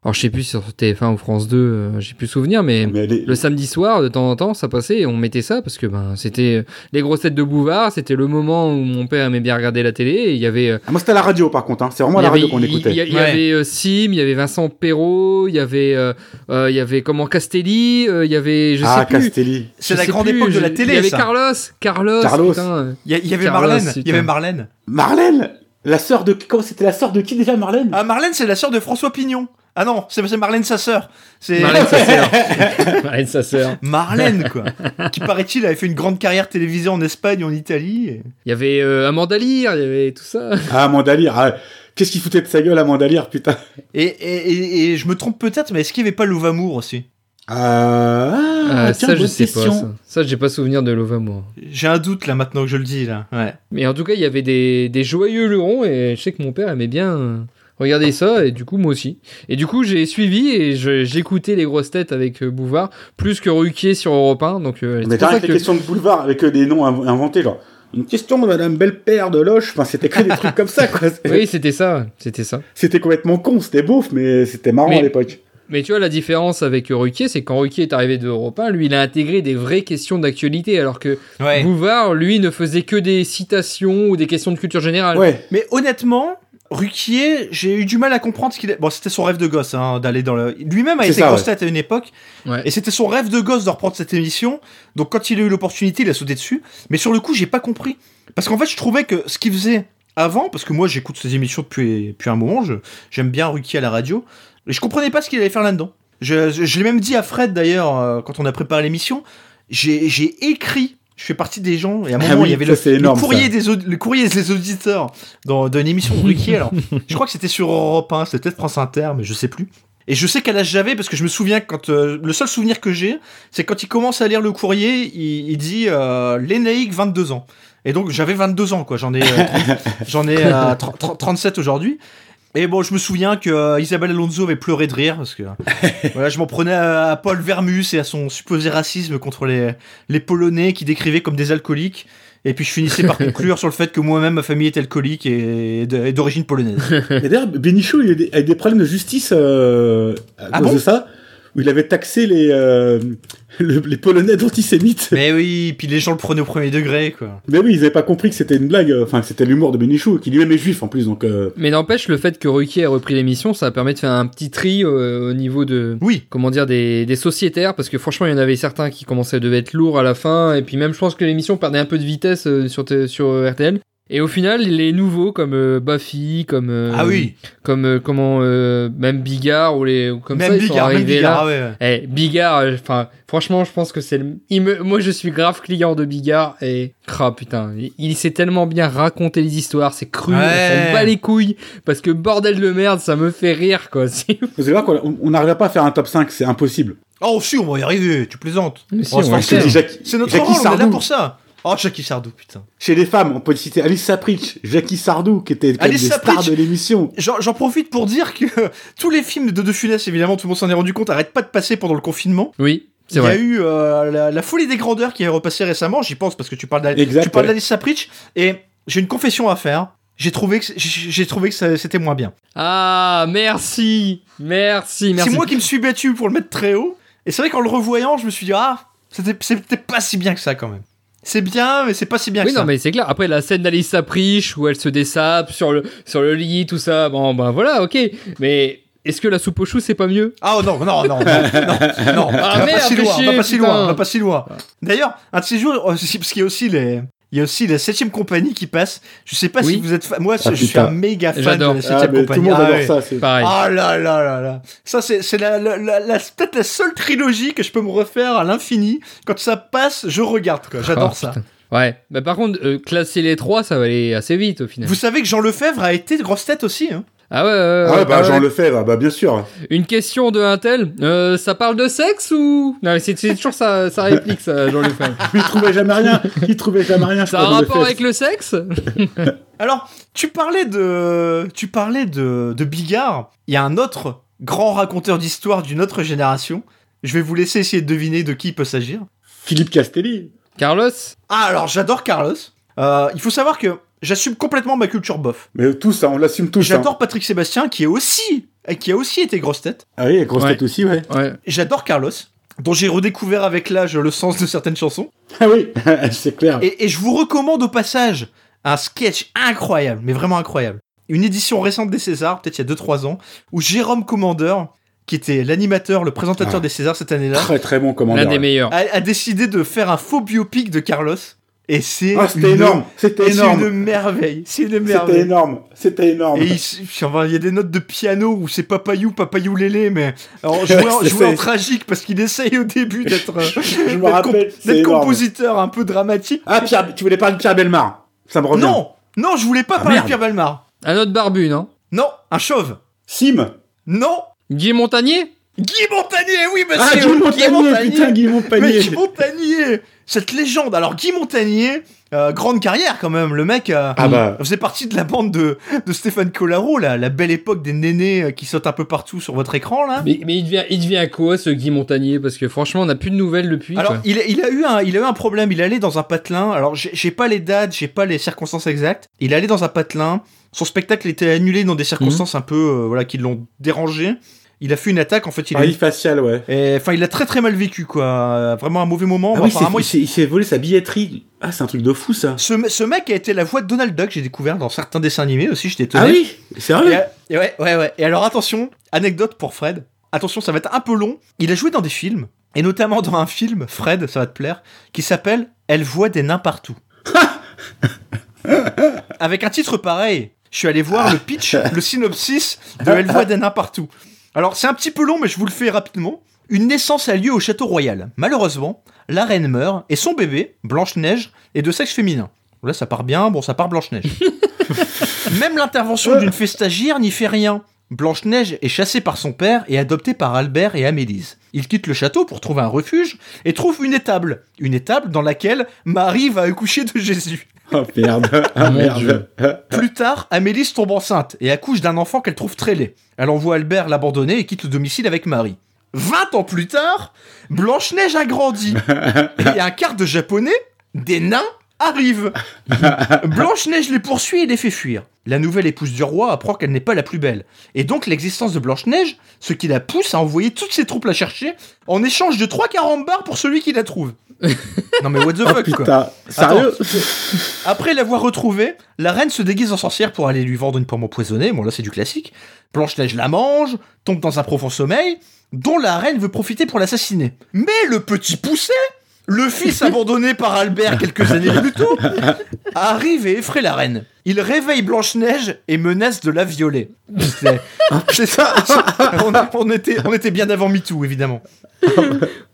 Speaker 1: Alors, je sais plus si sur TF1 ou France 2, euh, j'ai plus souvenir, mais.
Speaker 3: mais les-
Speaker 1: Le samedi soir, de temps en temps, ça passait et on mettait ça parce que ben c'était les grosses têtes de Bouvard, c'était le moment où mon père aimait bien regarder la télé et il y avait euh,
Speaker 3: Ah, moi c'était à la radio par contre, hein. c'est vraiment à
Speaker 1: il y
Speaker 3: la
Speaker 1: avait-
Speaker 3: radio qu'on
Speaker 1: il- Il y,
Speaker 3: écoutait.
Speaker 1: a- il y
Speaker 2: Ouais.
Speaker 1: avait euh, Sim, il y avait Vincent Perrault, il y avait, euh, euh, il y avait comment Castelli, euh, il y avait je
Speaker 3: Ah
Speaker 1: sais plus.
Speaker 3: Castelli.
Speaker 2: C'est
Speaker 1: je
Speaker 2: la
Speaker 1: sais
Speaker 2: grande
Speaker 1: plus,
Speaker 2: époque de
Speaker 1: je-
Speaker 2: la
Speaker 1: Il y
Speaker 2: télé.
Speaker 1: avait
Speaker 2: ça.
Speaker 1: Carlos, Carlos,
Speaker 3: Carlos.
Speaker 1: putain.
Speaker 2: Il y, a- il y avait
Speaker 1: Carlos,
Speaker 2: Marlène. Il y
Speaker 1: putain.
Speaker 2: avait Marlène.
Speaker 3: Marlène La sœur de... Comment c'était la sœur de qui déjà Marlène
Speaker 2: Ah, Marlène, c'est la sœur de François Pignon. Ah non, c'est c'est Marlène, sa sœur. C'est
Speaker 1: Marlène sa sœur. Marlène sa sœur.
Speaker 2: Marlène, quoi. qui paraît-il avait fait une grande carrière télévisée en Espagne, en Italie. et-
Speaker 1: Il y avait euh, Amanda Lear, il y avait tout ça.
Speaker 3: Ah Mandalire, ah, qu'est-ce qu'il foutait de sa gueule à Mandalire putain
Speaker 2: Et, et, et- et je me trompe peut-être, mais est-ce qu'il n'y avait pas Love Amour aussi
Speaker 3: Ah,
Speaker 1: Euh,
Speaker 3: tiens,
Speaker 1: ça je
Speaker 3: bonne
Speaker 1: sais pas.
Speaker 3: question.
Speaker 1: Ça, ça j'ai pas souvenir de Love Amour.
Speaker 2: J'ai un doute là maintenant que je le dis là. Ouais.
Speaker 1: Mais en tout cas, il y avait des, des joyeux lurons et je sais que mon père aimait bien euh, regarder ça et du coup, moi aussi. Et du coup, j'ai suivi et je- j'écoutais les grosses têtes avec euh, Bouvard plus que Ruquier sur Europe 1. Donc, euh,
Speaker 3: On
Speaker 1: c'est
Speaker 3: était
Speaker 1: pour ça
Speaker 3: avec les
Speaker 1: que-
Speaker 3: questions de boulevard avec euh, des noms inv- inventés genre une question de Madame Belle-Père de Loche, enfin c'était que des trucs comme ça quoi.
Speaker 1: Oui, c'était ça, c'était ça.
Speaker 3: C'était complètement con, c'était beauf, mais c'était marrant
Speaker 1: Mais-
Speaker 3: à l'époque.
Speaker 1: Mais tu vois, la différence avec Ruquier, c'est que quand Ruquier est arrivé de Europe 1, lui, il a intégré des vraies questions d'actualité, alors que
Speaker 2: Ouais.
Speaker 1: Bouvard, lui, ne faisait que des citations ou des questions de culture générale.
Speaker 3: Ouais.
Speaker 2: Mais honnêtement, Ruquier, j'ai eu du mal à comprendre ce qu'il est. Bon, c'était son rêve de gosse hein, d'aller dans le. Lui-même a
Speaker 3: C'est
Speaker 2: été
Speaker 3: ça,
Speaker 2: grosse
Speaker 3: ouais.
Speaker 2: tête à une époque.
Speaker 1: Ouais.
Speaker 2: Et c'était son rêve de gosse de reprendre cette émission. Donc quand il a eu l'opportunité, il a sauté dessus. Mais sur le coup, j'ai pas compris. Parce qu'en fait, je trouvais que ce qu'il faisait avant, parce que moi j'écoute ces émissions depuis, depuis un moment, je- j'aime bien Ruquier à la radio, et je comprenais pas ce qu'il allait faire là-dedans. Je, je- je l'ai même dit à Fred d'ailleurs, euh, quand on a préparé l'émission, j'ai j'ai écrit. je fais partie des gens, et à un
Speaker 3: Ah
Speaker 2: moment,
Speaker 3: oui,
Speaker 2: il y avait
Speaker 3: ça,
Speaker 2: le,
Speaker 3: c'est
Speaker 2: le
Speaker 3: énorme,
Speaker 2: courrier
Speaker 3: ça.
Speaker 2: des aud- le courrier des auditeurs dans, dans une émission de Ruquier. Alors, je crois que c'était sur Europe 1, c'était peut-être France Inter, mais je sais plus. Et je sais quel âge j'avais parce que je me souviens que quand euh, le seul souvenir que j'ai, c'est quand il commence à lire le courrier, il, il dit euh, l'énaïque 22 ans. Et donc j'avais 22 ans quoi, j'en ai euh, j'en ai euh, 30 30 37 aujourd'hui. Et bon, je me souviens que euh, Isabelle Alonso avait pleuré de rire parce que voilà, je m'en prenais à, à Paul Vermus et à son supposé racisme contre les les Polonais qui décrivaient comme des alcooliques. Et puis je finissais par conclure sur le fait que moi-même ma famille est alcoolique et de- et d'origine polonaise.
Speaker 3: Et d'ailleurs, Benichou, il a eu des- a eu des problèmes de justice euh, à
Speaker 2: Ah
Speaker 3: cause
Speaker 2: bon
Speaker 3: de ça, où il avait taxé les, euh, le- les Polonais d'antisémites. Mais...
Speaker 2: Mais oui, puis les gens le prenaient au premier degré quoi.
Speaker 3: oui, ils n'avaient pas compris que c'était une blague, euh, enfin que c'était l'humour de Benichou, qui lui-même est juif en plus, donc euh,
Speaker 1: Mais n'empêche, le fait que Ruquier ait repris l'émission, ça permet de faire un petit tri euh, au niveau de.
Speaker 2: Oui.
Speaker 1: Comment dire, des, des sociétaires, parce que franchement, il y en avait certains qui commençaient à devoir être lourds à la fin, et puis même, je pense que l'émission perdait un peu de vitesse euh, sur, t- sur euh, RTL. Et au final, les nouveaux comme euh, Baffy, comme euh,
Speaker 2: ah oui,
Speaker 1: comme euh, comment euh, même Bigard ou les ou comme
Speaker 2: même
Speaker 1: ça, ils sont
Speaker 2: Bigard, même
Speaker 1: arrivés
Speaker 2: Bigard,
Speaker 1: là.
Speaker 2: ah ouais.
Speaker 1: Eh, Bigard, euh, enfin, franchement, je pense que c'est le. il me- Moi, je suis grave client de Bigard et. Crap, putain. Il, il sait tellement bien raconter les histoires, c'est cru,
Speaker 2: Ouais.
Speaker 1: on s'en bat les couilles. Parce que bordel de merde, ça me fait rire, quoi. C'est-
Speaker 3: vous allez voir qu'on on n'arrivera pas à faire un top 5, c'est impossible.
Speaker 2: Oh si, on va y arriver, tu plaisantes.
Speaker 1: Mais si,
Speaker 2: On va se
Speaker 1: on va
Speaker 2: faire
Speaker 1: y
Speaker 2: chier.
Speaker 1: arriver.
Speaker 3: Jackie-
Speaker 2: C'est notre
Speaker 3: Jackie
Speaker 2: rôle, on est là
Speaker 3: Sardou.
Speaker 2: pour ça. Oh, Jackie Sardou, putain.
Speaker 3: Chez les femmes, on peut citer Alice Sapritch, Jackie Sardou, qui était quand même
Speaker 2: Alice
Speaker 3: des stars
Speaker 2: Sapritch.
Speaker 3: de l'émission.
Speaker 2: J'en j'en profite pour dire que tous les films de De Funès, évidemment, tout le monde s'en est rendu compte, arrête pas de passer pendant le confinement.
Speaker 1: Oui, c'est
Speaker 2: Il y a
Speaker 1: vrai.
Speaker 2: eu euh, la, la folie des grandeurs qui est repassée récemment, j'y pense parce que tu parles d'Ali-
Speaker 3: Exact,
Speaker 2: tu parles
Speaker 3: ouais.
Speaker 2: d'Alice Sapritch, et j'ai une confession à faire. J'ai trouvé que c- j'ai j'ai trouvé que ça- c'était moins bien.
Speaker 1: Ah, merci, merci,
Speaker 2: C'est
Speaker 1: merci.
Speaker 2: moi qui me suis battu pour le mettre très haut, et c'est vrai qu'en le revoyant, je me suis dit ah, c'était c'était pas si bien que ça quand même. C'est bien, mais c'est pas si bien
Speaker 1: Oui,
Speaker 2: que
Speaker 1: non,
Speaker 2: ça.
Speaker 1: mais c'est clair. Après, la scène d'Alice Sapriche où elle se dessape sur le, sur le lit, tout ça, bon, ben voilà, ok. Mais est-ce que la soupe aux choux, c'est pas mieux
Speaker 2: Ah oh, non, non, non, non, non, non.
Speaker 1: Ah,
Speaker 2: on va
Speaker 1: merde,
Speaker 2: pas si
Speaker 1: fais
Speaker 2: loin, on va
Speaker 1: chier,
Speaker 2: pas si
Speaker 1: putain.
Speaker 2: loin, on va pas si loin. D'ailleurs, un de ces jours, euh, c'est- parce qu'il y a aussi les, il y a aussi la septième compagnie qui passe. Je sais pas
Speaker 1: Oui.
Speaker 2: si vous êtes, fa- moi,
Speaker 3: Ah,
Speaker 2: je suis
Speaker 3: putain.
Speaker 2: un méga fan de
Speaker 1: J'adore.
Speaker 2: la
Speaker 1: Ah,
Speaker 2: septième
Speaker 3: Ah, mais tout
Speaker 2: compagnie.
Speaker 3: le monde
Speaker 2: Ah,
Speaker 3: adore
Speaker 2: ouais.
Speaker 3: ça. c'est-
Speaker 1: Pareil.
Speaker 2: Ah là là là là. Ça c'est c'est la, la, la, la- c'est peut-être la seule trilogie que je peux me refaire à l'infini. Quand ça passe, je regarde quoi. J'adore
Speaker 1: Oh,
Speaker 2: ça.
Speaker 1: putain. Ouais, bah par contre, euh, classer les trois, ça va aller assez vite au final.
Speaker 2: Vous savez que Jean Lefebvre a été de grosse tête aussi. Hein.
Speaker 1: Ah ouais, ouais, ouais,
Speaker 3: Ah
Speaker 1: ouais,
Speaker 3: ouais, bah
Speaker 1: ouais.
Speaker 3: Jean Lefebvre, bah bien sûr.
Speaker 1: Une question de un tel, euh, ça parle de sexe ou Non, mais c'est c'est toujours sa, sa réplique, ça, Jean Lefebvre.
Speaker 3: Il trouvait jamais rien, il trouvait jamais rien. je
Speaker 1: Ça a
Speaker 3: crois,
Speaker 1: un
Speaker 3: Jean
Speaker 1: rapport
Speaker 3: Lefebvre.
Speaker 1: avec le sexe
Speaker 2: Alors, tu parlais de, tu parlais de, de Bigard. Il y a un autre grand raconteur d'histoire d'une autre génération. Je vais vous laisser essayer de deviner de qui il peut s'agir.
Speaker 3: Philippe Castelli.
Speaker 1: Carlos
Speaker 2: Ah, alors j'adore Carlos. Euh, il faut savoir que j'assume complètement ma culture bof.
Speaker 3: Mais tout ça, on l'assume tous. hein.
Speaker 2: J'adore Patrick Sébastien qui est aussi, qui a aussi été grosse tête.
Speaker 3: Ah oui, grosse
Speaker 1: Ouais.
Speaker 3: tête aussi, ouais.
Speaker 1: Ouais.
Speaker 2: J'adore Carlos, dont j'ai redécouvert avec l'âge le sens de certaines chansons.
Speaker 3: Ah oui, c'est clair.
Speaker 2: Et, et je vous recommande au passage un sketch incroyable, mais vraiment incroyable. Une édition récente des Césars, peut-être il y a 2-3 ans, où Jérôme Commandeur, qui était l'animateur, le présentateur
Speaker 3: Ah.
Speaker 2: des Césars cette année-là,
Speaker 3: Très très bon commandeur.
Speaker 1: L'un des
Speaker 3: ouais.
Speaker 1: meilleurs.
Speaker 2: a, a décidé de faire un faux biopic de Carlos. Et c'est
Speaker 3: Ah, c'était
Speaker 2: une-
Speaker 3: énorme,
Speaker 2: et
Speaker 3: c'était
Speaker 2: c'est une
Speaker 3: énorme,
Speaker 2: merveille. C'est une
Speaker 3: c'était
Speaker 2: merveille.
Speaker 3: énorme, c'était énorme.
Speaker 2: Et il, s- enfin, il y a des notes de piano où c'est papayou, papayou lélé, mais alors jouer en,
Speaker 3: C'est-
Speaker 2: jouer en
Speaker 3: c'est-
Speaker 2: tragique parce qu'il essaye au début d'être euh,
Speaker 3: Je me
Speaker 2: d'être com-
Speaker 3: rappelle, c'est
Speaker 2: d'être
Speaker 3: énorme.
Speaker 2: compositeur un peu dramatique.
Speaker 3: Ah Pierre, tu voulais parler de Pierre Belmar Ça me revient.
Speaker 2: Non, non, je voulais pas parler
Speaker 3: Oh, Ah, merde.
Speaker 2: de Pierre Balmar.
Speaker 1: Un autre barbu, non
Speaker 2: Non, un chauve.
Speaker 3: Sim.
Speaker 2: Non,
Speaker 1: Guy Montagnier
Speaker 2: Guy Montagnier, oui, monsieur.
Speaker 3: Ah Guy Montagnier, putain Guy
Speaker 2: Mais
Speaker 3: Montagnier.
Speaker 2: Guy Montagnier, cette légende. Alors Guy Montagnier, euh, grande carrière quand même. Le mec euh,
Speaker 3: Ah bah.
Speaker 2: faisait partie de la bande de, de Stéphane Collaro, là, la belle époque des nénés euh, qui sautent un peu partout sur votre écran là.
Speaker 1: mais, mais il devient, il devient quoi ce Guy Montagnier Parce que franchement, on n'a plus de nouvelles depuis.
Speaker 2: Alors,
Speaker 1: quoi.
Speaker 2: il a, il a eu un, il a eu un problème. Il allait dans un patelin. Alors, j'ai j'ai pas les dates, j'ai pas les circonstances exactes. Il allait dans un patelin. Son spectacle était annulé dans des
Speaker 3: Mhm.
Speaker 2: circonstances un peu, euh, voilà, qui l'ont dérangé. Il a fait une attaque. En fait, il a
Speaker 3: Paris Ah, facial, ouais.
Speaker 2: et, Enfin, il a très très mal vécu, quoi. Euh, Vraiment un mauvais moment.
Speaker 3: Ah
Speaker 2: Bon,
Speaker 3: oui, c'est-
Speaker 2: apparemment,
Speaker 3: il
Speaker 2: il-
Speaker 3: s'est- il s'est volé sa billetterie. Ah, c'est un truc de fou ça.
Speaker 2: ce, me- ce mec a été la voix de Donald Duck, j'ai découvert dans certains dessins animés aussi, j'étais étonné.
Speaker 3: Ah oui,
Speaker 2: Et,
Speaker 3: sérieux
Speaker 2: euh, et ouais, ouais, ouais. Et alors attention, anecdote pour Fred. Attention, ça va être un peu long. Il a joué dans des films, et notamment dans un film, Fred, ça va te plaire, qui s'appelle Elle voit des nains partout. Avec un titre pareil, je suis allé voir le pitch, le synopsis de Elle voit des nains partout. Alors c'est un petit peu long, mais je vous le fais rapidement. Une naissance a lieu au château royal. Malheureusement, la reine meurt et son bébé, Blanche-Neige, est de sexe féminin. Là, ça part bien, bon, ça part Blanche-Neige. Même l'intervention d'une fée stagiaire n'y fait rien. Blanche-Neige est chassée par son père et adoptée par Albert et Amélise. Il quitte le château pour trouver un refuge et trouve une étable. Une étable dans laquelle Marie va accoucher de Jésus.
Speaker 3: Oh merde, ah
Speaker 1: Mon
Speaker 3: merde.
Speaker 1: Dieu.
Speaker 2: Plus tard, Amélise tombe enceinte et accouche d'un enfant qu'elle trouve très laid. Elle envoie Albert l'abandonner et quitte le domicile avec Marie. 20 ans plus tard, Blanche-Neige a grandi et un quart de japonais, des nains, arrive. Blanche-Neige les poursuit et les fait fuir. La nouvelle épouse du roi apprend qu'elle n'est pas la plus belle et donc l'existence de Blanche-Neige, ce qui la pousse à envoyer toutes ses troupes la chercher en échange de trois carambars pour celui qui la trouve. Non mais what the
Speaker 3: Oh
Speaker 2: fuck quoi.
Speaker 3: putain, sérieux
Speaker 2: Après l'avoir retrouvé, la reine se déguise en sorcière pour aller lui vendre une pomme empoisonnée. Bon, là, c'est du classique. Blanche-Neige la mange, tombe dans un profond sommeil, dont la reine veut profiter pour l'assassiner. Mais le petit pousset, le fils abandonné par Albert quelques années plus tôt, arrive et effraie la reine. Il réveille Blanche-Neige et menace de la violer. C'est
Speaker 1: Ah,
Speaker 2: c'est ça. On, on était, on était bien avant MeToo, évidemment.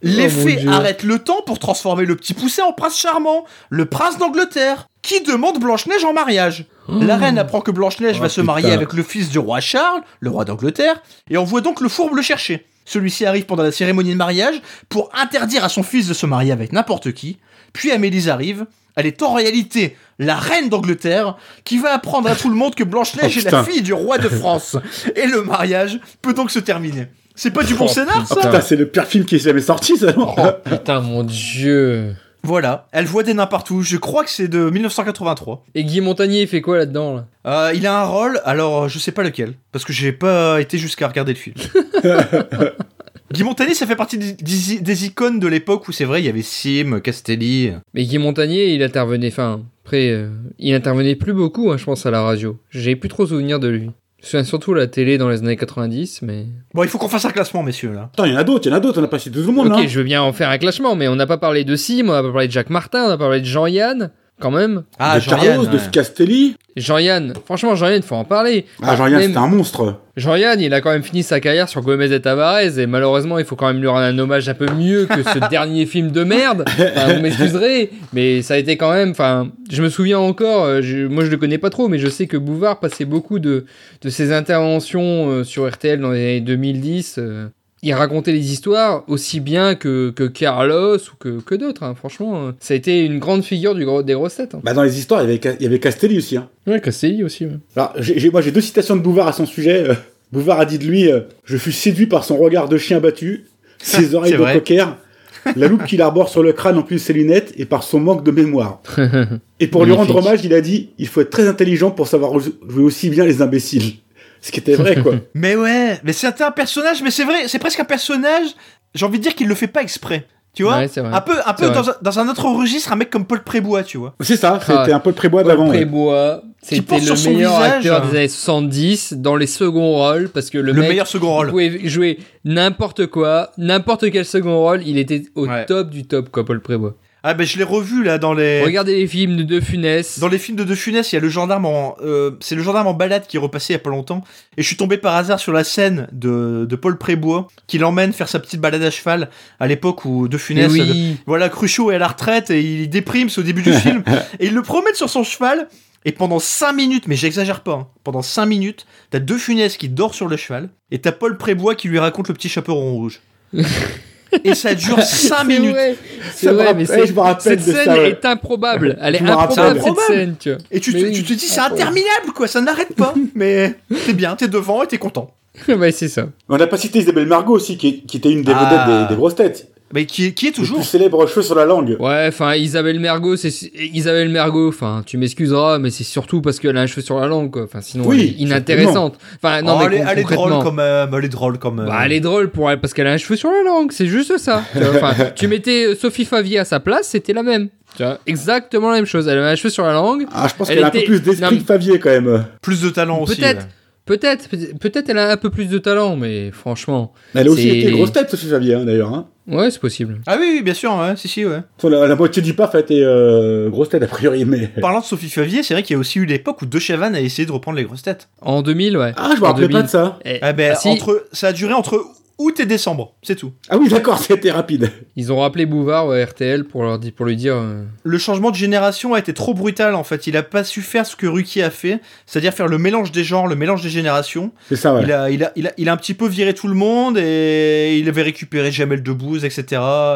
Speaker 2: Les
Speaker 1: Oh mon
Speaker 2: fées
Speaker 1: Dieu.
Speaker 2: arrêtent le temps pour transformer le petit pousset en prince charmant, le prince d'Angleterre, qui demande Blanche-Neige en mariage. La
Speaker 1: Oh.
Speaker 2: reine apprend que Blanche-Neige va se marier avec le fils du roi Charles, le roi d'Angleterre, et envoie donc le fourbe le chercher. Celui-ci arrive pendant la cérémonie de mariage pour interdire à son fils de se marier avec n'importe qui. Puis Amélie arrive. Elle est en réalité la reine d'Angleterre qui va apprendre à tout le monde que Blanche-Neige
Speaker 3: Oh,
Speaker 2: est la
Speaker 3: putain.
Speaker 2: fille du roi de France. Et le mariage peut donc se terminer. C'est pas du bon
Speaker 1: Oh,
Speaker 2: scénar,
Speaker 3: Oh
Speaker 2: ça
Speaker 3: putain, c'est le pire film qui est jamais sorti, ça non
Speaker 1: Oh putain, mon dieu.
Speaker 2: Voilà, elle voit des nains partout. Je crois que c'est de 1983.
Speaker 1: Et Guy Montagnier, il fait quoi là-dedans là
Speaker 2: Euh, il a un rôle, alors euh, je sais pas lequel, parce que j'ai pas été jusqu'à regarder le film. Guy Montagnier, ça fait partie des, des- des icônes de l'époque où c'est vrai, il y avait Sim, Castelli.
Speaker 1: Mais Guy Montagnier, il intervenait, enfin, après, euh, il intervenait plus beaucoup, hein, je pense, à la radio. J'ai plus trop souvenir de lui. Je me souviens surtout de la télé dans les années 90, mais...
Speaker 2: Bon, il faut qu'on fasse un classement, messieurs, là.
Speaker 3: Attends, il y en a d'autres, il y en a d'autres, on a passé hein. tout le monde
Speaker 1: ok,
Speaker 3: là.
Speaker 1: je veux bien en faire un clashement, mais on n'a pas parlé de Sim, on n'a pas parlé de Jacques Martin, on n'a pas parlé de Jean-Yann, quand même.
Speaker 2: Ah,
Speaker 3: de Carlos,
Speaker 2: Jean-Yann.
Speaker 3: de Castelli.
Speaker 1: Jean-Yann, franchement, Jean-Yann, faut en parler.
Speaker 3: Ah, Jean-Yann,
Speaker 1: Même-
Speaker 3: c'était un monstre.
Speaker 1: Jean-Yann, il a quand même fini sa carrière sur Gomez et Tavares, et malheureusement, il faut quand même lui rendre un hommage un peu mieux que ce dernier film de merde. Enfin, vous m'excuserez, mais ça a été quand même. Enfin, je me souviens encore. euh, je- moi, je le connais pas trop, mais je sais que Bouvard passait beaucoup de de ses interventions euh, sur RTL dans les années 2010. euh, il racontait les histoires aussi bien que, que Carlos ou que, que d'autres. hein. Franchement, euh, ça a été une grande figure du gros, des grosses têtes. Hein.
Speaker 3: Bah, dans les histoires, il y avait, Ca- il y avait Castelli aussi. Hein.
Speaker 1: Ouais, Castelli aussi.
Speaker 3: Alors, j'ai, j'ai- moi, j'ai deux citations de Bouvard à son sujet. euh, Bouvard a dit de lui euh, Je fus séduit par son regard de chien battu, ses oreilles
Speaker 2: C'est
Speaker 3: de
Speaker 2: vrai.
Speaker 3: cocker, la loupe qu'il arbore sur le crâne en plus de ses lunettes et par son manque de mémoire. Et pour lui
Speaker 1: Magnifique.
Speaker 3: rendre hommage, il a dit Il faut être très intelligent pour savoir jouer aussi bien les imbéciles. Ce qui était vrai, quoi.
Speaker 2: Mais ouais, mais c'était un personnage, mais c'est vrai, c'est presque un personnage, j'ai envie de dire qu'il le fait pas exprès. Tu vois
Speaker 1: Ouais, c'est vrai.
Speaker 2: Un peu, un peu
Speaker 1: C'est vrai.
Speaker 2: dans, un, dans un autre registre, un mec comme Paul Prébois, tu vois.
Speaker 3: C'est ça,
Speaker 1: Ah,
Speaker 3: c'était un peu le prébois d'avant. ouais.
Speaker 1: Prébois, c'était
Speaker 2: porte sur
Speaker 1: le
Speaker 2: son
Speaker 1: meilleur
Speaker 2: visage,
Speaker 1: acteur
Speaker 2: hein.
Speaker 1: des années 70 dans les seconds rôles parce que le,
Speaker 2: Le,
Speaker 1: mec
Speaker 2: meilleur second
Speaker 1: il
Speaker 2: rôle.
Speaker 1: pouvait jouer n'importe quoi, n'importe quel second rôle, il était au
Speaker 2: Ouais.
Speaker 1: top du top quoi Paul Prébois.
Speaker 2: Ah ben je l'ai revu là dans les
Speaker 1: Regardez les films de De Funès.
Speaker 2: dans les films de De Funès, il y a le gendarme en euh, c'est le gendarme en balade qui est repassé il y a pas longtemps et je suis tombé par hasard sur la scène de, de Paul Prébois qui l'emmène faire sa petite balade à cheval à l'époque où De
Speaker 1: Mais
Speaker 2: Funès euh,
Speaker 1: Eh oui.
Speaker 2: voilà Cruchot est à la retraite et il déprime c'est au début du film et il le promène sur son cheval et pendant 5 minutes, mais j'exagère pas, hein, pendant 5 minutes, t'as De Funès qui dort sur le cheval et t'as Paul Prébois qui lui raconte le petit chaperon rouge. et ça dure 5
Speaker 1: C'est
Speaker 2: minutes.
Speaker 1: vrai, c'est
Speaker 3: me
Speaker 1: vrai,
Speaker 3: rappelle-
Speaker 1: mais c'est-
Speaker 3: je me rappelle
Speaker 1: cette
Speaker 3: de
Speaker 1: scène
Speaker 3: ça, ouais.
Speaker 1: est improbable. Elle est
Speaker 3: Je me rappelle.
Speaker 1: improbable cette
Speaker 2: Improbable.
Speaker 1: scène, tu vois.
Speaker 2: Et tu,
Speaker 1: Mais
Speaker 2: te,
Speaker 1: oui.
Speaker 2: tu te dis, c'est interminable, quoi, ça n'arrête pas. Mais t'es bien, t'es devant et t'es content.
Speaker 1: ouais, c'est ça.
Speaker 3: On n'a pas cité Isabelle Margot aussi, qui, qui était une des
Speaker 2: Ah.
Speaker 3: vedettes des, des grosses têtes.
Speaker 2: Mais qui est, qui est
Speaker 3: Le
Speaker 2: toujours.
Speaker 3: plus célèbre cheveux sur la langue.
Speaker 1: Ouais, enfin Isabelle Mergo, c'est Isabelle Mergo, enfin tu m'excuseras mais c'est surtout parce qu'elle a un cheveu sur la langue quoi. Enfin sinon
Speaker 3: Oui,
Speaker 1: elle est inintéressante. Enfin non
Speaker 2: Oh,
Speaker 1: mais
Speaker 2: elle, est- elle est drôle euh,
Speaker 1: concrètement-
Speaker 2: quand même, elle est drôle quand même.
Speaker 1: Bah, elle est drôle pour elle parce qu'elle a un cheveu sur la langue, c'est juste ça. Tu vois, enfin, tu mettais euh, Sophie Favier à sa place, c'était la même. Tu vois, exactement la même chose. Elle avait un cheveu sur la langue.
Speaker 3: Ah, je pense
Speaker 1: Elle
Speaker 3: qu'elle a un peu
Speaker 1: était-
Speaker 3: plus d'esprit
Speaker 1: non,
Speaker 3: que Favier quand même.
Speaker 2: Plus de talent aussi.
Speaker 1: Peut-être.
Speaker 2: ouais.
Speaker 1: Peut-être, peut-être elle a un peu plus de talent, mais franchement,
Speaker 3: Elle a aussi
Speaker 1: C'est-
Speaker 3: été grosse tête, Sophie Favier, hein, d'ailleurs. Hein.
Speaker 1: ouais, c'est possible.
Speaker 2: Ah oui, oui, bien sûr, ouais, si, si, ouais.
Speaker 3: La, la moitié du PAF a été euh, grosse tête, a priori, mais...
Speaker 2: Parlant de Sophie Favier, c'est vrai qu'il y a aussi eu l'époque où De Chavannes a essayé de reprendre les grosses têtes.
Speaker 1: En 2000, ouais.
Speaker 3: Ah, je me
Speaker 1: En
Speaker 3: rappelais
Speaker 1: 2000.
Speaker 3: pas de ça.
Speaker 1: Eh,
Speaker 2: Ah ben,
Speaker 1: si.
Speaker 2: entre, ça a duré entre août et décembre, c'est tout.
Speaker 3: Ah oui, d'accord, c'était rapide.
Speaker 1: Ils ont rappelé Bouvard à RTL pour, leur di- pour lui dire. euh,
Speaker 2: Le changement de génération a été trop brutal en fait. Il a pas su faire ce que Ruki a fait, c'est-à-dire faire le mélange des genres, le mélange des générations.
Speaker 3: C'est ça, ouais.
Speaker 2: Il, a, il, a, il, a, il a un petit peu viré tout le monde et il avait récupéré Jamel Debbouze, etc.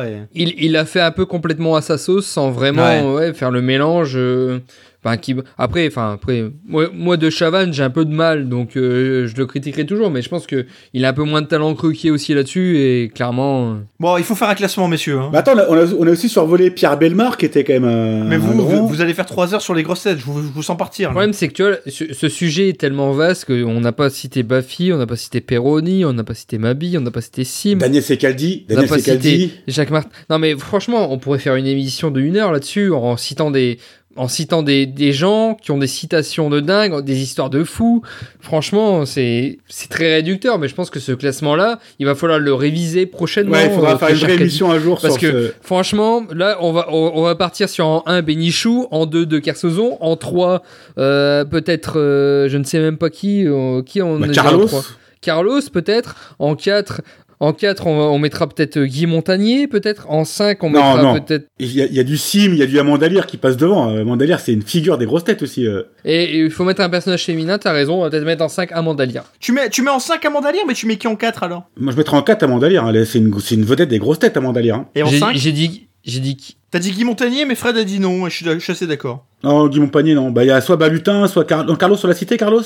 Speaker 2: Et...
Speaker 1: Il, il l'a fait un peu complètement à sa sauce sans vraiment ouais, faire le mélange. euh, Enfin, qui... Après, enfin, après moi, moi, de Chavannes, j'ai un peu de mal, donc euh, je le critiquerai toujours, mais je pense que il a un peu moins de talent que Ruquier aussi là-dessus, et clairement... euh,
Speaker 2: Bon, il faut faire un classement, messieurs. hein.
Speaker 3: Bah attends, on a, on a- on a aussi survolé Pierre Belmar, qui était quand même un.
Speaker 2: Mais
Speaker 3: un
Speaker 2: vous,
Speaker 3: grand.
Speaker 2: vous, vous allez faire 3 heures sur les grosses têtes, je vous, je vous sens partir.
Speaker 1: Le
Speaker 2: là.
Speaker 1: problème, c'est que tu vois, ce, ce sujet est tellement vaste qu'on n'a pas cité Baffy, on n'a pas cité Perroni, on n'a pas cité Mabi, on n'a pas cité Sim,
Speaker 3: Daniel Secaldi.
Speaker 1: on n'a
Speaker 3: Daniel
Speaker 1: pas cité
Speaker 3: Secaldi.
Speaker 1: Jacques Martin. Non, mais franchement, on pourrait faire une émission de une heure là-dessus en citant des en citant des, des gens qui ont des citations de dingue, des histoires de fous. Franchement, c'est c'est très réducteur, mais je pense que ce classement-là, il va falloir le réviser prochainement.
Speaker 3: Ouais, il faudra
Speaker 1: euh,
Speaker 3: faire une
Speaker 1: très
Speaker 3: vraie
Speaker 1: cher
Speaker 3: émission un jour
Speaker 1: Parce
Speaker 3: sur
Speaker 1: que-
Speaker 3: ce-
Speaker 1: Franchement, là, on va, on, on va partir sur en 1 Bénichou, en 2 de Kersozon, en 3 euh, peut-être, euh, je ne sais même pas qui, euh, qui on
Speaker 3: Bah,
Speaker 1: est déjà en
Speaker 3: Carlos.
Speaker 1: trois. Carlos peut-être, en 4 en 4 on, va- on mettra peut-être euh, Guy Montagnier, peut-être en 5 on
Speaker 3: Non,
Speaker 1: mettra
Speaker 3: non.
Speaker 1: peut-être
Speaker 3: Il y, a- il y a du Sim, il y a du Amandalire qui passe devant. Euh, Amandalire, c'est une figure des grosses têtes aussi. euh.
Speaker 1: et et il faut mettre un personnage féminin, t'as raison, on va peut-être mettre en 5 Amandalia.
Speaker 2: Tu, mets, tu mets en 5 Amandalire, mais tu mets qui en 4 alors
Speaker 3: Moi, je mettrais en 4 Amandalire. hein. C'est une, c'est une vedette des grosses têtes, Amandalire. hein.
Speaker 2: Et en
Speaker 1: J'ai
Speaker 2: 5
Speaker 1: j'ai dit j'ai dit qui
Speaker 2: T'as dit Guy Montagnier, mais Fred a dit non, et je suis, je suis assez d'accord.
Speaker 3: Non, Guy Montpanier, non. Bah, il y a soit Balutin, soit Car- non, Carlos sur la cité, Carlos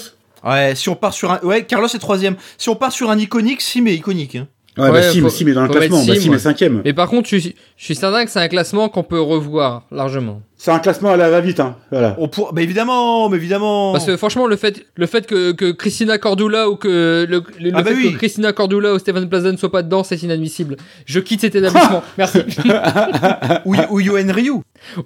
Speaker 2: Ouais, si on part sur un. Ouais, Carlos est 3 Si on part sur un iconique, si, mais iconique. hein.
Speaker 3: Ouais,
Speaker 1: Ouais,
Speaker 3: bah, Sim,
Speaker 1: faut-
Speaker 3: Sim est dans le
Speaker 1: faut mettre
Speaker 3: classement. bah,
Speaker 1: Sim,
Speaker 3: Sim
Speaker 1: ouais.
Speaker 3: est cinquième.
Speaker 1: Mais par contre, je, suis- je suis certain que c'est un classement qu'on peut revoir largement.
Speaker 3: C'est un classement à la va-vite, hein. Voilà.
Speaker 2: On pour... Bah évidemment, mais évidemment
Speaker 1: Parce que franchement, le fait, le fait que, que Christina Cordula ou que le, le- le
Speaker 2: Ah bah
Speaker 1: fait
Speaker 2: oui.
Speaker 1: que Christina Cordula ou Stephen Plaza ne soient pas dedans, c'est inadmissible. Je quitte cet établissement. Merci.
Speaker 2: Ou, ou Yoann Ryu.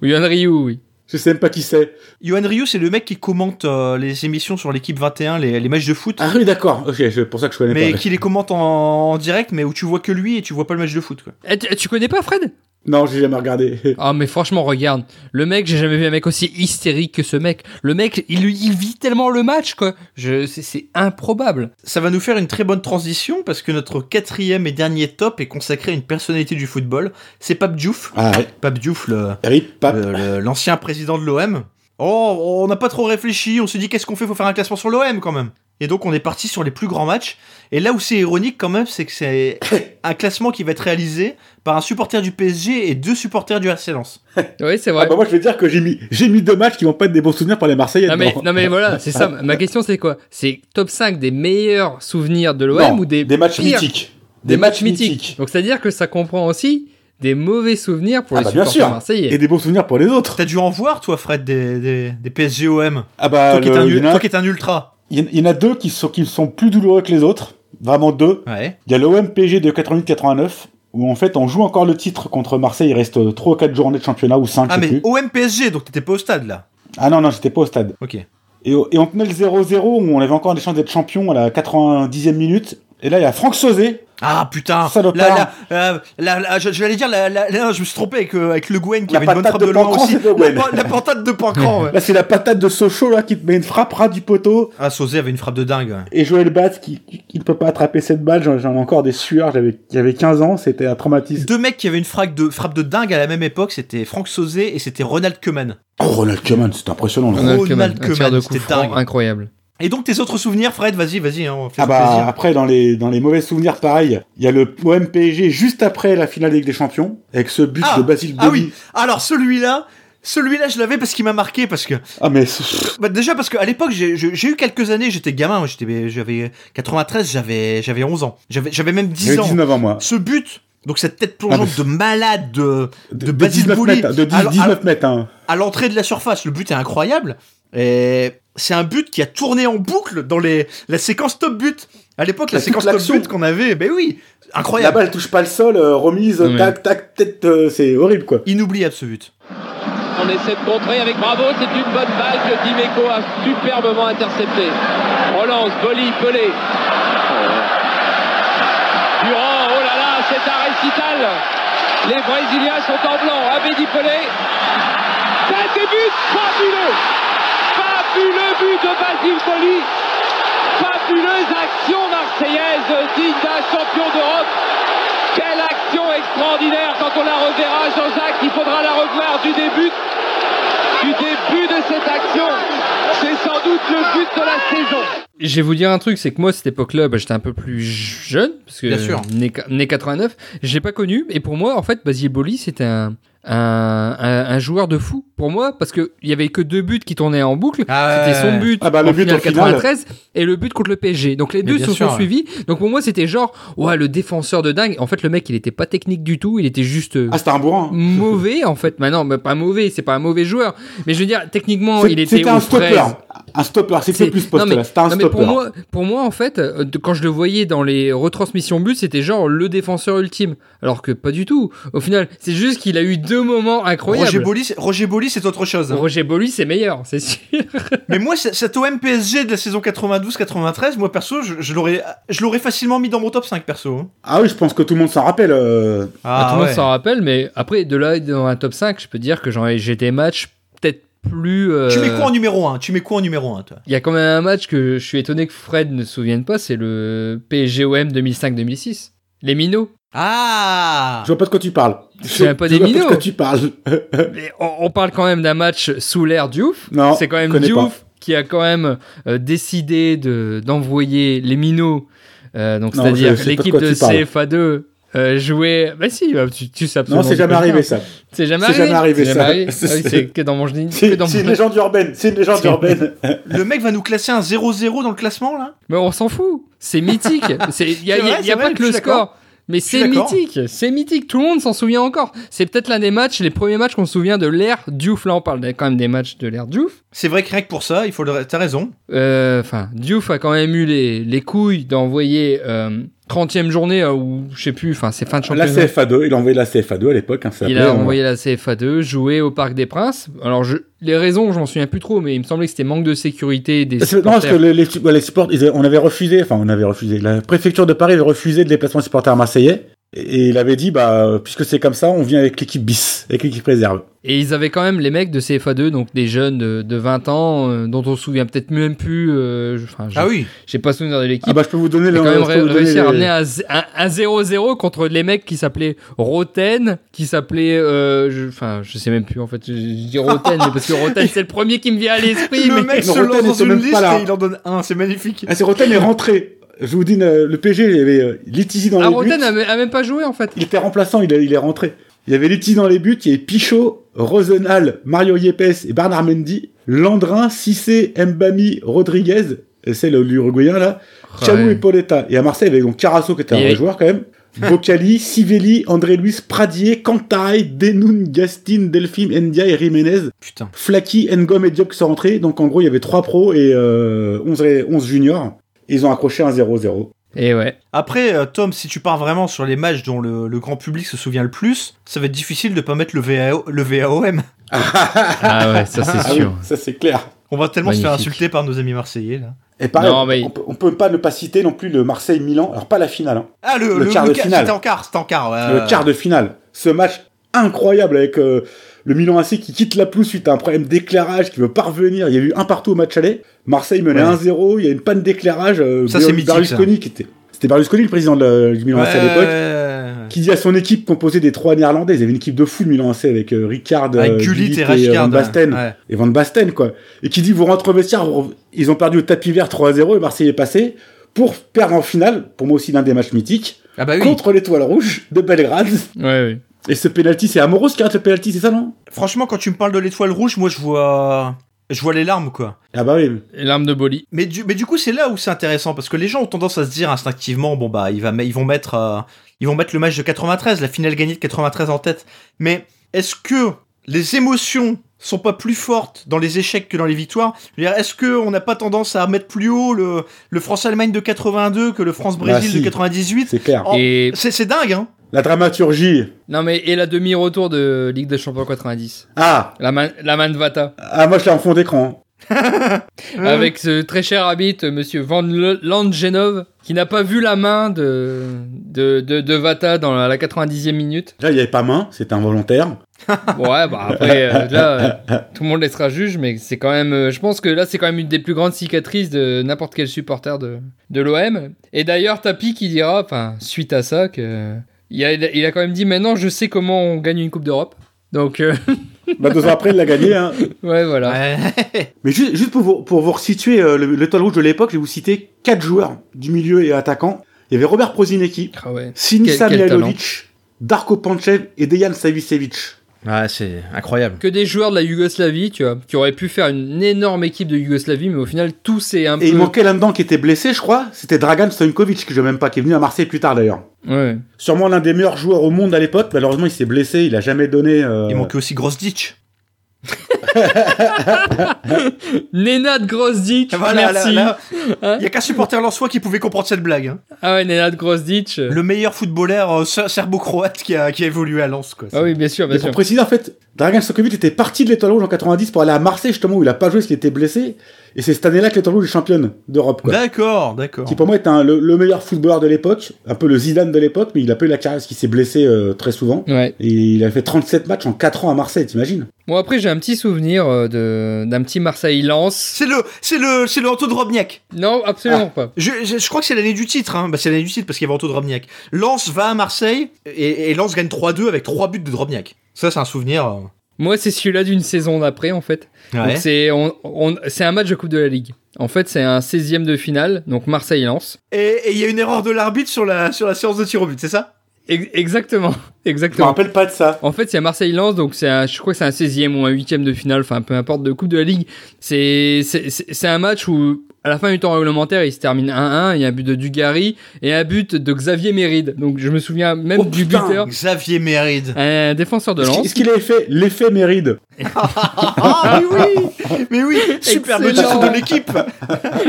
Speaker 1: Ou Yohan Ryu, oui.
Speaker 3: Je sais même pas qui c'est.
Speaker 2: Yoann Ryu, c'est le mec qui commente euh, les émissions sur l'équipe 21, les, les matchs de foot.
Speaker 3: Ah oui, d'accord. Ok, c'est pour ça que je connais
Speaker 2: mais
Speaker 3: pas.
Speaker 2: qui les commente en, en direct, mais où tu vois que lui et tu vois pas le match de foot. Quoi.
Speaker 1: Eh, tu, tu connais pas Fred
Speaker 3: Non, j'ai jamais regardé.
Speaker 1: Ah mais franchement, regarde. Le mec, j'ai jamais vu un mec aussi hystérique que ce mec. Le mec, il, il vit tellement le match, quoi. Je, c'est, c'est improbable.
Speaker 2: Ça va nous faire une très bonne transition parce que notre quatrième et dernier top est consacré à une personnalité du football. C'est Pape Diouf.
Speaker 3: Ah, ouais.
Speaker 2: Pape Diouf, le-
Speaker 3: Rip, Pape.
Speaker 2: le- le- l'ancien président de l'OM. Oh, on n'a pas trop réfléchi, on s'est dit qu'est-ce qu'on fait, faut faire un classement sur l'OM quand même. Et donc on est parti sur les plus grands matchs. Et là où c'est ironique quand même, c'est que c'est un classement qui va être réalisé par un supporter du PSG et deux supporters du RC Lens.
Speaker 1: Oui, c'est
Speaker 3: Ah
Speaker 1: vrai.
Speaker 3: bah moi je vais dire que j'ai mis j'ai mis deux matchs qui vont pas être des bons souvenirs pour les Marseillais.
Speaker 1: Non mais,
Speaker 3: dedans.
Speaker 1: non mais voilà, c'est ça. Ma question c'est quoi C'est top 5 des meilleurs souvenirs de l'OM
Speaker 3: Non,
Speaker 1: ou des,
Speaker 3: matchs
Speaker 1: pires
Speaker 3: mythiques.
Speaker 1: Des, matchs mythiques. Donc c'est à dire que ça comprend aussi des mauvais souvenirs pour
Speaker 3: Ah
Speaker 1: les
Speaker 3: bah, bien
Speaker 1: supporters
Speaker 3: sûr.
Speaker 1: marseillais.
Speaker 3: Et des bons souvenirs pour les autres.
Speaker 2: T'as dû en voir toi Fred des, des, des PSG OM
Speaker 3: Ah bah
Speaker 2: toi, qui es un,
Speaker 3: le- il y
Speaker 2: ul-
Speaker 3: en a-
Speaker 2: toi qui es un ultra.
Speaker 3: il y en- il y en a deux qui sont qui sont plus douloureux que les autres. Vraiment deux.
Speaker 2: Ouais.
Speaker 3: Il y a l'OMPG de 88-89 où en fait on joue encore le titre contre Marseille. Il reste 3 ou 4 journées de championnat ou 5
Speaker 2: Ah
Speaker 3: je sais
Speaker 2: mais
Speaker 3: plus.
Speaker 2: OM PSG, donc t'étais pas au stade là.
Speaker 3: Ah non non j'étais pas au stade.
Speaker 2: Ok.
Speaker 3: Et, et on tenait le 0-0 où on avait encore des chances d'être champion à la 90e minute. Et là il y a Franck Sauzet.
Speaker 2: Ah putain,
Speaker 3: Salopard.
Speaker 2: là, là, euh, là, là, je, je vais aller dire, là, là, là, je me suis trompé avec, euh, avec Le Guen qui
Speaker 3: La
Speaker 2: avait une bonne
Speaker 3: patate
Speaker 2: frappe
Speaker 3: de
Speaker 2: de, loin
Speaker 3: Pancran,
Speaker 2: aussi.
Speaker 3: c'est
Speaker 2: la,
Speaker 3: Le Guen.
Speaker 2: pan- la patate de Pancran. ouais.
Speaker 3: Là c'est la patate de Sochaux là qui te met une frappe ras du poteau.
Speaker 2: Ah, Sauzet avait une frappe de dingue. ouais.
Speaker 3: Et Joël Batz qui, qui- qui ne peut pas attraper cette balle, j'en j'en ai encore des sueurs, j'avais j'avais 15 ans, c'était un traumatisme.
Speaker 2: Deux mecs qui avaient une frappe de, frappe de dingue à la même époque, c'était Franck Sauzet et c'était Ronald Koeman.
Speaker 3: Oh Ronald Koeman, c'est impressionnant.
Speaker 2: là.
Speaker 1: Ronald
Speaker 2: Ronald
Speaker 1: Koeman, un tir
Speaker 2: Koeman,
Speaker 1: de coup
Speaker 2: c'était
Speaker 1: franc
Speaker 2: dingue.
Speaker 1: incroyable.
Speaker 2: Et donc tes autres souvenirs, Fred, vas-y, vas-y, hein,
Speaker 3: Ah
Speaker 2: fais-nous
Speaker 3: bah
Speaker 2: plaisir.
Speaker 3: après dans les dans les mauvais souvenirs pareil, il y a le OM PSG juste après la finale Ligue des Champions avec ce but
Speaker 2: Ah,
Speaker 3: de Basile
Speaker 2: ah
Speaker 3: Boli.
Speaker 2: oui, alors celui-là, celui-là je l'avais parce qu'il m'a marqué parce que
Speaker 3: Ah mais c'est-
Speaker 2: Bah déjà parce qu'à l'époque j'ai j'ai- j'ai eu quelques années, j'étais gamin, moi, j'étais j'avais 93, j'avais j'avais 11 ans. J'avais j'avais même 10
Speaker 3: j'avais
Speaker 2: ans.
Speaker 3: 19 ans moi.
Speaker 2: Ce but, donc cette tête plongeante
Speaker 3: Ah,
Speaker 2: de malade de, de,
Speaker 3: de
Speaker 2: Basile
Speaker 3: 19
Speaker 2: Boli
Speaker 3: mètres, hein, de 10
Speaker 2: à l- à-
Speaker 3: 19 mètres hein.
Speaker 2: à l'entrée de la surface, le but est incroyable. Et c'est un but qui a tourné en boucle dans les la séquence top but. À l'époque, la
Speaker 3: Bah, toute
Speaker 2: séquence top
Speaker 3: l'action.
Speaker 2: but qu'on avait, ben oui,
Speaker 3: La
Speaker 2: incroyable.
Speaker 3: balle touche pas le sol, euh, remise
Speaker 1: Ouais.
Speaker 3: tac tac tête euh, c'est horrible quoi.
Speaker 2: Inoubliable ce but.
Speaker 9: On essaie de contrer avec Bravo, c'est une bonne balle que Dimeco a superbement interceptée. Relance, Boli, Pelé. Durand, oh là là, c'est un récital. Les Brésiliens sont en blanc. Abedi Pelé. Tête et but, fabuleux. Fabuleux but de Basile Boli. Fabuleux fabuleuse action marseillaise digne d'un champion d'Europe. Quelle action extraordinaire quand on la reverra, Jean-Jacques, il faudra la revoir du début, du début de cette action. C'est sans doute le but de la saison.
Speaker 1: Je vais vous dire un truc, c'est que moi, à cette époque-là, bah, j'étais un peu plus jeune, parce que
Speaker 2: Bien sûr.
Speaker 1: né, né 89, j'ai pas connu, et pour moi, en fait, Basile Boli, c'était un, un, un- un joueur de fou, pour moi, parce qu'il y avait que deux buts qui tournaient en boucle,
Speaker 2: Ah
Speaker 1: c'était
Speaker 2: ouais.
Speaker 1: son but
Speaker 3: Ah bah,
Speaker 1: en
Speaker 3: le but
Speaker 1: finale
Speaker 3: en finale.
Speaker 1: 93, et le but contre le PSG, donc les
Speaker 2: Mais
Speaker 1: deux
Speaker 2: bien
Speaker 1: se
Speaker 2: sûr,
Speaker 1: sont
Speaker 2: ouais.
Speaker 1: suivis, donc pour moi, c'était genre, ouais, le défenseur de dingue, en fait, le mec, il était pas technique du tout, il était juste... euh,
Speaker 3: Ah, c'était un
Speaker 2: hein.
Speaker 3: bourrin.
Speaker 1: mauvais en fait maintenant bah, pas mauvais c'est pas un mauvais joueur mais je veux dire techniquement
Speaker 3: C'est-
Speaker 1: il était
Speaker 3: C'était
Speaker 1: aux
Speaker 3: un stopper.
Speaker 1: fraises.
Speaker 3: Un stopper,
Speaker 1: C'est-
Speaker 3: c'était plus
Speaker 1: non, mais-
Speaker 3: poste là. C'était un
Speaker 1: non, mais pour
Speaker 3: stopper.
Speaker 1: moi pour moi en fait euh, de- quand je le voyais dans les retransmissions but c'était genre le défenseur ultime alors que pas du tout au final c'est juste qu'il a eu deux moments incroyables
Speaker 2: Roger hein. Bolly, c'est- Roger Bolly, c'est autre chose.
Speaker 1: Roger Bolly c'est meilleur c'est sûr
Speaker 2: Mais moi, c- cet OM PSG de la saison 92-93, moi perso, je, je l'aurais, je l'aurais facilement mis dans mon top 5 perso. hein.
Speaker 3: Ah oui, je pense que tout le monde s'en rappelle. euh,
Speaker 1: Bah, tout le monde
Speaker 2: Ah, ouais.
Speaker 1: s'en rappelle mais après de là dans un top 5 je peux dire que j'en ai- j'ai des matchs peut-être plus euh,
Speaker 2: Tu mets quoi en numéro 1 Tu mets quoi en numéro 1 toi
Speaker 1: Il y a quand même un match que je suis étonné que Fred ne se souvienne pas, c'est le PSGOM 2005-2006. Les minots.
Speaker 2: Ah
Speaker 3: Je vois pas de quoi tu parles.
Speaker 1: C'est même pas
Speaker 3: Je
Speaker 1: des
Speaker 3: vois de
Speaker 1: minots.
Speaker 3: quoi tu parles.
Speaker 1: Mais on, on parle quand même d'un match sous l'air Diouf.
Speaker 3: Non,
Speaker 1: c'est quand même
Speaker 3: je connais
Speaker 1: Diouf qui a quand même euh, décidé de d'envoyer les minots, euh, donc
Speaker 3: Non,
Speaker 1: c'est-à-dire
Speaker 3: je sais pas de
Speaker 1: l'équipe
Speaker 3: quoi
Speaker 1: de
Speaker 3: tu parles.
Speaker 1: CFA2 euh, jouer. Bah si, bah, tu, tu sais absolument.
Speaker 3: non, c'est
Speaker 1: de quoi
Speaker 3: jamais
Speaker 1: je parle.
Speaker 3: arrivé ça.
Speaker 1: C'est jamais
Speaker 3: C'est
Speaker 1: arrivé.
Speaker 3: jamais arrivé, ça.
Speaker 1: C'est Ah oui, c'est que dans mon génie. que
Speaker 3: C'est
Speaker 1: dans
Speaker 3: c'est
Speaker 1: mon-
Speaker 3: une légende urbaine. C'est une légende
Speaker 1: C'est-
Speaker 3: urbaine.
Speaker 2: Le mec va nous classer un 0-0 dans le classement là
Speaker 1: Mais on s'en fout. C'est mythique. C'est il y a,
Speaker 2: C'est vrai,
Speaker 1: y a- y
Speaker 2: c'est
Speaker 1: a
Speaker 2: vrai,
Speaker 1: pas que
Speaker 2: je
Speaker 1: le
Speaker 2: suis d'accord.
Speaker 1: score. Mais
Speaker 2: suis
Speaker 1: c'est
Speaker 2: d'accord.
Speaker 1: mythique, c'est mythique, tout le monde s'en souvient encore. C'est peut-être l'un des matchs, les premiers matchs qu'on se souvient de l'ère Diouf. Là, on parle quand même des matchs de l'ère Diouf.
Speaker 2: C'est vrai que rien que pour ça, il faut le... t'as raison.
Speaker 1: Euh, Enfin, Diouf a quand même eu les, les couilles d'envoyer euh, 30e journée euh, ou je sais plus, enfin, c'est fin de
Speaker 3: La
Speaker 1: championnat.
Speaker 3: CFA2, il a envoyé la CFA2 à l'époque. hein, ça
Speaker 1: Il
Speaker 3: s'appelait,
Speaker 1: a
Speaker 3: hein.
Speaker 1: envoyé la CFA2 jouer au Parc des Princes. Alors, je, les raisons, je m'en souviens plus trop, mais il me semblait que c'était manque de sécurité des.
Speaker 3: C'est- Non, parce que
Speaker 1: supporters.
Speaker 3: les, les, ouais, les supporters, ils avaient- on avait refusé, enfin, on avait refusé. La préfecture de Paris avait refusé le déplacement des supporters marseillais. Et, et il avait dit, bah, euh, puisque c'est comme ça, on vient avec l'équipe bis, avec l'équipe réserve.
Speaker 1: Et ils avaient quand même les mecs de CFA2, donc des jeunes de, de 20 ans, euh, dont on se souvient peut-être même plus. euh, je- Enfin, j'ai-
Speaker 2: oui
Speaker 1: j'ai pas souvenir de l'équipe.
Speaker 3: Ah, bah, je peux vous donner
Speaker 1: mais quand
Speaker 3: le
Speaker 1: même
Speaker 3: je peux
Speaker 1: ré-
Speaker 3: vous donner
Speaker 1: réussi à
Speaker 3: les-
Speaker 1: ramener un z- un un 0-0 contre les mecs qui s'appelaient Roten, qui s'appelaient, euh, je- enfin, je, sais même plus en fait. Je, je dis Roten, mais parce que Roten c'est le premier qui me vient à l'esprit.
Speaker 2: Le
Speaker 1: mais-
Speaker 2: mec se
Speaker 3: Rotten
Speaker 2: lance dans
Speaker 3: était
Speaker 2: une
Speaker 3: même pas
Speaker 2: liste
Speaker 3: là.
Speaker 2: et il en donne un, c'est magnifique.
Speaker 3: Ah, c'est Roten est rentré. Je vous dis, euh, le PG, il y avait euh, Letizy dans
Speaker 1: Ah,
Speaker 3: les buts.
Speaker 1: Roten a, même- a même pas joué en fait.
Speaker 3: Il était remplaçant, il est, il est rentré. Il y avait Letizy dans les buts, il y avait Pichot, Rosenhal, Mario Yepes et Bernard Mendy, Landrin, Cissé, Mbami, Rodriguez, et c'est le l'Uruguayen là, Chamou
Speaker 1: Ouais.
Speaker 3: et Pauletta. Et à Marseille, il y avait donc Carasso qui était
Speaker 1: Et-
Speaker 3: un vrai joueur quand même, Bocali, Sivelli, André Luis, Pradier, Cantaray, Denoun, Gastin, Delphine, Endia et Jiménez,
Speaker 2: Putain.
Speaker 3: Flaky, Ngom et Diop qui sont rentrés. Donc en gros, il y avait 3 pros et euh, 11, ré- 11 juniors. Ils ont accroché un 0-0.
Speaker 1: Et ouais.
Speaker 2: Après, euh, Tom, si tu pars vraiment sur les matchs dont le, le grand public se souvient le plus, ça va être difficile de pas mettre le, VAO, le VAOM.
Speaker 1: Ah ouais, ça
Speaker 3: Ah
Speaker 1: c'est
Speaker 3: oui,
Speaker 1: sûr.
Speaker 3: ça c'est clair.
Speaker 2: On va tellement se faire
Speaker 1: Magnifique.
Speaker 2: insulter par nos amis marseillais là.
Speaker 3: Et pareil,
Speaker 1: Non, mais-
Speaker 3: on, peut, on peut pas ne pas citer non plus le Marseille-Milan, alors pas la finale, hein,
Speaker 2: Ah, le,
Speaker 3: Le quart de
Speaker 2: ca-
Speaker 3: finale.
Speaker 2: C'était en quart, c'était en quart. ouais.
Speaker 3: le quart de finale. Ce match incroyable avec euh, le Milan AC qui quitte la pelouse suite à un problème d'éclairage, qui veut pas revenir. Il y a eu un partout au match aller. Marseille menait
Speaker 2: Ouais.
Speaker 3: 1-0, il y a une panne d'éclairage. euh,
Speaker 2: Ça, c'est
Speaker 3: Ber-
Speaker 2: mythique,
Speaker 3: Berlusconi qui était. C'était Berlusconi le président de la- du Milan AC à l'époque.
Speaker 2: Ouais.
Speaker 3: Qui dit à son équipe composée des trois néerlandais, ils avaient une équipe de fou le Milan AC avec euh, Ricard, euh,
Speaker 2: Avec Gullit
Speaker 3: Gullit
Speaker 2: et
Speaker 3: euh, Van
Speaker 2: Rashkard.
Speaker 3: Basten.
Speaker 2: ouais.
Speaker 3: et Van Basten, quoi. Et qui dit, vous rentrez au vestiaire, vous- ils ont perdu au tapis vert 3-0 et Marseille est passé pour perdre en finale, pour moi aussi l'un des matchs mythiques,
Speaker 2: Ah bah oui.
Speaker 3: contre l'étoile rouge de Belgrade.
Speaker 1: Ouais, ouais.
Speaker 3: Et ce penalty, c'est Amoros qui rate le penalty, c'est ça, non
Speaker 2: Franchement, quand tu me parles de l'étoile rouge, moi je vois, je vois les larmes quoi.
Speaker 3: Ah bah oui.
Speaker 1: Et L'arme de Boli.
Speaker 2: Mais du, mais du coup, c'est là où c'est intéressant parce que les gens ont tendance à se dire instinctivement, bon bah, ils, va, ils vont mettre, euh, ils vont mettre le match de 93, la finale gagnée de 93 en tête. Mais est-ce que les émotions sont pas plus fortes dans les échecs que dans les victoires Je veux dire, Est-ce que on n'a pas tendance à mettre plus haut le, le France-Allemagne de 82 que le France-Brésil
Speaker 3: Bah, si.
Speaker 2: de 98
Speaker 3: C'est clair.
Speaker 2: Oh.
Speaker 1: Et
Speaker 2: C'est c'est dingue, hein
Speaker 3: La dramaturgie.
Speaker 1: non mais et la demi retour de Ligue des Champions 90.
Speaker 3: Ah,
Speaker 1: La main, la main de Vata.
Speaker 3: ah moi je l'ai en fond d'écran.
Speaker 1: avec ce très cher habit, euh, monsieur Van L- Landgenov, qui n'a pas vu la main de, de, de, de Vata dans la, la 90e minute.
Speaker 3: Là, il n'y avait pas main, c'était involontaire.
Speaker 1: Ouais, bah après, euh, là, euh, tout le monde laissera juge, mais c'est quand même. euh, je pense que là, c'est quand même une des plus grandes cicatrices de n'importe quel supporter de, de l'OM. Et d'ailleurs, Tapi qui dira, enfin, suite à ça, que. Il a, il a quand même dit maintenant, je sais comment on gagne une Coupe d'Europe. Donc, euh,
Speaker 3: Bah, deux ans après, il l'a gagné. Hein.
Speaker 1: ouais, voilà.
Speaker 3: Mais juste, juste pour, vous, pour vous resituer euh, le, le toile rouge de l'époque, je vais vous citer quatre joueurs du milieu et attaquants. Il y avait Robert Prozinecki,
Speaker 1: Ah ouais.
Speaker 3: Sinisa
Speaker 1: Quel- quel
Speaker 3: Mihailovic, Darko Panchev et Dejan Savicevic.
Speaker 2: Ouais, c'est incroyable.
Speaker 1: Que des joueurs de la Yougoslavie, tu vois, qui auraient pu faire une énorme équipe de Yougoslavie, mais au final, tout s'est un
Speaker 3: Et il
Speaker 1: peu.
Speaker 3: manquait là-dedans qui était blessé, je crois. C'était Dragan Stojkovic, que je même pas, qui est venu à Marseille plus tard d'ailleurs.
Speaker 1: Ouais.
Speaker 3: Sûrement l'un des meilleurs joueurs au monde à l'époque. Malheureusement, il s'est blessé, il a jamais donné. euh,
Speaker 2: Il manquait aussi Grosse Ditch.
Speaker 1: Nenad Grosdic,
Speaker 2: Voilà,
Speaker 1: Ah, merci. Hein
Speaker 2: là, là, il y a qu'un supporter lensois qui pouvait comprendre cette blague. hein.
Speaker 1: Ah ouais, Nenad Grosdic.
Speaker 2: Le meilleur footballeur euh, ser- serbo-croate qui a, qui a évolué à Lens, quoi.
Speaker 1: Ah oui, bien sûr, bien
Speaker 3: Mais pour
Speaker 1: sûr.
Speaker 3: préciser, en fait, Dragan Stojkovic était parti de l'étoile rouge en 90 pour aller à Marseille, justement, où il a pas joué parce qu'il était blessé. Et c'est cette année-là que l'étoile rouge est championne d'Europe, quoi.
Speaker 2: D'accord, d'accord.
Speaker 3: Qui pour moi est un- le, le meilleur footballeur de l'époque, un peu le Zidane de l'époque, mais il a pas eu la carrière parce qu'il s'est blessé euh, très souvent.
Speaker 1: Ouais.
Speaker 3: Et il a fait 37 matchs en 4 ans à Marseille, t'imagines
Speaker 1: Bon, après, j'ai un petit souvenir euh, de d'un petit Marseille-Lens.
Speaker 2: C'est le, c'est le, c'est le Anto Drobniak.
Speaker 1: Non,
Speaker 3: Ah.
Speaker 1: absolument pas.
Speaker 2: Je, je, je crois que c'est l'année du titre, hein. Bah, c'est l'année du titre parce qu'il y avait Anto Drobniak. Lens va à Marseille et, et Lens gagne 3-2 avec 3 buts de Drobniak. Ça, c'est un souvenir. euh.
Speaker 1: Moi, c'est celui-là d'une saison d'après, en fait. Donc, c'est on, on- c'est un match de Coupe de la Ligue. En fait, c'est un 16e de finale, donc Marseille-Lens.
Speaker 2: Et et il y a une erreur de l'arbitre sur la, sur la séance de tir au but, c'est ça
Speaker 1: Ex- exactement.
Speaker 3: Je me
Speaker 1: Exactement.
Speaker 3: rappelle pas de ça.
Speaker 1: En fait, il y a Marseille-Lens, donc c'est un- je crois que c'est un 16e ou un 8e de finale, enfin peu importe, de Coupe de la Ligue. C'est c'est- c'est c'est un match où, à la fin du temps réglementaire, il se termine 1-1, il y a un but de Dugarry et un but de Xavier Méride. Donc je me souviens même
Speaker 3: Oh,
Speaker 1: du
Speaker 3: putain.
Speaker 1: buteur,
Speaker 2: Xavier Méride.
Speaker 1: un défenseur de
Speaker 3: Est-ce qu'il-
Speaker 1: Lens.
Speaker 3: est-ce qu'il avait fait l'effet Méride
Speaker 2: Ah, mais oui Mais oui Superbe
Speaker 1: Excellent.
Speaker 2: titre de l'équipe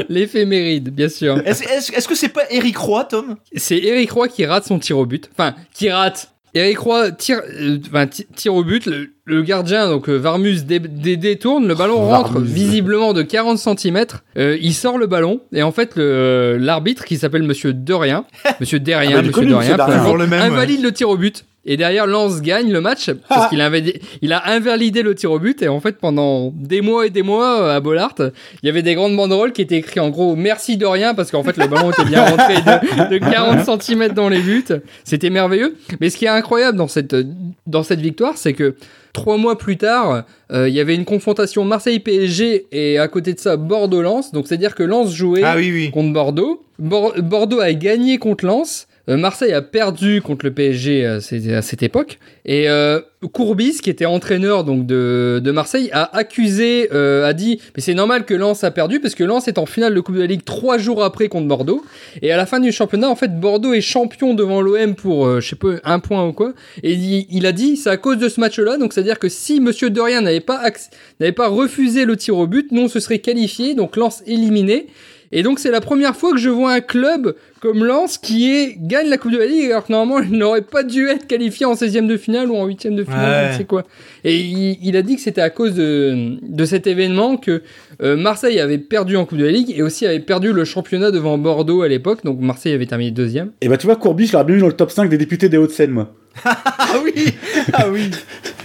Speaker 1: L'effet Méride, bien sûr.
Speaker 2: Est-ce est-ce- est-ce que c'est pas Eric Roy, Tom
Speaker 1: C'est Eric Roy qui rate son tir au but. Enfin, qui rate. Eric Roy tire, euh, enfin, ti- tire au but. Le, le gardien, donc euh, Varmus, dé- dé- détourne. Le ballon rentre
Speaker 3: Varmus.
Speaker 1: visiblement de 40 cm. il sort le ballon. Et en fait, le, euh, l'arbitre, qui s'appelle Monsieur Derien, Monsieur Derien,
Speaker 3: Ah bah, il est
Speaker 1: Monsieur
Speaker 3: connu,
Speaker 1: Derien,
Speaker 3: Monsieur
Speaker 1: peu
Speaker 3: Derrien.
Speaker 1: importe,
Speaker 2: Toujours le même, ouais.
Speaker 1: invalide le tir au but. Et derrière, Lens gagne le match
Speaker 3: Ah.
Speaker 1: parce qu'il a, invalidé- il a invalidé le tir au but. Et en fait, pendant des mois et des mois euh, à Bollard, il y avait des grandes banderoles qui étaient écrites en gros merci de rien parce qu'en fait le ballon était bien rentré de, de 40 cm dans les buts. C'était merveilleux. Mais ce qui est incroyable dans cette, dans cette victoire, c'est que trois mois plus tard, euh, il y avait une confrontation Marseille-PSG et à côté de ça Bordeaux-Lens. Donc c'est-à-dire que Lens jouait
Speaker 2: Ah oui, oui.
Speaker 1: contre Bordeaux. Bor- Bordeaux a gagné contre Lens. Euh, Marseille a perdu contre le PSG à, ces- euh, à cette époque. Et euh, Courbis, qui était entraîneur donc de, de Marseille, a accusé, euh, a dit mais c'est normal que Lens a perdu parce que Lens est en finale de Coupe de la Ligue trois jours après contre Bordeaux. Et à la fin du championnat, en fait, Bordeaux est champion devant l'OM pour euh, je sais pas un point ou quoi. Et il, il a dit c'est à cause de ce match-là. Donc c'est à dire que si Monsieur Dorien n'avait pas acc- n'avait pas refusé le tir au but, nous on se serait qualifié. Donc Lens éliminé. Et donc c'est la première fois que je vois un club comme Lens qui est, gagne la Coupe de la Ligue alors que normalement il n'aurait pas dû être qualifié en 16e de finale ou en 8e de finale,
Speaker 2: Ouais.
Speaker 1: je ne sais quoi. Et il, il a dit que c'était à cause de, de cet événement que euh, Marseille avait perdu en Coupe de la Ligue et aussi avait perdu le championnat devant Bordeaux à l'époque, donc Marseille avait terminé deuxième.
Speaker 3: Et bah tu vois, Courbis, je l'aurais bien eu dans le top 5 des députés des Hauts-de-Seine, moi.
Speaker 2: Ah oui Ah oui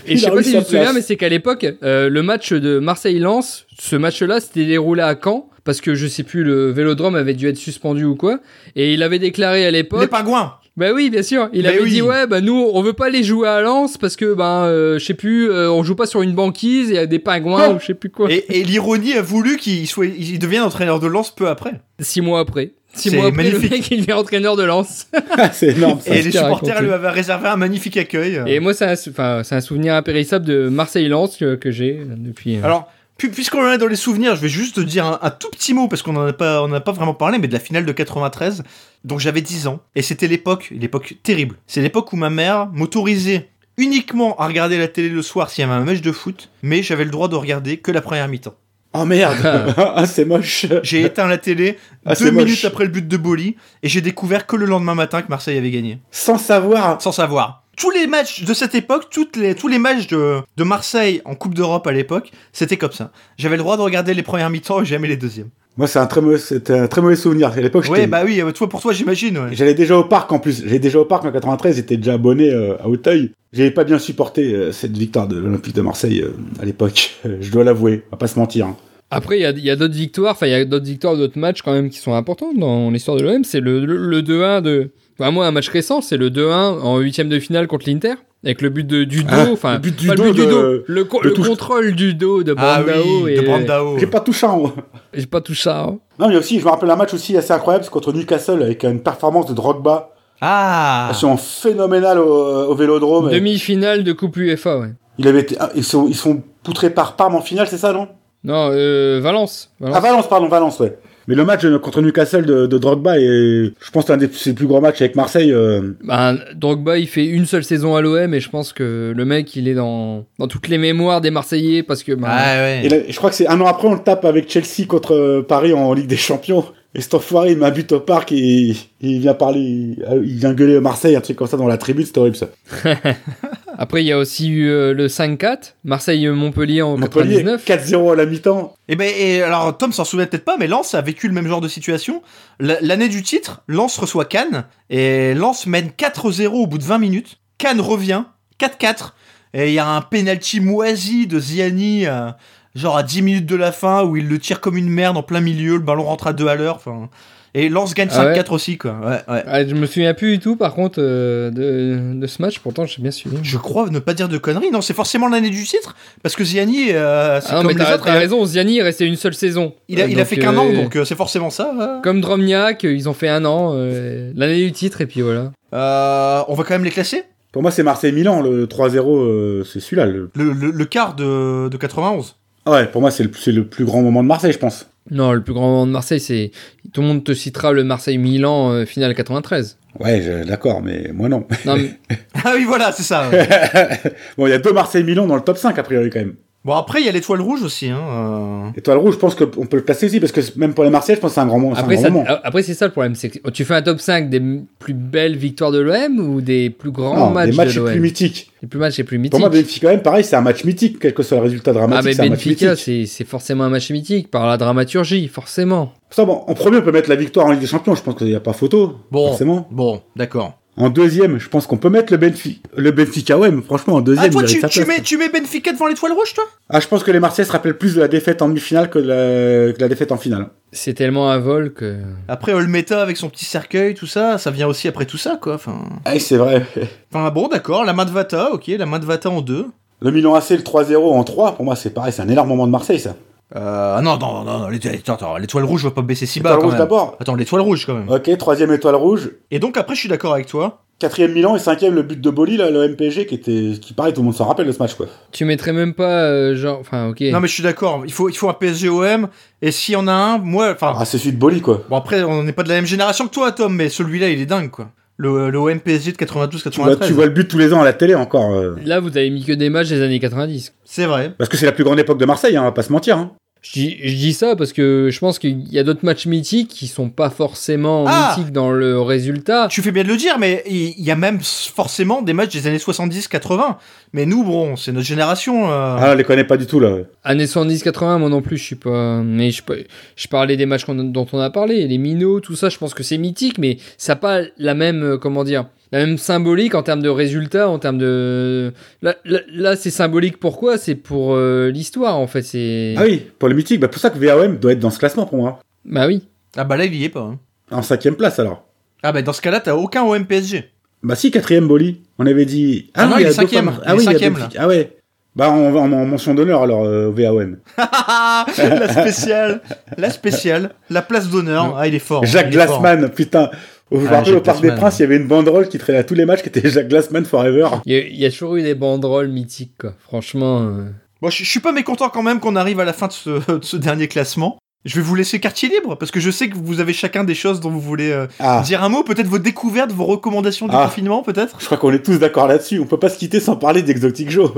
Speaker 1: Et
Speaker 3: Il
Speaker 1: je sais
Speaker 3: a
Speaker 1: pas
Speaker 3: eu
Speaker 1: si
Speaker 3: sa
Speaker 1: tu te souviens,
Speaker 3: place.
Speaker 1: mais c'est qu'à l'époque, euh, le match de Marseille-Lens, ce match-là s'était déroulé à Caen parce que je sais plus, le Vélodrome avait dû être suspendu ou quoi. Et il avait déclaré à l'époque...
Speaker 2: Les pingouins
Speaker 1: Bah oui, bien sûr. Il
Speaker 2: Bah
Speaker 1: avait
Speaker 2: oui.
Speaker 1: dit ouais, bah nous on veut pas les jouer à Lens parce que ben euh, je sais plus, euh, on joue pas sur une banquise et il y a des
Speaker 2: Oh
Speaker 1: pingouins ou je sais plus quoi.
Speaker 2: Et, et l'ironie a voulu qu'il soit, il devienne entraîneur de lance peu après.
Speaker 1: Six mois après, six
Speaker 2: C'est
Speaker 1: mois après,
Speaker 2: magnifique.
Speaker 1: le mec il devient entraîneur de Lens.
Speaker 3: Ah, c'est énorme, ça.
Speaker 2: Et
Speaker 1: se
Speaker 2: les
Speaker 1: fait
Speaker 2: supporters
Speaker 1: raconter.
Speaker 2: lui avaient réservé un magnifique accueil.
Speaker 1: Et moi c'est un, sou- enfin, c'est un souvenir impérissable de Marseille-Lens que, que j'ai euh, depuis. euh,
Speaker 2: Alors, pu- puisqu'on est dans les souvenirs, je vais juste te dire un, un tout petit mot, parce qu'on n'en a, pas- on en a pas vraiment parlé, mais de la finale de 93, dont j'avais 10 ans. Et c'était l'époque, l'époque terrible. C'est l'époque où ma mère m'autorisait uniquement à regarder la télé le soir s'il y avait un match de foot, mais j'avais le droit de regarder que la première mi-temps.
Speaker 3: Oh merde Ah, c'est moche
Speaker 2: J'ai éteint la télé
Speaker 3: Ah,
Speaker 2: deux
Speaker 3: c'est moche.
Speaker 2: minutes après le but de Boli, et j'ai découvert que le lendemain matin que Marseille avait gagné.
Speaker 3: Sans savoir
Speaker 2: Sans savoir. tous les matchs de cette époque, toutes les, tous les matchs de, de Marseille en Coupe d'Europe à l'époque, c'était comme ça. J'avais le droit de regarder les premières mi-temps et jamais les deuxièmes.
Speaker 3: Moi, c'est un très mauvais, c'était un très mauvais souvenir. À l'époque,
Speaker 2: Ouais,
Speaker 3: j'étais-
Speaker 2: bah oui, euh, toi pour toi, j'imagine. ouais.
Speaker 3: j'allais déjà au parc en plus. J'allais déjà au parc en 93, j'étais déjà abonné euh, à Auteuil. J'avais pas bien supporté euh, cette victoire de l'Olympique de Marseille euh, à l'époque. Je dois l'avouer, on va pas se mentir. hein.
Speaker 1: Après, il y a, il y a d'autres victoires, enfin, il y a d'autres victoires, d'autres matchs quand même qui sont importants dans l'histoire de l'OM. C'est le, le, le 2-1 de. Enfin, moi, un match récent, c'est le 2-1 en huitième de finale contre l'Inter, avec le but de, du dos,
Speaker 3: Ah,
Speaker 1: enfin,
Speaker 3: le but du
Speaker 1: pas
Speaker 3: dos
Speaker 1: le but du
Speaker 3: de-
Speaker 1: dos, le, co-
Speaker 3: de
Speaker 1: le
Speaker 3: touche-
Speaker 1: contrôle du dos de
Speaker 2: Ah oui,
Speaker 1: Brandao et.
Speaker 2: de Brandao.
Speaker 3: J'ai pas touché en haut.
Speaker 1: J'ai pas tout ça. hein.
Speaker 3: Non, mais aussi, je me rappelle un match aussi assez incroyable, c'est contre Newcastle avec une performance de Drogba.
Speaker 2: Ah
Speaker 3: Passion phénoménale au, euh, au vélodrome. Et
Speaker 1: Demi-finale de Coupe UEFA, ouais.
Speaker 3: Il avait été, ah, ils, sont, ils sont poutrés par Parme en finale, c'est ça, non
Speaker 1: Non, euh, Valence. Valence.
Speaker 3: Ah, Valence, pardon, Valence, ouais. Mais le match euh, contre Newcastle de, de Drogba est, je pense, l'un des ses plus grands matchs avec Marseille. euh,
Speaker 1: Ben, Drogba, il fait une seule saison à l'OM et je pense que le mec, il est dans, dans toutes les mémoires des Marseillais parce que ben,
Speaker 2: Ah ouais.
Speaker 3: Et là, je crois que c'est un an après, on le tape avec Chelsea contre euh, Paris en Ligue des Champions. Et cet enfoiré, il met un but au parc et il, il vient parler, il, il vient gueuler à Marseille, un truc comme ça dans la tribune, c'était horrible ça.
Speaker 1: après, il y a aussi eu euh, le 5-4, Marseille-Montpellier en
Speaker 3: Montpellier,
Speaker 1: 99.
Speaker 3: 4-0 à la mi-temps.
Speaker 2: Eh ben, et alors Tom s'en souvient peut-être pas, mais Lens a vécu le même genre de situation. L- L'année du titre, Lens reçoit Cannes et Lens mène 4-0 au bout de 20 minutes. Cannes revient 4-4 et il y a un penalty moisi de Ziani, euh, genre à 10 minutes de la fin où il le tire comme une merde en plein milieu, le ballon rentre à 2 à l'heure. enfin. Et Lens gagne
Speaker 1: Ah ouais
Speaker 2: 5-4 aussi quoi. Ouais, ouais.
Speaker 1: Ah, je me souviens plus du tout, par contre, euh, de, de ce match. Pourtant, j'ai bien suivi.
Speaker 2: Je crois ne pas dire de conneries. Non, c'est forcément l'année du titre parce que Ziani, euh, c'est
Speaker 1: Ah non,
Speaker 2: comme
Speaker 1: mais
Speaker 2: les
Speaker 1: t'as
Speaker 2: autres.
Speaker 1: t'as
Speaker 2: il a-
Speaker 1: raison, Ziani est resté une seule saison.
Speaker 2: Il a,
Speaker 1: Euh,
Speaker 2: il a
Speaker 1: donc,
Speaker 2: fait qu'un
Speaker 1: euh,
Speaker 2: an, donc euh, c'est forcément ça. ouais.
Speaker 1: Comme Dromniak, euh, ils ont fait un an, euh, l'année du titre, et puis voilà.
Speaker 2: Euh, on va quand même les classer.
Speaker 3: Pour moi, c'est Marseille-Milan, le 3-0, euh, c'est celui-là. le-
Speaker 2: Le, le- le quart de, de 91.
Speaker 3: Ah Ouais, pour moi, c'est le, c'est le plus grand moment de Marseille, je pense.
Speaker 1: Non, le plus grand moment de Marseille, c'est. Tout le monde te citera le Marseille-Milan euh, finale 93.
Speaker 3: Ouais, je- d'accord, mais moi non.
Speaker 1: Non, mais-
Speaker 2: Ah oui, voilà, c'est ça. ouais.
Speaker 3: bon, il y a deux Marseille-Milan dans le top 5, a priori, quand même.
Speaker 2: bon, après, il y a l'étoile rouge aussi. Hein. euh.
Speaker 3: Étoile rouge, je pense qu'on peut le placer aussi, parce que même pour les Marseillais, je pense que c'est un grand, mo- c'est un
Speaker 1: Après,
Speaker 3: grand
Speaker 1: ça-
Speaker 3: moment.
Speaker 1: a- après c'est ça le problème, c'est que tu fais un top 5 des m- plus belles victoires de l'OM ou des plus grands
Speaker 3: Non,
Speaker 1: matchs
Speaker 3: les
Speaker 1: de
Speaker 3: matchs les
Speaker 1: l'OM
Speaker 3: plus mythiques.
Speaker 1: Les plus matchs les plus
Speaker 3: Pour
Speaker 1: mythiques.
Speaker 3: moi, Benfica, quand même, pareil, c'est un match mythique, quel que soit le résultat
Speaker 1: ah
Speaker 3: dramatique.
Speaker 1: mais
Speaker 3: c'est un match
Speaker 1: Benfica,
Speaker 3: mythique.
Speaker 1: c'est c'est forcément un match mythique par la dramaturgie, forcément.
Speaker 3: Ça, bon, en premier, on peut mettre la victoire en Ligue des Champions, je pense qu'il n'y a pas photo,
Speaker 2: Bon,
Speaker 3: forcément.
Speaker 2: bon d'accord.
Speaker 3: En deuxième, je pense qu'on peut mettre le Benfica. Le Benfica, ouais, mais franchement, en deuxième,
Speaker 2: Ah, toi,
Speaker 3: il
Speaker 2: tu,
Speaker 3: mérite sa
Speaker 2: tu
Speaker 3: place.
Speaker 2: mets, tu mets Benfica devant l'étoile rouge, toi
Speaker 3: Ah, je pense que les Marseillais se rappellent plus de la défaite en demi-finale que de la, que de la défaite en finale.
Speaker 1: C'est tellement un vol que...
Speaker 2: Après, Olmeta avec son petit cercueil, tout ça, ça vient aussi après tout ça, quoi. Enfin,
Speaker 3: Ah, c'est vrai.
Speaker 2: enfin bon, d'accord, la main de Vata, ok, la main de Vata en deux.
Speaker 3: Le Milan AC, le 3-0 en 3, pour moi, c'est pareil, c'est un énorme moment de Marseille, ça.
Speaker 2: Euh, ah non, non, non, non l'étoile attends, attends, l'étoile rouge va pas baisser si bas.
Speaker 3: Étoile
Speaker 2: quand
Speaker 3: rouge
Speaker 2: même.
Speaker 3: d'abord.
Speaker 2: Attends, l'étoile rouge quand même.
Speaker 3: Ok, troisième étoile rouge.
Speaker 2: Et donc, après, je suis d'accord avec toi.
Speaker 3: Quatrième Milan et cinquième le but de Boli, là, le MPG, qui était, qui pareil, tout le monde s'en rappelle de ce match, quoi.
Speaker 1: Tu mettrais même pas, euh, genre... Enfin, ok.
Speaker 2: Non, mais je suis d'accord, il faut, il faut un PSGOM, et s'il y en a un, moi, enfin,
Speaker 3: Ah, c'est celui de Boli, quoi.
Speaker 2: Bon après on n'est pas de la même génération que toi Tom mais celui-là il est dingue quoi. Le, le OMPSG de 92
Speaker 3: Tu vois,
Speaker 2: 93.
Speaker 3: Bah, tu vois le but tous les ans à la télé, encore. euh.
Speaker 1: Là, vous avez mis que des matchs des années 90.
Speaker 2: C'est vrai.
Speaker 3: Parce que c'est la plus grande époque de Marseille, hein, on va pas se mentir. Hein.
Speaker 1: Je dis, je dis ça parce que je pense qu'il y a d'autres matchs mythiques qui sont pas forcément
Speaker 2: Ah
Speaker 1: mythiques dans le résultat.
Speaker 2: Tu fais bien de le dire mais il il y, a même s- forcément des matchs des années 70 80 mais nous bon, c'est notre génération euh.
Speaker 3: Ah, on les connaît pas du tout, là.
Speaker 1: Années 70-80, moi non plus, je suis pas. Mais je, peux- je parlais des matchs qu'on- dont on a parlé, les minots, tout ça, je pense que c'est mythique, mais ça n'a pas la même, euh, comment dire, la même symbolique en termes de résultats, en termes de. Là, là, là, c'est symbolique pourquoi C'est pour euh, l'histoire, en fait. C'est...
Speaker 3: Ah oui, pour le mythique, bah, pour ça que VAOM doit être dans ce classement pour moi.
Speaker 1: Bah oui.
Speaker 2: Ah bah là il y est pas. hein.
Speaker 3: En cinquième place, alors.
Speaker 2: Ah bah dans ce cas-là t'as aucun OMPSG.
Speaker 3: Bah, si, quatrième Boli. On avait dit.
Speaker 2: Ah non,
Speaker 3: oui,
Speaker 2: il est
Speaker 3: y a deux
Speaker 2: cinquième.
Speaker 3: fois Mar-
Speaker 2: Il
Speaker 3: Ah
Speaker 2: est
Speaker 3: oui, il y a
Speaker 2: cinquième,
Speaker 3: Benfica. Ah ouais. Bah, on va en en mention d'honneur, alors, euh, VAOM.
Speaker 2: la spéciale, la spéciale, la place d'honneur. Ah il est fort.
Speaker 3: Jacques
Speaker 2: il est fort.
Speaker 3: Glassman, putain. Je me
Speaker 2: Ah,
Speaker 3: rappelle,
Speaker 2: Jacques
Speaker 3: au Parc des
Speaker 2: Glassman.
Speaker 3: Princes, il y avait une banderole qui traînait à tous les matchs qui était Jacques Glassman Forever.
Speaker 1: Il y, a- il y a toujours eu des banderoles mythiques, quoi. Franchement. euh.
Speaker 2: Bon je je suis pas mécontent quand même qu'on arrive à la fin de ce, de ce dernier classement. Je vais vous laisser quartier libre parce que je sais que vous avez chacun des choses dont vous voulez euh,
Speaker 3: Ah.
Speaker 2: Dire un mot, peut-être vos découvertes, vos recommandations du
Speaker 3: Ah.
Speaker 2: confinement, peut-être
Speaker 3: Je crois qu'on est tous d'accord là-dessus. On peut pas se quitter sans parler d'Exotic Joe.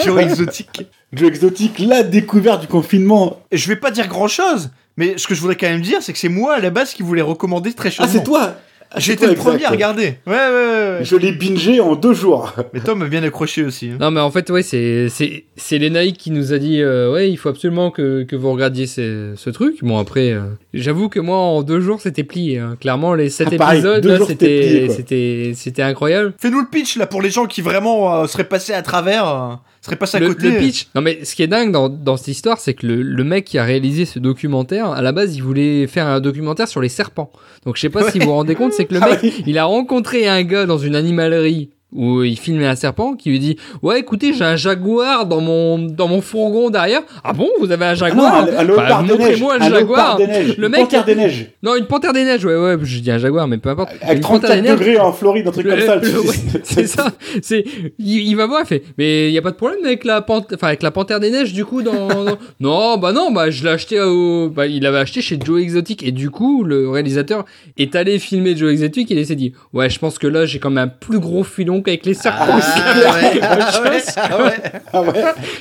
Speaker 2: Joe Exotique.
Speaker 3: Joe Exotic, la découverte du confinement.
Speaker 2: Et Je vais pas dire grand-chose, mais ce que je voudrais quand même dire, c'est que c'est moi à la base qui vous les recommandez très chaudement.
Speaker 3: Ah, c'est toi
Speaker 2: J'ai
Speaker 3: pas
Speaker 2: été le
Speaker 3: exact,
Speaker 2: premier à
Speaker 3: ouais.
Speaker 2: regarder. Ouais, ouais, ouais, ouais.
Speaker 3: Je l'ai bingé en deux jours.
Speaker 2: Mais Tom m'a bien accroché aussi. hein.
Speaker 1: Non, mais en fait, ouais, c'est, c'est, c'est Lenaï qui nous a dit euh, Ouais, il faut absolument que, que vous regardiez ce, ce truc. Bon, après, euh, j'avoue que moi, en deux jours, c'était plié. hein. Clairement, les sept
Speaker 3: Ah, pareil,
Speaker 1: épisodes,
Speaker 3: deux
Speaker 1: là,
Speaker 3: jours,
Speaker 1: c'était,
Speaker 3: c'était plié, quoi.
Speaker 1: c'était, c'était incroyable.
Speaker 2: Fais-nous le pitch là pour les gens qui vraiment euh, seraient passés à travers, euh, seraient passés à
Speaker 1: Le,
Speaker 2: côté.
Speaker 1: le pitch. Non, mais ce qui est dingue dans, dans cette histoire, c'est que le, le mec qui a réalisé ce documentaire, à la base, il voulait faire un documentaire sur les serpents. Donc, je sais pas si vous vous rendez compte, c'est que le
Speaker 3: Ah
Speaker 1: mec,
Speaker 3: oui.
Speaker 1: il a rencontré un gars dans une animalerie où il filmait un serpent qui lui dit ouais écoutez j'ai un jaguar dans mon dans mon fourgon derrière ah bon vous avez un jaguar
Speaker 3: un, un
Speaker 1: Bah,
Speaker 3: léopard des neiges.
Speaker 1: montrez-moi le
Speaker 3: un
Speaker 1: jaguar.
Speaker 3: léopard des neiges.
Speaker 1: Le
Speaker 3: Le
Speaker 1: mec-
Speaker 3: mec. des neiges.
Speaker 1: Non, une panthère des neiges, ouais, ouais, je dis un jaguar, mais peu importe.
Speaker 3: Avec
Speaker 1: une panthère
Speaker 3: 34
Speaker 1: des neiges.
Speaker 3: degrés en Floride, un truc
Speaker 1: le-
Speaker 3: comme ça.
Speaker 1: le-
Speaker 3: tu-
Speaker 1: ouais, c'est ça. C'est, il, il va voir, il fait, mais il y a pas de problème avec la panthère, enfin avec la panthère des neiges du coup dans. dans- non, bah non, bah je l'ai acheté au, bah il l'avait acheté chez Joe Exotic et du coup le réalisateur est allé filmer Joe Exotic et il s'est dit, ouais, je pense que là j'ai quand même un plus gros filon qu'avec les serpents.
Speaker 2: Ah ouais, ah ouais.
Speaker 3: Ah ouais.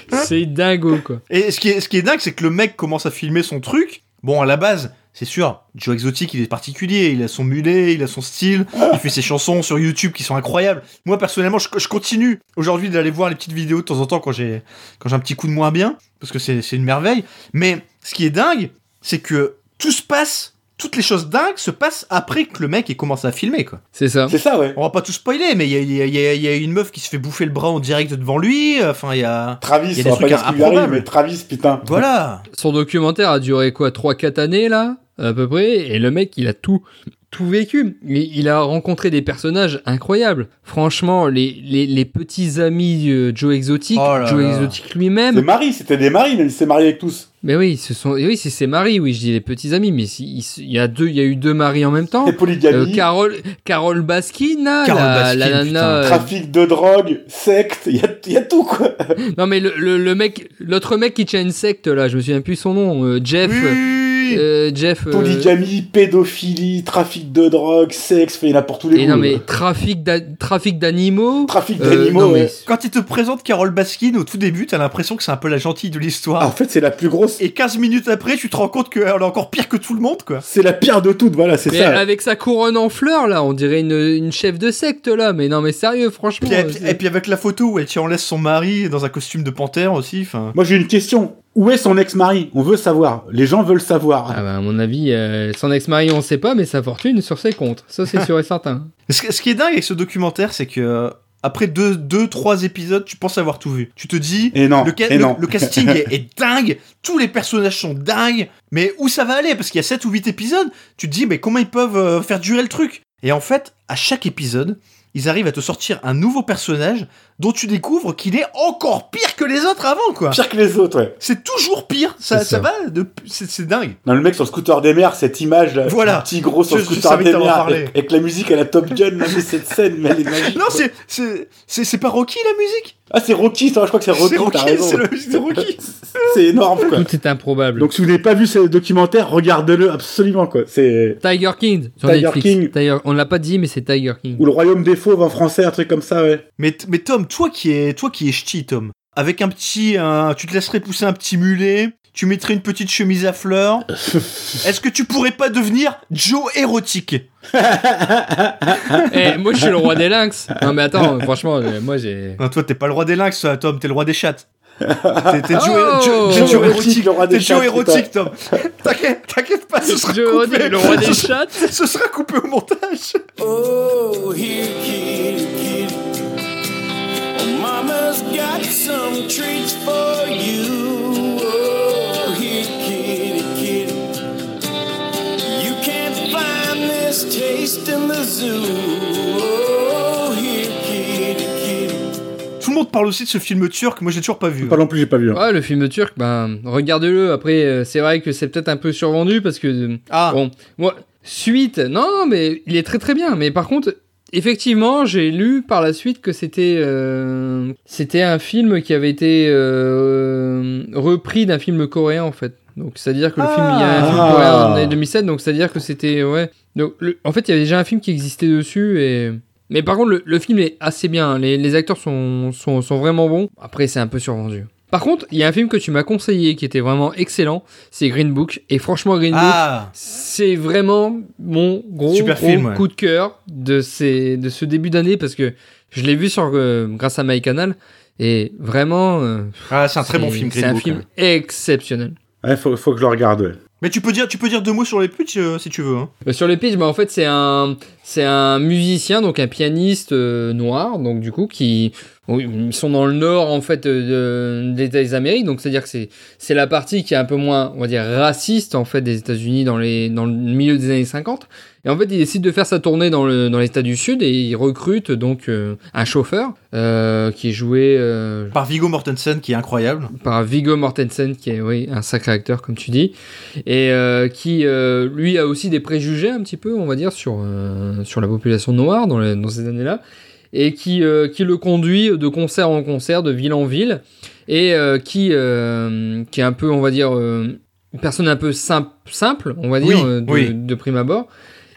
Speaker 1: c'est dingo quoi.
Speaker 2: Et ce qui est, ce qui est dingue, c'est que le mec commence à filmer son truc. Bon, à la base, c'est sûr, Joe Exotic, il est particulier, il a son mulet, il a son style, il fait ses chansons sur YouTube qui sont incroyables. Moi, personnellement, je, je continue aujourd'hui d'aller voir les petites vidéos de temps en temps quand j'ai, quand j'ai un petit coup de moins bien, parce que c'est, c'est une merveille. Mais ce qui est dingue, c'est que tout se passe, toutes les choses dingues se passent après que le mec ait commencé à filmer, quoi.
Speaker 1: C'est ça.
Speaker 3: C'est ça, ouais.
Speaker 2: On va pas tout spoiler, mais il y a, il y a- il y a- il y a une meuf qui se fait bouffer le bras en direct devant lui, enfin, il y a... Il y
Speaker 3: Travis,
Speaker 2: a des
Speaker 3: on va pas
Speaker 2: trucs
Speaker 3: dire ce qui lui arrive,
Speaker 2: improbables.
Speaker 3: mais Travis, putain.
Speaker 2: Voilà
Speaker 1: son documentaire a duré quoi 3-4 années là à peu près et le mec il a tout tout vécu il, il a rencontré des personnages incroyables franchement les, les, les petits amis euh, Joe Exotic
Speaker 2: Oh là
Speaker 1: Joe
Speaker 2: là.
Speaker 1: Exotic
Speaker 3: C'est
Speaker 1: lui-même
Speaker 3: Marie, c'était des maris, même il s'est marié avec tous.
Speaker 1: mais oui ce sont et oui c'est ses maris oui je dis les petits amis mais si- il, s- il y a deux il y a eu deux maris en même temps
Speaker 3: C'est
Speaker 1: Euh,
Speaker 3: polygamie,
Speaker 1: Carole Carole Baskin là,
Speaker 2: Carole
Speaker 1: la,
Speaker 2: Baskin,
Speaker 1: la nana
Speaker 2: putain.
Speaker 1: euh,
Speaker 3: trafic de drogue, secte, il y a, il y a tout, quoi.
Speaker 1: non mais le, le, le mec l'autre mec qui tient une secte là je me souviens plus son nom euh, Jeff
Speaker 2: Oui, oui, oui, oui.
Speaker 1: euh, Jeff euh,
Speaker 3: Polygamie, pédophilie, trafic de drogue, sexe, fait, il y en a pour tous les
Speaker 1: Et
Speaker 3: goûts. hein.
Speaker 1: non mais trafic d'a- trafic d'animaux.
Speaker 3: Trafic
Speaker 1: Euh,
Speaker 3: d'animaux, hein.
Speaker 1: non,
Speaker 3: ouais.
Speaker 1: mais-
Speaker 2: Quand il te présente Carole Baskin au tout début, t'as l'impression que c'est un peu la gentille de
Speaker 3: Ah,
Speaker 2: l'histoire.
Speaker 3: en fait, c'est la plus grosse,
Speaker 2: Et 15 minutes après, tu te rends compte qu'elle est encore pire que tout le monde, quoi.
Speaker 3: c'est la pire de toutes, voilà, c'est
Speaker 1: mais
Speaker 3: ça.
Speaker 1: avec sa couronne en fleurs là, on dirait une, une chef de secte là. Mais non mais sérieux, franchement.
Speaker 2: Puis- et,
Speaker 1: euh,
Speaker 2: puis,
Speaker 1: c'est-
Speaker 2: et puis avec la photo où elle tient en laisse son mari dans un costume de panthère aussi, enfin...
Speaker 3: Moi, j'ai une question. Où est son ex-mari On veut savoir. Les gens veulent savoir.
Speaker 1: Ah bah, à mon avis, euh, son ex-mari on sait pas, mais sa fortune sur ses comptes, ça c'est sûr et certain.
Speaker 2: Ce, ce qui est dingue avec ce documentaire, c'est que... euh, Après deux, deux, trois épisodes, tu penses avoir tout vu. Tu te dis,
Speaker 3: Et non,
Speaker 2: le, ca-
Speaker 3: et
Speaker 2: le-
Speaker 3: non.
Speaker 2: le casting est, est dingue, tous les personnages sont dingues, mais où ça va aller Parce qu'il y a 7 ou 8 épisodes, tu te dis, mais comment ils peuvent euh, faire durer le truc Et en fait, à chaque épisode, ils arrivent à te sortir un nouveau personnage dont tu découvres qu'il est encore pire que les autres avant, quoi
Speaker 3: Pire que les autres, ouais.
Speaker 2: C'est toujours pire, ça,
Speaker 1: C'est
Speaker 2: ça.
Speaker 1: ça.
Speaker 2: va de- C'est c'est dingue
Speaker 3: Non, le mec sur le scooter des mers, cette image là,
Speaker 2: Voilà.
Speaker 3: du petit gros sur le
Speaker 2: Je- je
Speaker 3: scooter
Speaker 2: savais
Speaker 3: des
Speaker 2: t'en
Speaker 3: mers,
Speaker 2: parler.
Speaker 3: avec, avec la musique à la Top Gun, là, mais cette scène, mais elle est magique.
Speaker 2: Non, c'est- c'est c'est- c'est pas Rocky la musique
Speaker 3: Ah, c'est Rocky, ça, je crois que c'est Rocky,
Speaker 2: C'est
Speaker 3: t'as
Speaker 2: Rocky,
Speaker 3: raison.
Speaker 2: c'est la musique de Rocky
Speaker 3: C'est énorme, quoi.
Speaker 1: Tout est improbable.
Speaker 3: Donc, si vous n'avez pas vu ce documentaire, regardez-le absolument, quoi. C'est.
Speaker 1: Tiger King sur
Speaker 3: Tiger
Speaker 1: Netflix.
Speaker 3: King.
Speaker 1: Tiger- on l'a pas dit, mais c'est Tiger King.
Speaker 3: Ou le royaume des fauves en français, un truc comme ça, ouais.
Speaker 2: Mais, t- mais Tom, toi qui es, toi qui es ch'ti, Tom, avec un petit, un- tu te laisserais pousser un petit mulet, tu mettrais une petite chemise à fleurs. Est-ce que tu pourrais pas devenir Joe érotique
Speaker 1: Eh, moi je suis le roi des lynx. Non mais attends, franchement, euh, moi j'ai.
Speaker 2: Non, toi t'es pas le roi des lynx, toi, Tom, t'es le roi des chattes. T'es t'es Joe,
Speaker 1: Oh
Speaker 2: Joe-
Speaker 1: Joe
Speaker 2: Joe,
Speaker 3: érotique,
Speaker 2: érotique,
Speaker 3: le roi des
Speaker 2: t'es Joe
Speaker 3: chattes,
Speaker 2: érotique, Tom. T'inquiète, t'inquiète pas, ce sera
Speaker 1: Je redis,
Speaker 2: coupé.
Speaker 1: le roi
Speaker 2: Ce
Speaker 1: des
Speaker 2: sera-
Speaker 1: chats.
Speaker 2: Ce sera coupé au montage.
Speaker 9: Oh, here, kid, kid. Oh, Mama's got some treats for you. Oh, here, kid, kid. You can't find this taste in the zoo. Oh, here, kid, kid.
Speaker 2: Tout le monde parle aussi de ce film turc, moi j'ai toujours pas vu.
Speaker 3: Pas non plus, j'ai pas vu. hein.
Speaker 1: Ouais, le film turc, ben regarde-le. Après, euh, c'est vrai que c'est peut-être un peu survendu parce que euh,
Speaker 2: Ah,
Speaker 1: Bon, moi, suite, non, non, mais il est très très bien. Mais par contre, effectivement, j'ai lu par la suite que c'était euh, c'était un film qui avait été euh, repris d'un film coréen en fait. Donc c'est-à-dire que le film, il y a un film
Speaker 3: Ah.
Speaker 1: coréen en année 2007, donc c'est-à-dire que c'était, ouais. Donc, le- en fait, il y avait déjà un film qui existait dessus et... Mais par contre, le, le film est assez bien, hein. les, les acteurs sont, sont, sont vraiment bons. Après, c'est un peu survendu. Par contre, il y a un film que tu m'as conseillé qui était vraiment excellent, c'est Green Book. Et franchement, Green Book,
Speaker 2: Ah
Speaker 1: c'est vraiment mon gros,
Speaker 2: Super
Speaker 1: gros
Speaker 2: film, ouais.
Speaker 1: coup de cœur de, ces, de ce début d'année parce que je l'ai vu sur, euh, grâce à MyCanal et vraiment. euh,
Speaker 2: Ah, c'est un très bon film,
Speaker 1: C'est
Speaker 2: Green
Speaker 1: un
Speaker 2: Book,
Speaker 1: film
Speaker 2: ouais.
Speaker 1: exceptionnel.
Speaker 3: Ouais, faut, faut que je le regarde, ouais.
Speaker 2: Mais tu peux dire, tu peux dire deux mots sur les pitchs euh, si tu veux. hein.
Speaker 1: Euh, Sur le pitch, bah, en fait, c'est un, c'est un musicien, donc un pianiste euh, noir, donc du coup, qui bon, ils sont dans le nord en fait euh, de- des, des Amériques, donc c'est-à-dire que c'est, c'est la partie qui est un peu moins, on va dire, raciste en fait des États-Unis dans les, dans le milieu des années 50. Et en fait, il décide de faire sa tournée dans le, dans l'État du Sud et il recrute donc euh, un chauffeur euh, qui est joué euh,
Speaker 2: Par Viggo Mortensen qui est incroyable.
Speaker 1: par Viggo Mortensen, qui est oui, un sacré acteur, comme tu dis, et euh, qui, euh, lui, a aussi des préjugés un petit peu, on va dire, sur, euh, sur la population noire dans, les- dans ces années-là, et qui, euh, qui le conduit de concert en concert, de ville en ville, et euh, qui, euh, qui est un peu, on va dire, euh, une personne un peu simple, simple on va dire,
Speaker 2: Oui,
Speaker 1: euh, de,
Speaker 2: oui.
Speaker 1: de prime abord,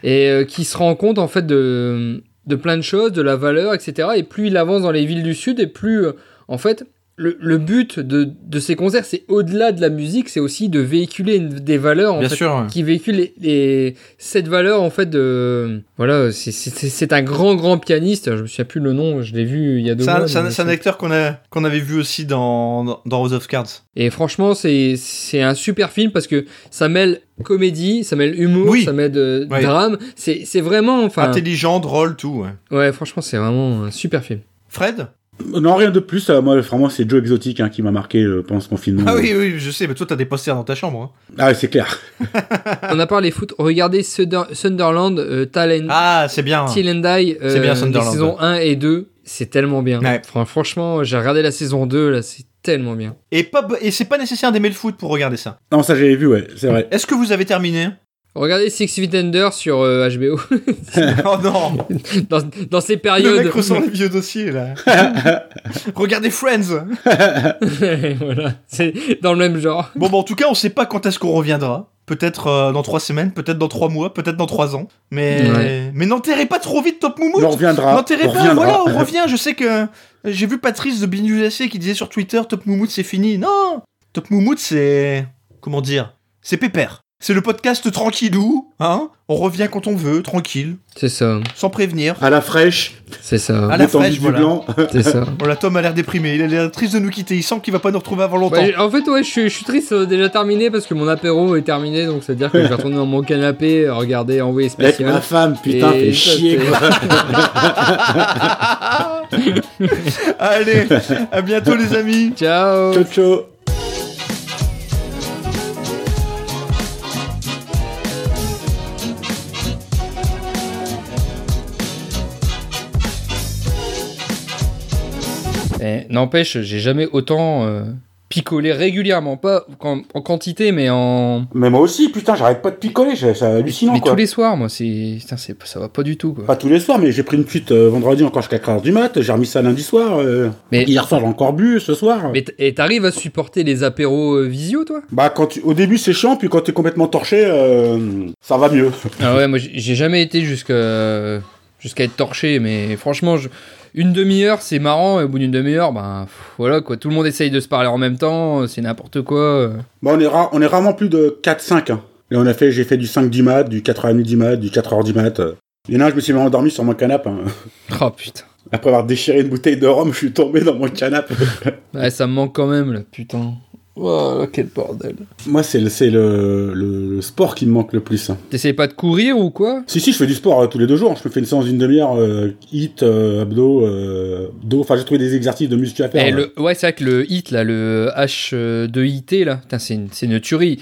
Speaker 1: et euh, qui se rend compte, en fait, de, de plein de choses, de la valeur, etc. Et plus il avance dans les villes du Sud, et plus, euh, en fait, le, le but de, de ces concerts, c'est au-delà de la musique, c'est aussi de véhiculer une- des valeurs en
Speaker 2: Bien
Speaker 1: fait,
Speaker 2: sûr. ouais.
Speaker 1: qui véhiculent les, les- cette valeur en fait de voilà, c'est- c'est c'est- c'est un grand grand pianiste. Je me souviens plus le nom, je l'ai vu il y a deux
Speaker 2: C'est un,
Speaker 1: mois.
Speaker 2: c'est un-
Speaker 1: mais
Speaker 2: c'est un
Speaker 1: c'est-
Speaker 2: acteur qu'on a- qu'on avait vu aussi dans, dans- dans House of Cards.
Speaker 1: Et franchement, c'est c'est un super film parce que ça mêle comédie, ça mêle humour,
Speaker 2: Oui.
Speaker 1: ça mêle euh,
Speaker 2: Ouais. Ah,
Speaker 1: drame. C'est c'est vraiment enfin
Speaker 2: Intelligent, drôle, tout. ouais.
Speaker 1: ouais, franchement, c'est vraiment un super film.
Speaker 2: Fred
Speaker 3: Non, rien de plus. euh, moi, vraiment, c'est Joe Exotic hein, qui m'a marqué euh, pendant ce confinement.
Speaker 2: Ah oui, oui, je sais, mais toi t'as des posters dans ta chambre. hein.
Speaker 3: Ah oui, c'est clair.
Speaker 1: On a parlé foot. Regardez Thunder- Sunderland, euh, Talent,
Speaker 2: Ah, c'est bien.
Speaker 1: Till and Die, euh,
Speaker 2: C'est bien,
Speaker 1: les
Speaker 2: Sunderland.
Speaker 1: saisons 1 et 2, c'est tellement bien.
Speaker 2: Ouais.
Speaker 1: Fran- franchement, j'ai regardé la saison 2, là, c'est tellement bien.
Speaker 2: Et, pas, b- et c'est pas nécessaire d'aimer le foot pour regarder ça.
Speaker 3: Non, ça, j'avais vu, ouais, c'est vrai.
Speaker 2: Est-ce que vous avez terminé
Speaker 1: Regardez Six Feet Under sur euh, HBO.
Speaker 2: Oh non
Speaker 1: dans, dans ces
Speaker 2: Le
Speaker 1: périodes.
Speaker 2: mec ressort les vieux dossiers là. Regardez Friends
Speaker 1: voilà. C'est dans le même genre.
Speaker 2: Bon, bah, en tout cas, on sait pas quand est-ce qu'on reviendra. Peut-être euh, dans trois semaines, peut-être dans trois mois, peut-être dans trois ans. Mais,
Speaker 1: Ouais.
Speaker 2: mais n'enterrez pas trop vite Top Moumout
Speaker 3: On reviendra.
Speaker 2: N'enterrez
Speaker 3: on
Speaker 2: pas,
Speaker 3: reviendra.
Speaker 2: voilà, on revient. Je sais que euh, j'ai vu Patrice de Bin USA qui disait sur Twitter Top Moumout c'est fini. Non Top Moumout c'est. Comment dire C'est pépère. C'est le podcast tranquillou, hein On revient quand on veut, tranquille,
Speaker 1: C'est ça.
Speaker 2: sans prévenir.
Speaker 3: À la fraîche,
Speaker 1: C'est ça.
Speaker 2: À la
Speaker 3: détendu
Speaker 2: fraîche,
Speaker 3: du
Speaker 2: voilà.
Speaker 3: blanc.
Speaker 1: C'est ça.
Speaker 2: Oh là, Tom a l'air déprimé, il a l'air triste de nous quitter, il sent qu'il va pas nous retrouver avant longtemps.
Speaker 1: Ouais, en fait, ouais, je suis, je suis triste, ça doit déjà terminé parce que mon apéro est terminé, donc c'est à dire que je vais retourner dans mon canapé, euh, regarder Envoyé
Speaker 3: Avec ma
Speaker 1: spécial.
Speaker 3: femme, putain,
Speaker 1: Et
Speaker 3: fais
Speaker 1: ça,
Speaker 3: chier,
Speaker 1: c'est-
Speaker 3: quoi.
Speaker 2: Allez, à bientôt les amis
Speaker 1: Ciao.
Speaker 3: Ciao, ciao.
Speaker 1: Eh, N'empêche, j'ai jamais autant euh, picolé régulièrement, pas en, en quantité, mais en
Speaker 3: Mais moi aussi, putain, j'arrête pas de picoler, c'est c'est hallucinant,
Speaker 1: mais
Speaker 3: quoi.
Speaker 1: tous les soirs, moi, c'est putain, c'est ça va pas du tout quoi.
Speaker 3: Pas tous les soirs, mais j'ai pris une cuite euh, vendredi encore jusqu'à 4h du mat, j'ai remis ça lundi soir, euh,
Speaker 1: Mais-
Speaker 3: hier soir j'ai encore bu, ce soir...
Speaker 1: Mais t- et t'arrives à supporter les apéros euh, visio, toi
Speaker 3: Bah, quand tu- au début c'est chiant, puis quand t'es complètement torché, euh, ça va mieux.
Speaker 1: Ah ouais, moi j'ai j'ai jamais été jusqu'à jusqu'à être torché, mais franchement, je- une demi-heure c'est marrant, et au bout d'une demi-heure, ben pff, voilà quoi, tout le monde essaye de se parler en même temps, euh, c'est n'importe quoi. euh.
Speaker 3: Bah, on est, ra- on est rarement plus de 4-5. hein. Et on a fait, j'ai fait du 5 du mat, du 4h30 du mat, du 4h du mat. euh. Il y en a un, je me suis même endormi sur mon canapé. hein.
Speaker 1: Oh putain,
Speaker 3: Après avoir déchiré une bouteille de rhum, je suis tombé dans mon canapé.
Speaker 1: Ouais, ça me manque quand même là, putain. Oh, quel bordel.
Speaker 3: Moi, c'est le, c'est le, le- le sport qui me manque le plus. hein.
Speaker 1: T'essayes pas de courir ou quoi
Speaker 3: Si, si, je fais du sport euh, tous les deux jours. Je me fais une séance d'une demi-heure, euh, hit, euh, abdos, euh, dos. Enfin, j'ai trouvé des exercices de muscu à faire.
Speaker 1: Eh,
Speaker 3: là.
Speaker 1: le, ouais, c'est vrai que le hit, là, le H2IT, là, putain, c'est une, c'est une tuerie.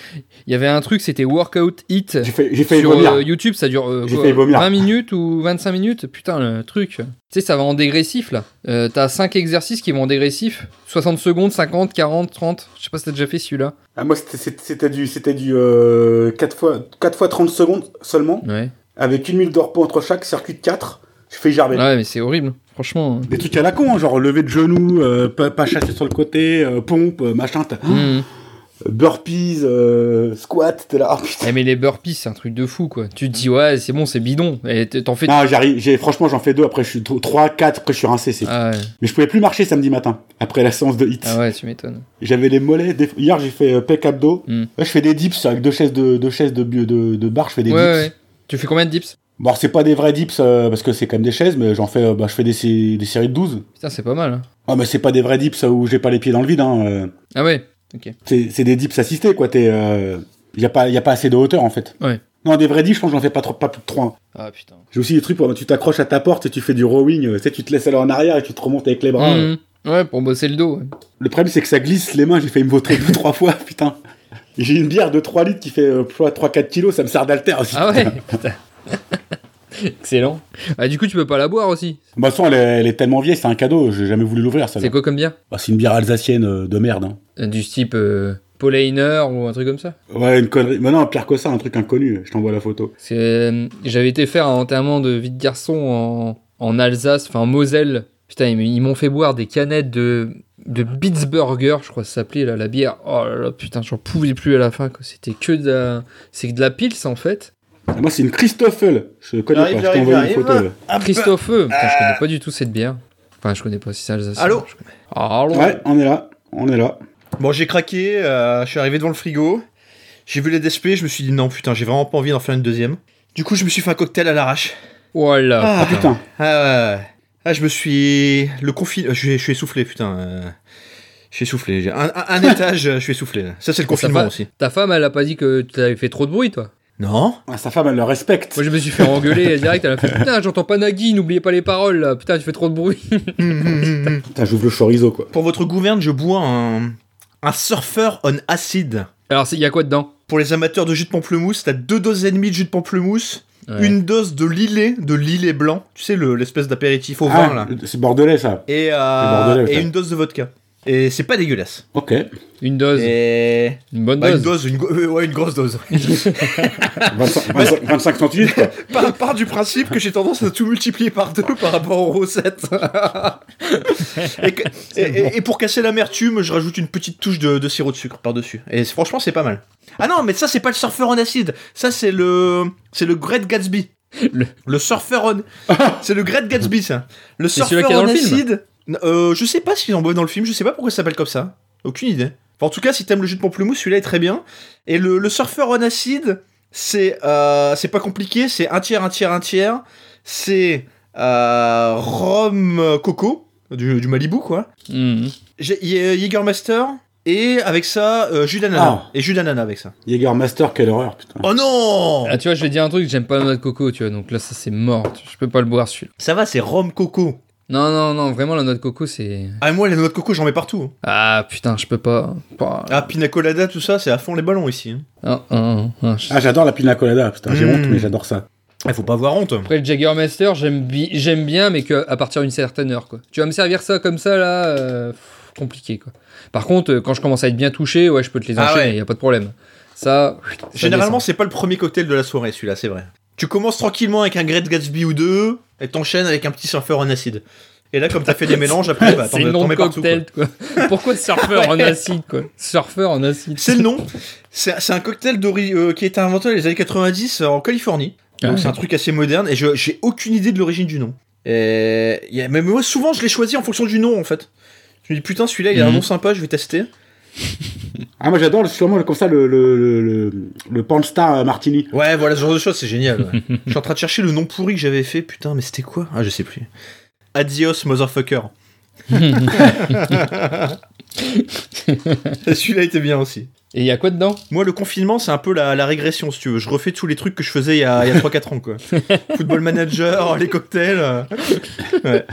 Speaker 1: Il y avait un truc, c'était Workout Hit.
Speaker 3: J'ai fait, j'ai fait
Speaker 1: Sur
Speaker 3: vomir.
Speaker 1: euh, YouTube, ça dure euh,
Speaker 3: J'ai
Speaker 1: quoi,
Speaker 3: failli vomir.
Speaker 1: 20 minutes ou 25 minutes. Putain, le truc. Tu sais, ça va en dégressif, là. Euh, T'as 5 exercices qui vont en dégressif. 60 secondes, 50, 40, 30. Je sais pas si t'as déjà fait celui-là.
Speaker 3: Ah, moi, c'était- c'était c'était du, c'était du euh, 4 fois, 4 fois 30 secondes seulement,
Speaker 1: Ouais.
Speaker 3: avec une minute de repos entre chaque, circuit de 4. Je fais gerber.
Speaker 1: Ouais, mais c'est horrible. Franchement.
Speaker 3: Des trucs à hein, la con, hein, genre lever de genoux, euh, pas, pas chasser sur le côté, euh, pompe, euh, machin. t'as-
Speaker 1: Mmh.
Speaker 3: burpees, euh, squat, t'es là. Oh, putain.
Speaker 1: Eh, mais les burpees, c'est un truc de fou, quoi. Tu te dis, ouais, c'est bon, c'est bidon. Et t- t'en fais.
Speaker 3: Non, j'arrive, j'ai, franchement, j'en fais deux, après je suis t- trois, quatre, après je suis rincé, c'est
Speaker 1: Ah ouais.
Speaker 3: Mais je pouvais plus marcher samedi matin, après la séance de hit.
Speaker 1: Ah ouais, tu m'étonnes.
Speaker 3: J'avais les mollets, des- hier j'ai fait euh, pec abdo.
Speaker 1: Mm.
Speaker 3: Là, je fais des dips avec deux chaises de, deux chaises de, bio- de, de barre, je fais des
Speaker 1: Ouais,
Speaker 3: dips.
Speaker 1: ouais. Tu fais combien de dips
Speaker 3: Bon, alors, c'est pas des vrais dips, euh, parce que c'est quand même des chaises, mais j'en fais, euh, bah, je fais des, sé- des séries de 12.
Speaker 1: Putain, c'est pas mal. hein.
Speaker 3: Ah, mais c'est pas des vrais dips où j'ai pas les pieds dans le vide, hein. euh.
Speaker 1: Ah ouais, ok.
Speaker 3: C'est c'est des dips assistés, quoi. T'es, euh, y a pas, y a pas assez de hauteur, en fait.
Speaker 1: Ouais.
Speaker 3: Non, des vrais dips, je pense que j'en fais pas trop, pas plus de 3.
Speaker 1: Ah putain.
Speaker 3: J'ai aussi des trucs où tu t'accroches à ta porte et tu fais du rowing, euh, tu sais, tu te laisses aller en arrière et tu te remontes avec les bras.
Speaker 1: Mhm. Ouais, pour bosser le dos. ouais.
Speaker 3: Le problème, c'est que ça glisse les mains, j'ai failli me vautrer deux, trois fois, putain. Et J'ai une bière de 3 litres qui fait euh, 3-4 kilos, ça me sert d'alter aussi.
Speaker 1: Ah ouais, putain. Excellent. Ah, du coup, tu peux pas la boire aussi.
Speaker 3: Bah, de toute façon, elle est, elle est tellement vieille, c'est un cadeau, j'ai jamais voulu l'ouvrir, ça.
Speaker 1: C'est quoi comme bière
Speaker 3: Bah, c'est une bière alsacienne euh, de merde, hein.
Speaker 1: Euh, Du type euh, Paulaner ou un truc comme ça
Speaker 3: Ouais, une connerie. Mais non, pire que ça, un truc inconnu, je t'envoie la photo.
Speaker 1: C'est, euh, J'avais été faire un enterrement de vie de garçon en, en Alsace, enfin en Moselle. Putain, ils, m- ils m'ont fait boire des canettes de, de Bitburger, je crois que ça s'appelait là, la bière. Oh là là, putain, j'en pouvais plus à la fin. quoi. C'était que de la... C'est que de la pils en fait.
Speaker 3: Ah, Moi, c'est une Christoffel, je connais
Speaker 2: J'arrive,
Speaker 3: pas, je
Speaker 2: j'arrive,
Speaker 3: t'envoie une
Speaker 2: j'arrive.
Speaker 3: photo. là.
Speaker 1: Christophe,
Speaker 2: Euh,
Speaker 1: putain, je connais pas du tout cette bière. Enfin, je connais pas si c'est alsacien.
Speaker 2: Allô
Speaker 1: je connais. Allô
Speaker 3: Ouais, on est là, on est là.
Speaker 2: Bon, j'ai craqué, euh, je suis arrivé devant le frigo, j'ai vu les DSP, je me suis dit non, putain, j'ai vraiment pas envie d'en faire une deuxième. Du coup, je me suis fait un cocktail à l'arrache.
Speaker 1: Voilà.
Speaker 2: Ah,
Speaker 3: Putain,
Speaker 2: Ah, ouais. ah, je me suis. Le confit. Je suis- je suis essoufflé, putain. euh, Je suis essoufflé. J'ai Un, un- un étage, euh, je suis essoufflé. là. Ça, c'est le confinement
Speaker 1: Ça va
Speaker 2: aussi.
Speaker 1: Ta femme, elle a pas dit que tu avais fait trop de bruit, toi.
Speaker 2: Non
Speaker 3: Ah, sa femme, elle le respecte.
Speaker 1: Moi, je me suis fait engueuler direct. Elle a fait Putain, j'entends pas Nagui, n'oubliez pas les paroles, là. Putain, tu fais trop de bruit.
Speaker 3: Putain, j'ouvre le chorizo, quoi.
Speaker 2: Pour votre gouverne, je bois un. Un surfer on acide.
Speaker 1: Alors, il y a quoi dedans
Speaker 2: Pour les amateurs de jus de pamplemousse, t'as deux doses et demie de jus de pamplemousse,
Speaker 1: Ouais.
Speaker 2: une dose de lillet, de lillet blanc, tu sais, le- l'espèce d'apéritif au vin, là.
Speaker 3: Ah, c'est bordelais, ça.
Speaker 2: et, euh,
Speaker 3: bordelais,
Speaker 2: et
Speaker 3: ça.
Speaker 2: une dose de vodka. Et c'est pas dégueulasse.
Speaker 3: Ok.
Speaker 1: Une dose.
Speaker 2: Et...
Speaker 1: Une bonne
Speaker 2: Bah,
Speaker 1: dose.
Speaker 2: une dose, une, go- euh, ouais, une grosse dose.
Speaker 3: 25, 25, 25 centilitres, quoi.
Speaker 2: par, par du principe que j'ai tendance à tout multiplier par deux par rapport aux recettes. et, que- et- et- et pour casser l'amertume, je rajoute une petite touche de, de sirop de sucre par-dessus. Et c'est- franchement, c'est pas mal. Ah non, mais ça, c'est pas le surfeur en acide. Ça, c'est le, c'est le Great Gatsby.
Speaker 1: Le-
Speaker 2: Le, surfeur en. c'est le Great Gatsby, ça. Le
Speaker 1: celui-là
Speaker 2: surfeur
Speaker 1: qu'il y a
Speaker 2: en
Speaker 1: dans le film
Speaker 2: acide. Euh, je sais pas s'ils en boivent dans le film, je sais pas pourquoi ça s'appelle comme ça. Aucune idée. Enfin, en tout cas, si t'aimes le jus de pamplemousse, celui-là est très bien. Et le, le surfeur en acide, c'est euh, c'est pas compliqué, c'est un tiers, un tiers, un tiers. C'est euh, rhum euh, coco, du, du Malibu quoi.
Speaker 1: Mhm.
Speaker 2: J'ai- y- euh, Jägermeister, et avec ça, euh, jus d'ananas.
Speaker 3: Ah.
Speaker 2: Et jus d'ananas avec ça.
Speaker 3: Jägermaster, quelle horreur, putain.
Speaker 2: Oh non
Speaker 1: Ah, tu vois, je vais dire un truc, j'aime pas la noix de coco, tu vois. Donc là, ça, c'est mort. Je peux pas le boire, celui-là.
Speaker 2: Ça va, c'est rhum coco.
Speaker 1: Non, non, non, vraiment, la noix de coco, c'est.
Speaker 2: Ah, moi, la noix de coco, j'en mets partout. hein.
Speaker 1: Ah, putain, je peux pas. Pas-
Speaker 2: Ah, pina colada, tout ça, c'est à fond les ballons ici. hein.
Speaker 1: Ah, ah, ah, ah.
Speaker 3: Ah, j'adore la pina colada, putain, j'ai
Speaker 2: Mm.
Speaker 3: honte, mais j'adore ça.
Speaker 2: Ah, faut pas avoir honte.
Speaker 1: Après, le Jaggermaster, j'aime bi- j'aime bien, mais que à partir d'une certaine heure, quoi. Tu vas me servir ça comme ça, là, euh, pff, compliqué, quoi. Par contre, euh, quand je commence à être bien touché, ouais, je peux te les
Speaker 2: Ah
Speaker 1: enchaîner,
Speaker 2: ouais.
Speaker 1: y a pas de problème. Ça, ça
Speaker 2: Généralement,
Speaker 1: descend.
Speaker 2: c'est pas le premier cocktail de la soirée, celui-là, c'est vrai. Tu commences tranquillement avec un Great Gatsby ou deux, et t'enchaînes avec un petit surfeur en acide. Et là, comme t'as fait des mélanges, après, bah, t'en
Speaker 1: c'est le
Speaker 2: t'en
Speaker 1: nom de
Speaker 2: mets partout. quoi.
Speaker 1: cocktail, quoi. Pourquoi surfeur en acide, quoi Surfeur en acide.
Speaker 2: C'est le nom. C'est c'est un cocktail d'ori- euh, qui a été inventé dans les années 90 en Californie. Donc
Speaker 1: Ah.
Speaker 2: c'est un truc assez moderne et je- j'ai aucune idée de l'origine du nom. Et il y a- mais moi souvent je l'ai choisi en fonction du nom en fait. Je me dis putain celui-là il a un
Speaker 1: Mhm.
Speaker 2: nom sympa, je vais tester.
Speaker 3: Ah, moi j'adore le- sûrement le- comme ça le, le, le, le, le Panstar euh, Martini.
Speaker 2: Ouais voilà ce genre de choses c'est génial. ouais. je suis en train de chercher le nom pourri que j'avais fait putain mais c'était quoi Ah je sais plus. Adios motherfucker. celui-là était bien aussi.
Speaker 1: Et y a quoi dedans
Speaker 2: Moi, le confinement, c'est un peu la, la régression, si tu veux. Je refais tous les trucs que je faisais il y a, il y a 3-4 ans, quoi. Football manager, les cocktails. euh. Ouais.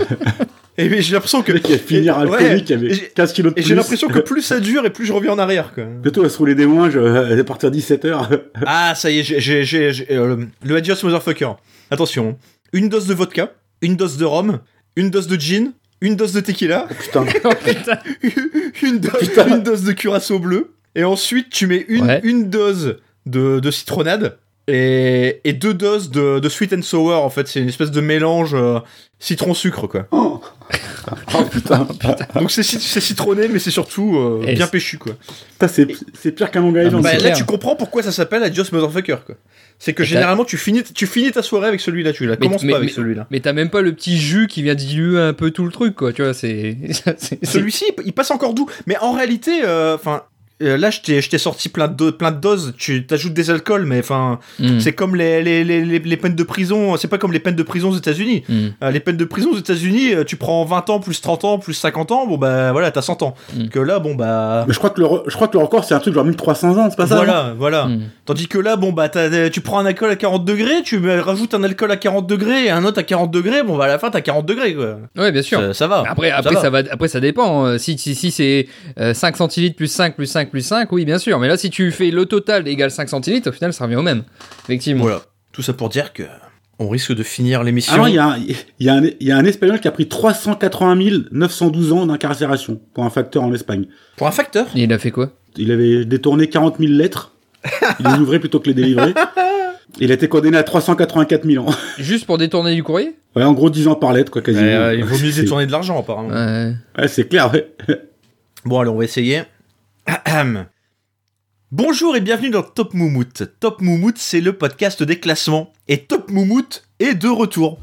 Speaker 2: Et mais j'ai l'impression que.
Speaker 3: Le mec qui va finir
Speaker 2: Ouais.
Speaker 3: alcoolique
Speaker 2: Et
Speaker 3: avec
Speaker 2: j'ai-
Speaker 3: 15 kilos de
Speaker 2: Et
Speaker 3: plus.
Speaker 2: j'ai l'impression que plus ça dure et plus je reviens en arrière, quoi.
Speaker 3: Bientôt, on va se rouler des ouinges euh, à Oh, partir de 17h.
Speaker 2: Ah, ça y est, j'ai. j'ai- j'ai- j'ai- euh, le adios motherfucker. Attention. Une dose de vodka, une dose de rhum, une dose de gin, une dose de tequila,
Speaker 3: Putain.
Speaker 1: Oh, putain.
Speaker 2: une, dose-
Speaker 3: Putain.
Speaker 2: une dose de curaçao bleu. Et ensuite, tu mets une,
Speaker 1: Ouais.
Speaker 2: une dose de, de citronnade et, et deux doses de, de sweet and sour en fait. C'est une espèce de mélange euh, citron-sucre quoi.
Speaker 3: Oh, Oh, putain,
Speaker 2: Donc c'est cit- c'est citronné mais c'est surtout euh,
Speaker 1: Et
Speaker 2: bien
Speaker 1: c'est-
Speaker 2: péchu quoi.
Speaker 3: Putain, c'est c'est pire qu'un manga Island.
Speaker 2: Bah, là
Speaker 1: clair.
Speaker 2: tu comprends pourquoi ça s'appelle Adios Motherfucker quoi. C'est que
Speaker 1: Et t'as-
Speaker 2: généralement tu finis tu finis ta soirée avec celui-là, tu la
Speaker 1: Mais-
Speaker 2: commences
Speaker 1: mais-
Speaker 2: pas avec
Speaker 1: mais-
Speaker 2: celui-là.
Speaker 1: Mais t'as même pas le petit jus qui vient diluer un peu tout le truc, quoi. Tu vois, c'est. c'est- c'est-
Speaker 2: Celui-ci il- il passe encore doux mais en réalité euh, enfin là je t'ai je t'ai sorti plein de do- plein de doses, tu t'ajoutes des alcools mais enfin
Speaker 1: Mm.
Speaker 2: c'est comme les les, les, les les peines de prison, c'est pas comme les peines de prison aux États-Unis.
Speaker 1: Mm.
Speaker 2: Euh, les peines de prison aux États-Unis, euh, tu prends 20 ans plus 30 ans plus 50 ans, bon bah voilà, t'as 100 ans.
Speaker 1: Mm.
Speaker 2: Que là, bon bah
Speaker 3: Mais je crois que le, re- je crois que le record, c'est un truc genre 1300 ans, c'est pas ça non
Speaker 2: voilà, voilà.
Speaker 1: Mm.
Speaker 2: Tandis que là, bon bah t'as- euh, tu prends un alcool à 40 degrés, tu euh, rajoutes un alcool à 40 degrés et un autre à 40 degrés, bon bah à la fin t'as 40 degrés quoi.
Speaker 1: Ouais, bien sûr.
Speaker 2: Ça, ça va.
Speaker 1: Ah, Après,
Speaker 2: Ça
Speaker 1: après,
Speaker 2: va.
Speaker 1: ça va, après, ça dépend. Euh, Si, si, si c'est euh, 5 centilitres plus 5 plus 5 plus 5, oui, bien sûr. Mais là, si tu fais le total égale 5 centilitres, au final, ça revient au même. Effectivement.
Speaker 2: Voilà. Tout ça pour dire que on risque de finir l'émission.
Speaker 3: Alors, Ah il y a, un- il y, a un- il y a un Espagnol qui a pris 380 912 ans d'incarcération pour un facteur en Espagne.
Speaker 2: Pour un facteur.
Speaker 1: Et il a fait quoi
Speaker 3: Il avait détourné 40 000 lettres. Il les ouvrait plutôt que les délivrait. Il a été condamné à 384 000 ans.
Speaker 1: Juste pour détourner du courrier
Speaker 3: Ouais, en gros, 10 ans par lettre, quoi, quasiment.
Speaker 2: Mais, euh, il vaut mieux
Speaker 3: C'est-
Speaker 2: détourner de l'argent apparemment.
Speaker 1: Ouais.
Speaker 3: Ouais, c'est clair, ouais.
Speaker 2: Bon, alors on va essayer. Ahem. Bonjour et bienvenue dans Top Moumout. Top Moumout, c'est le podcast des classements. Et Top Moumout est de retour.